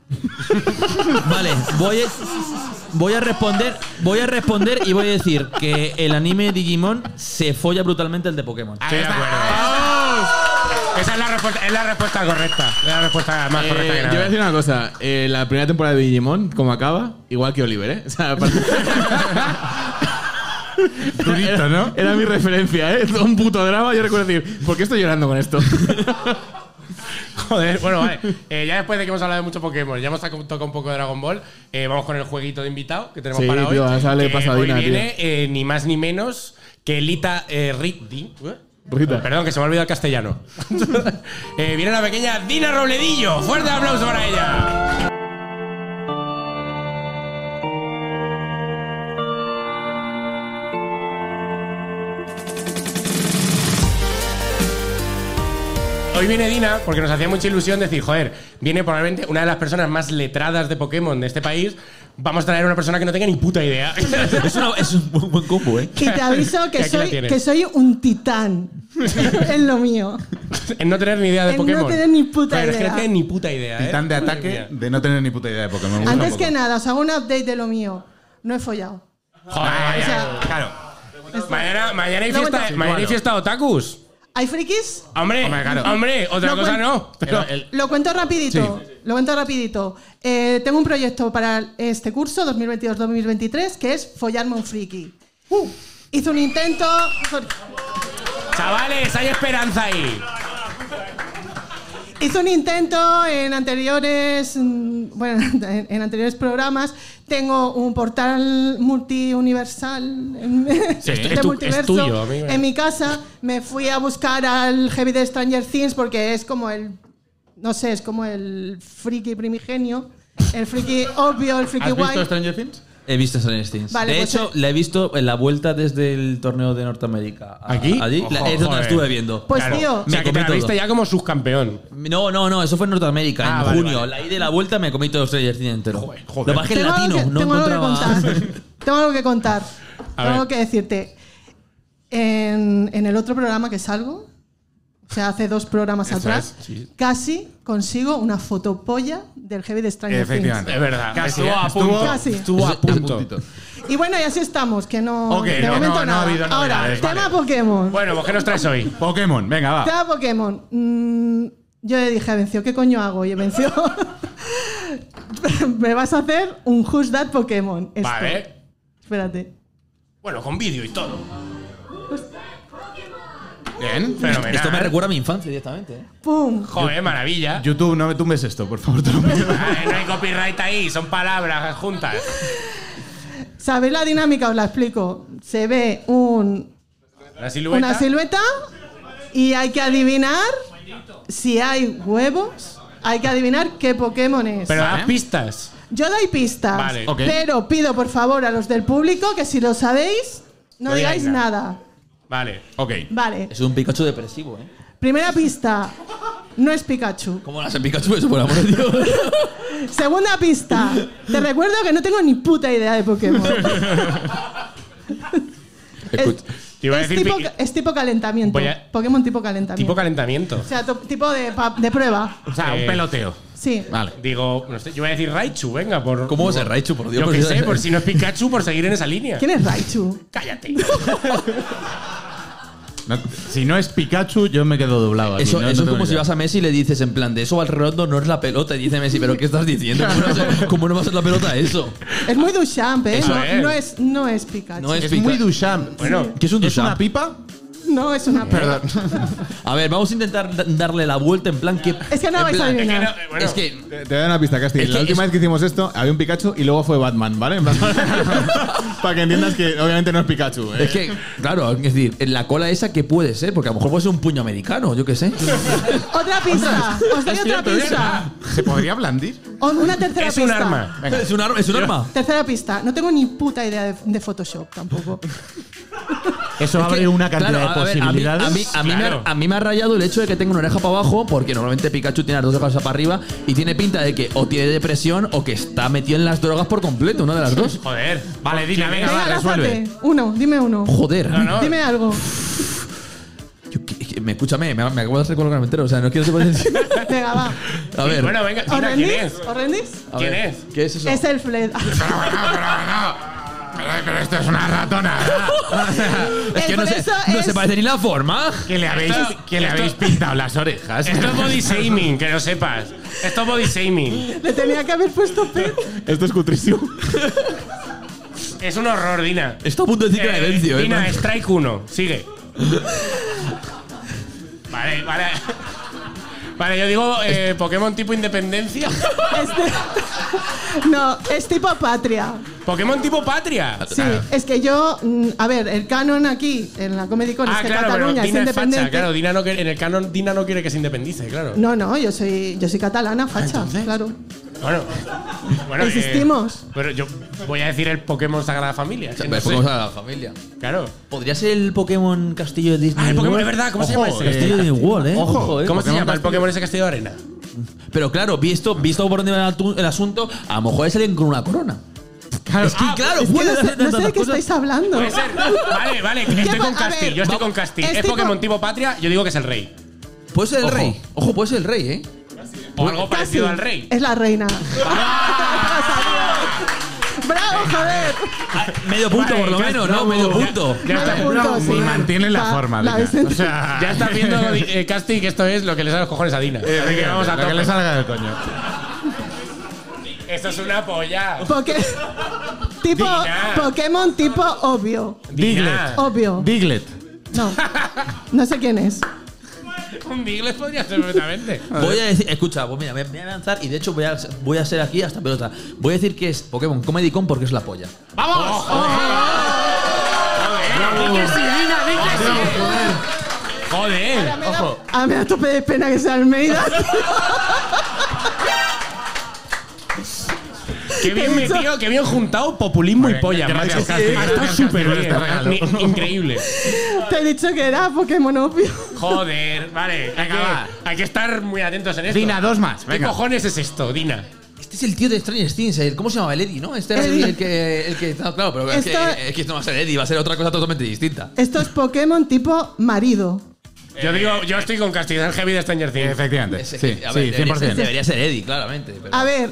I: Vale, voy a, voy a responder, voy a responder y voy a decir que el anime de Digimon se folla brutalmente el de Pokémon.
C: Estoy de acuerdo. Esa es la respuesta, es la respuesta correcta. Es la respuesta más
D: Eh,
C: correcta que
D: yo voy a
C: nada.
D: decir una cosa. Eh, la primera temporada de Digimon, como acaba, igual que Oliver, ¿eh? O sea, aparte-
B: [laughs] Durito, ¿no?
D: Era mi referencia, ¿eh? Un puto drama. Yo recuerdo decir, ¿por qué estoy llorando con esto?
C: [laughs] Joder, bueno, vale. Eh, ya después de que hemos hablado de mucho Pokémon, ya hemos taco- tocado un poco de Dragon Ball, eh, vamos con el jueguito de invitado que tenemos
D: Sí,
C: para hoy.
D: tío, ahora sale
C: que
D: pasadina,
C: hoy viene eh, ni más ni menos que Lita eh, Riddi. ¿eh?
D: Rita.
C: Perdón, que se me ha olvidado el castellano. Eh, viene la pequeña Dina Robledillo. Fuerte aplauso para ella. Hoy viene Dina porque nos hacía mucha ilusión decir, joder, viene probablemente una de las personas más letradas de Pokémon de este país. Vamos a traer a una persona que no tenga ni puta idea. [laughs]
I: [laughs] Es, una- es un buen, buen combo, ¿eh?
K: Que te aviso
C: Y
K: que
C: aquí la
K: soy,
C: tienes.
K: que soy un
C: [laughs]
K: titán en lo mío.
C: en no tener ni idea de
K: En no
C: Pokémon.
K: tener ni puta
C: Pero es que
K: idea.
C: no tiene ni puta idea. ¿eh?
D: [laughs]
B: Titán de
C: Madre
B: ataque,
C: mía.
B: de no tener ni puta idea de Pokémon. Me gusta
K: Antes
B: un
K: que
B: poco.
K: nada, os hago un update de lo mío. No he follado.
C: Joder,
K: O
C: vaya.
K: sea-
C: claro. Mañana, mañana hay
K: No,
C: fiesta,
K: bueno.
C: mañana hay fiesta de otakus.
K: ¿Hay frikis?
C: Hombre, hombre,
B: Hombre, claro.
C: otra
K: No
C: cosa
K: cuen-
C: no. Pero
K: Lo cuento rapidito. Lo cuento rapidito. Eh, tengo un proyecto para este curso 2022-2023 que es follarme un friki. Hice uh, un intento.
C: chavales, hay esperanza ahí.
K: Hice un intento en anteriores, mm, bueno, [laughs] en, en anteriores programas. Tengo un portal multiuniversal en- [laughs]
C: es tu-
K: de
C: es tu-
K: multiverso
C: es tuyo, amigo.
K: en mi casa. Me fui a buscar al heavy de Stranger Things porque es como el, no sé, es como el friki primigenio, el friki obvio, el friki
D: ¿Has
K: guay.
D: visto Stranger Things?
I: He visto Stranger Things.
K: Vale,
I: de
K: pues,
I: hecho,
K: eh.
I: la he visto en la vuelta desde el torneo de Norteamérica. a-
C: ¿Aquí?
I: allí. La-
C: Ojo,
I: es donde la
C: joder.
I: estuve viendo.
K: Pues tío,
C: O sea,
I: Me
C: que te la
I: comí
C: viste
I: todo.
C: ya como subcampeón.
I: No, no, no, eso fue en Norteamérica,
C: Ah,
I: en
C: vale,
I: junio.
C: vale.
I: La ida y la vuelta me comí todo Stranger Things entero. Lo bajé en
K: tengo
I: latino,
K: algo que,
I: no
K: tengo algo que
I: encontraba.
K: contar. [laughs] tengo algo que contar.
C: A
K: Tengo algo
C: ver.
K: que decirte. En, en el otro programa que salgo, o sea, hace dos programas atrás, casi consigo una fotopolla del heavy de Stranger Things.
B: Efectivamente.
C: Es verdad.
B: Casi,
C: Estuvo a punto.
K: Casi.
B: Estuvo a punto.
K: Y bueno, y así estamos, que no.
B: Ok,
K: de
B: no,
K: momento
B: no, no
K: nada.
B: ha habido
K: Ahora,
B: novedades,
K: tema
B: vale.
K: Pokémon.
C: Bueno, pues ¿qué nos traes hoy?
B: Pokémon, venga, va.
K: Tema Pokémon. Mm, yo le dije a Vencio, ¿qué coño hago? Y Vencio espera, [laughs] me vas a hacer un Who's That Pokémon. Esto.
C: Vale.
K: Espérate.
C: Bueno, con vídeo y todo.
D: Bien,
C: fenomenal.
I: Esto me recuerda a mi infancia directamente. ¿eh?
K: ¡Pum!
C: Joder, maravilla.
D: YouTube, no me tumbes esto, por favor. te [laughs] lo pido.
C: Vale, [laughs] no hay copyright ahí, son palabras juntas.
K: ¿Sabéis la dinámica? Os la explico. Se ve un,
C: La silueta.
K: una silueta y hay que adivinar si hay huevos. Hay que adivinar qué Pokémon es.
C: Pero las pistas.
K: Yo doy pistas,
C: Vale. Ok.
K: pero pido por favor a los del público que si lo sabéis, no,
C: No digáis
K: digáis nada.
C: Vale, ok.
K: Vale,
I: Es un Pikachu depresivo, ¿eh?
K: primera pista, no es Pikachu.
I: ¿Cómo no hace Pikachu eso, por amor de Dios?
C: [laughs]
K: Segunda pista, te recuerdo que no tengo ni puta idea de Pokémon. es,
C: Te iba a
K: es
C: decir
K: tipo,
C: pi-
K: es tipo calentamiento.
C: Voy a-
K: Pokémon tipo calentamiento.
C: tipo calentamiento.
K: o sea, to- tipo de, pa- de prueba.
C: O sea, un peloteo.
K: Sí.
C: Vale. Digo, no sé, yo voy a decir Raichu, venga, por.
I: ¿Cómo va a ser
C: por-
I: Raichu, por Dios? Pues
C: Yo qué sé, por si no es Pikachu, por seguir en esa línea.
K: ¿Quién es Raichu?
C: Cállate.
D: No- si no es Pikachu, yo me quedo doblado. aquí,
I: Eso,
D: no- no
I: eso es
D: tengo
I: como
D: ni
I: si
D: idea.
I: vas a Messi y le dices en plan, de eso va el redondo, no es la pelota. Y dice Messi, ¿pero qué estás diciendo? ¿Cómo no va a ser, cómo no va a ser la pelota eso?
K: Es muy Duchamp, ¿eh?
I: Eso
K: No,
I: es.
K: no es, no es Pikachu.
I: No es,
D: Es
I: Pika-
D: muy Duchamp.
C: Bueno,
I: ¿Qué es un
D: ¿Es
I: Duchamp?
D: una pipa?
K: No, es una prueba.
I: A ver, vamos a intentar da- darle la vuelta en plan que.
K: Es que no
I: en
K: vais a
I: plan-
K: adivinar.
C: Eh, bueno,
I: Es que.
D: Te, te doy una pista, Casti.
I: Es que
D: La última
I: es-
D: vez que hicimos esto, había un Pikachu y luego fue Batman, ¿vale?
I: [laughs]
D: En plan- Para que entiendas que obviamente no es Pikachu. ¿eh?
I: Es que, claro, es decir, en la cola esa que puede ser, porque a lo mejor puede ser un puño americano, yo qué sé. [laughs]
K: Otra pista. Os doy otra pista.
D: ¿Se podría blandir?
K: O una tercera
C: es
K: pista.
C: un arma.
I: Es un, arma- es un arma.
K: Tercera pista. No tengo ni puta idea de, de Photoshop tampoco.
J: Eso
I: Es que,
J: abre una cantidad
I: claro,
J: de
I: a ver, a mí-
J: posibilidades.
I: A mí, a, mí,
C: Claro.
I: me, ha- a mí me ha rayado el hecho de que tenga una oreja para abajo, porque normalmente Pikachu tiene las dos orejas para arriba y tiene pinta de que o tiene depresión o que está metido en las drogas por completo, una de las dos.
C: Joder.
J: Vale, dila, venga,
K: Venga,
J: va, resuelve.
K: lánzate. Uno, dime uno.
I: Joder.
C: no.
K: Dime algo.
I: Yo qué- qué- me, escúchame, me, me acabo de hacer con lo que me entero, o sea, no quiero saber decir.
K: Venga, va.
I: A ver.
C: Bueno, venga,
K: ¿Os
C: tira, ¿quién
K: rendís?
C: es?
K: ¿Os rendís?
I: a
C: ¿quién
I: ver,
C: es?
I: ¿Qué es eso?
K: Es
C: [laughs]
K: el Fled.
D: Pero bueno, pero bueno. Pero, pero esto es una ratona.
K: [laughs]
I: Es que
K: el
I: no se,
K: preso
I: no
K: es-
I: se parece ni la forma.
D: Que le habéis, que le habéis pintado las orejas.
C: Esto es body shaming, que lo sepas. Esto es body shaming.
K: Le tenía que haber puesto Pet.
D: Esto es cutrísimo.
C: Es un horror, Dina.
I: Está a punto de decir [laughs] que la
C: Eh,
I: venció, eh.
C: Dina,
I: man.
C: strike 1.
K: [laughs]
C: Sigue. vale, vale. Vale, yo digo eh, Pokémon tipo independencia.
K: Este- [laughs] No, es tipo patria.
C: Pokémon tipo patria.
K: Sí, es que yo. mm, A ver, el canon aquí, en la Comedy Con,
C: Ah,
K: es que
C: claro, pero
K: Cataluña es
C: Dina es
K: independiente.
C: facha. Claro, Dina no quiere, en el canon Dina no quiere que se independice, claro.
K: No, no, yo soy, yo soy
C: Ah,
K: catalana, facha,
C: [laughs]
K: claro.
C: Bueno, bueno eh,
K: Existimos.
C: pero yo voy a decir el Pokémon Sagrada Familia. que no sé.
I: Pues Vamos a la familia.
C: Claro.
I: ¿Podría ser el Pokémon Castillo de Disney?
C: Ah, el Pokémon,
I: World?
C: es verdad, ¿cómo se llama ese?
I: Castillo de World, eh.
D: Ojo,
I: eh.
C: ¿Cómo se llama
D: Pokémon
C: el
D: Castillo.
C: Pokémon ese Castillo de Arena?
I: Pero claro, visto, visto por dónde va el atu- el asunto, a lo mejor es alguien con una corona. es que, claro,
K: Es que
I: puede
K: no sé,
I: hacer
K: no sé
I: tantas
K: de qué
I: cosas.
K: estáis hablando.
C: Puede ser. Vale, vale, que estoy
K: po-
C: con
K: a
C: Casti.
K: ver,
C: Yo estoy
K: va-
C: con Casti.
K: es
C: Es,
K: tipo-
C: Pokémon tipo patria, yo digo que es el rey.
I: Puede ser el
C: Ojo.
I: rey. Ojo, puede ser el rey, eh.
C: O
K: [laughs]
C: algo
K: Casi.
C: parecido al rey. Ah.
K: Es la reina. [laughs] ¡Bravo, joder!
I: medio punto,
C: Vale,
I: por lo
C: ya-
I: menos, ¿no? Medio
C: ya-
I: punto.
C: Ya, está.
K: Nueve puntos,
D: Y
K: sí.
D: mantiene la
K: Va,
D: forma,
K: la
D: Dina.
K: [laughs] habéis-
D: O sea,
C: Ya estás viendo, eh, Casti, que esto es lo que le sale los cojones a Dina. Así que vamos a
D: Eh, lo que le
C: tope.
D: salga del coño.
C: Esto es una polla.
K: Poké- tipo,
C: Dina.
K: Pokémon tipo obvio.
C: Dina.
K: Obvio.
D: Diglett.
K: No. No sé quién es.
C: Un Diglett podría ser perfectamente.
I: Voy a decir, escucha, pues mira, me voy a lanzar y de hecho voy a, voy a hacer aquí hasta pelota. Voy a decir que es Pokémon Comedy Con porque es la polla.
C: ¡Vamos! ¡Joder! ¡Di que sí, Dina! ¡Di que sí! ¡Joder!
K: Me da- Ah, me da tope de pena que sea Almeida.
C: ¡Qué bien metido, qué bien juntado! Populismo y polla.
D: gracias,
C: macho.
D: Casti.
C: Ha estado
D: Gracias,
C: súper
D: Casti, por este
C: bien.
D: regalo.
C: Ni- Increíble.
K: Te he dicho que era Pokémon obvio.
C: Joder, vale. Hay
D: Venga, va.
C: que, hay que estar muy atentos en esto.
D: Dina, dos más.
C: ¿Qué
D: Venga.
C: cojones es esto, Dina?
I: Este es el tío de Stranger Things, el- ¿cómo se llamaba? El Eddie, ¿no? Este era el,
K: Eddie.
I: el que. El que no, claro, pero es que,
K: Esto-
I: es que esto no va a ser Eddie, va a ser otra cosa totalmente distinta.
K: Esto es Pokémon tipo marido.
C: Yo digo, yo estoy con Castilla, el heavy de Stranger Things.
D: Efectivamente.
I: Ese-
D: Sí, sí,
I: a ver, debería, ser,
D: 100%.
I: debería ser Eddie, claramente. pero-
K: A ver.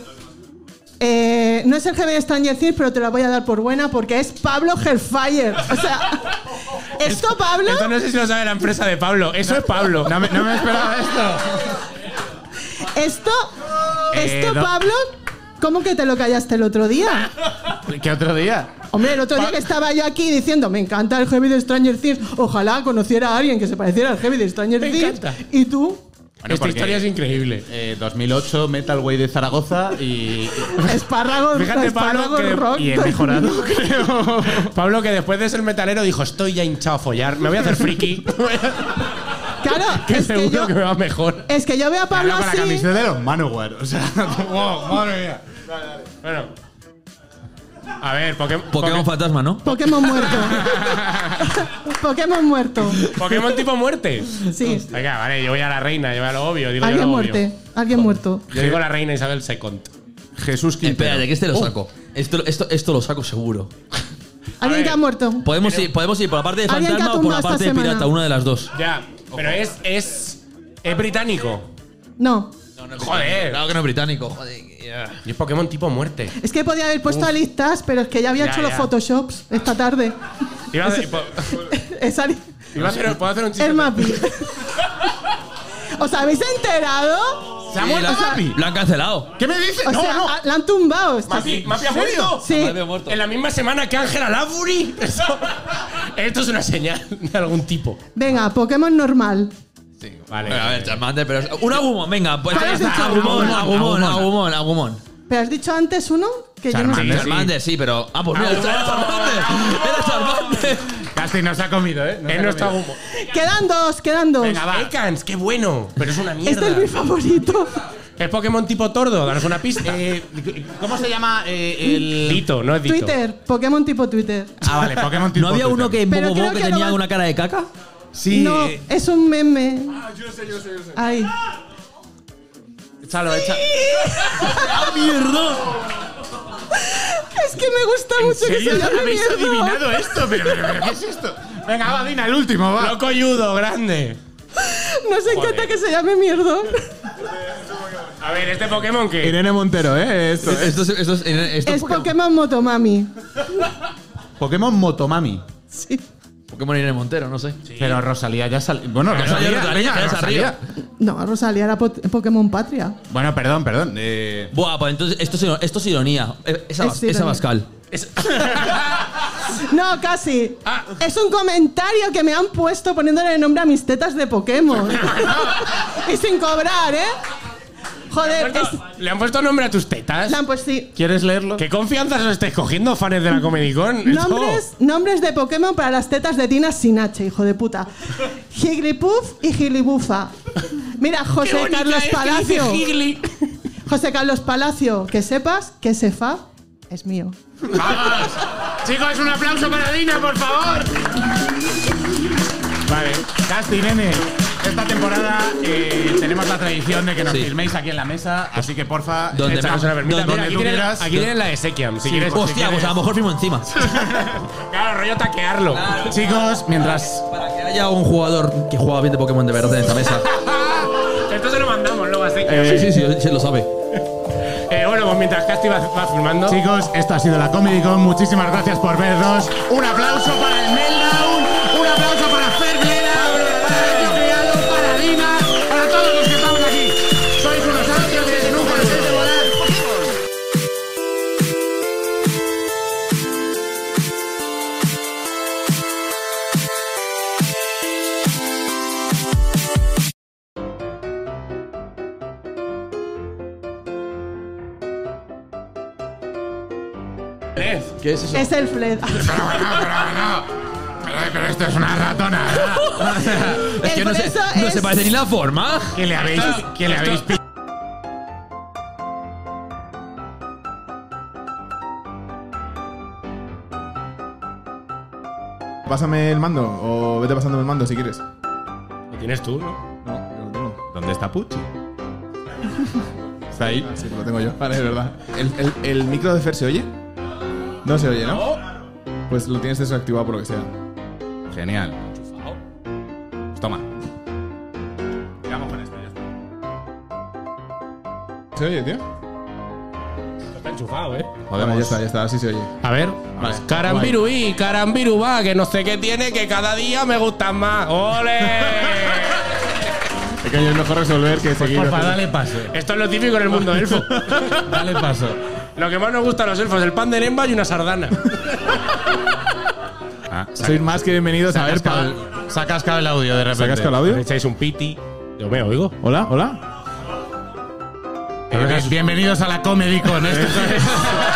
K: eh, no es el jefe de Stranger Things, pero te la voy a dar por buena porque es Pablo Hellfire. O sea, esto Pablo.
C: Esto no sé si lo sabe la empresa de Pablo. Eso es Pablo.
D: No me, no me esperaba esto.
K: Esto.
D: Eh,
K: Esto
D: no.
K: Pablo ¿Cómo que te lo callaste el otro día?
B: ¿Qué otro día?
K: Hombre, el otro día que estaba yo aquí diciendo, me encanta el heavy de Stranger Things, ojalá conociera a alguien que se pareciera al heavy de Stranger
C: Me
K: Things.
C: encanta.
K: Y tú,
B: Bueno,
C: Esta
B: porque,
C: historia es increíble.
B: eh, 2008, Metal Way de Zaragoza
D: [laughs]
B: y.
K: [laughs] espárragos,
C: Fíjate, Pablo,
K: espárragos
C: que
K: rock.
B: y he mejorado.
C: Pablo, que después de ser metalero dijo, estoy ya hinchado a follar, me voy a hacer friki,
K: [laughs] Claro,
C: [laughs] que
K: es que, yo,
C: seguro que me va mejor.
K: es que yo veo a Pablo
J: con la
K: así.
J: camiseta de los Manowar. O
D: [laughs]
J: sea, wow, madre mía.
C: Bueno. A ver, Pokémon,
I: Pokémon
C: Poké-
I: fantasma, ¿no?
C: [laughs]
K: Pokémon muerto. Pokémon muerto.
C: Pokémon tipo muerte.
K: Sí.
C: Venga, vale, yo voy a la reina, yo voy a lo obvio, digo yo
K: Alguien
C: lo
K: muerte. Alguien muerto.
C: obvio. Yo digo la reina Isabel II.
J: Jesús Quintero.
I: Espérate, que este lo saco. Esto, esto, esto lo saco seguro.
K: Alguien que ha muerto.
I: Podemos ir, podemos ir por la parte de
K: Alguien que ha
I: fantasma o por la
K: tumbado
I: parte de
K: esta
I: pirata,
K: semana.
I: una de las dos.
C: Ya, pero es, es, es británico.
K: No.
C: Joder.
I: Claro que no es británico, joder.
C: Y es Pokémon tipo muerte.
K: Es que podía haber puesto a listas, pero es que ya había
C: Ya,
K: hecho los
C: ya.
K: photoshops esta
C: [laughs]
K: tarde.
C: Iba a hacer- po-
K: Esa li-
C: iba a hacer- ¿Puedo hacer un chiste? [laughs]
K: el Mapi. ¿Os habéis enterado?
I: Sí, la- Lo han cancelado.
C: ¿Qué me dices?
K: O sea, ah, a- la han tumbado. Está-
C: Mapi, Mapi ha muerto.
K: Sí.
I: Me he muerto.
C: En la misma semana que Ángela Lansbury. Eso- Esto es una señal de algún tipo.
K: Venga, Pokémon normal.
C: Vale.
I: Bueno, a ver, charmante, pero. Un agumón, venga. Pues
K: ¿Cuál has dicho?
I: agumón,
K: Agumón,
I: agumón, agumón, agumón.
K: ¿Pero has dicho antes uno? Que yo no sé.
I: Charmander, sí, pero. Ah, pues mira, era Charmander. Era Charmander.
J: Casi nos ha comido, ¿eh? Nos
C: Él
J: ha
C: no está
J: comido.
C: humo.
K: Quedan dos, quedan dos.
C: Ekans, qué bueno. Pero es una mierda.
K: este es mi favorito.
C: ¿Es Pokémon tipo tordo? Danos una pista.
B: Eh, ¿Cómo se llama eh, el.?
C: Dito, no es Dito.
K: Twitter, Pokémon tipo Twitter.
J: Ah, vale, Pokémon tipo
I: ¿No había uno que en
K: Pero
I: Bobo
K: creo
I: Bobo que
K: que lo
I: tenía
K: van-
I: una cara de caca?
J: Sí.
K: No,
J: eh,
K: es un meme. Ah, yo sé, yo sé, yo sé. Ay.
C: Échalo, échalo.
K: Es que me gusta mucho que se llame
J: habéis
K: mierda.
J: adivinado esto, pero, pero, pero, ¿qué es esto? Venga, va, Dina, el último, va.
C: Loco Yudo, grande.
K: Nos encanta que se llame mierda.
C: A ver, este Pokémon que.
D: Irene Montero, ¿eh? Esto, eh.
I: Esto es. Esto es, esto
K: Es Pokémon Motomami.
J: ¿eh? Pokémon Motomami.
K: Sí.
I: Pokémon Irene Montero, no sé.
J: Pero Rosalía ya salió. Bueno,
I: Pero
J: Rosalía,
I: ya Rosalía,
J: venga,
I: que ya
J: Rosalía.
I: salió.
K: No, Rosalía era pot- Pokémon Patria.
J: Bueno, perdón, perdón. eh,
I: Buah, pues entonces esto es, esto es ironía. Eh, Es, abas-
K: Es
I: es,
K: ironía.
I: Abascal.
K: [laughs] No, casi. Es un comentario que me han puesto poniéndole el nombre a mis tetas de Pokémon. y sin cobrar, ¿eh? Joder, es-
C: ¿Le han puesto nombre a tus tetas?
K: la han puesto sí.
J: ¿Quieres leerlo?
C: ¿Qué confianza os estáis cogiendo, fans de la Comedy Con?
K: Nombres, nombres de Pokémon para las tetas de Tina sin H, hijo de puta. Jigglypuff y Jigglybufa. Mira, José Carlos Palacio. José Carlos Palacio, que sepas que ese fa es mío.
C: Chicos, un aplauso para Dina, por favor.
J: Vale. Casti, nene. Esta temporada eh, tenemos la tradición de que nos
I: Sí.
J: firméis aquí en la mesa, así que porfa,
I: Donde
J: échanos
I: me-
J: una permita.
I: donde
J: Mira,
I: me-
J: aquí
C: Aquí
J: tienes-
C: tienen,
J: aquí
C: aquí tienen la de Sekiam, si quieres.
I: Hostia, pues a lo mejor firmo encima.
J: [laughs]
C: Claro, rollo taquearlo.
J: Chicos, mientras.
I: Para que haya un jugador que juega bien de Pokémon de verdad en esta mesa.
C: Ah. Esto se lo mandamos luego a Sekiam.
I: Sí, sí, sí, se lo sabe.
C: Eh, bueno, pues mientras Casti va, va filmando.
J: Chicos, esto ha sido la Comedy Con. Muchísimas gracias por vernos. Un aplauso para el Meltdown. Un aplauso para Fer Viera, para Sergio Fialo, para Dina, para todos los que estamos aquí. Sois unos ansios de nunca los de volar.
I: ¿Qué es eso?
K: Es el Fred.
J: Pero bueno, pero
C: Ah.
J: bueno. Pero, pero esto es una ratona. ¿verdad?
I: Es que no se,
K: Eso
I: no
K: es-
I: se parece ni la forma.
J: ¿Qué le habéis, qué le habéis pi-
D: Pásame el mando, o vete pasándome el mando si quieres.
C: Lo tienes tú, ¿no?
D: No, yo lo tengo.
J: ¿Dónde está Pucci? ¿Está ahí?
D: Ah, sí, lo tengo yo. Vale, es verdad. ¿El, el, el micro de Fer se oye? No se oye, ¿no? Pues lo tienes desactivado por lo que sea.
J: Genial. Pues Toma. Sigamos con esto, ya está.
D: ¿Se oye, tío?
C: Está enchufado, ¿eh?
D: Bueno, ya está, ya está, así se oye.
C: A ver.
D: Vale.
C: Carambiruí, carambiruba, que no sé qué tiene, que cada día me gustan más. [laughs] ¡Ole!
D: Es Pues que es mejor resolver que seguir.
B: Porfa, dale paso.
C: Esto es lo típico en el mundo elfo.
B: [laughs] Dale paso.
C: Lo que más nos gusta a los elfos, el pan de lemba y una sardana.
D: Sois más que bienvenidos a ver.
C: cascado-
D: pa-
C: se ha cascado el audio de
D: ¿Se ha cascado el audio?
C: Echáis un piti. Yo me oigo.
D: Hola, hola.
B: Bienvenidos a la Comedy Con. Esto es-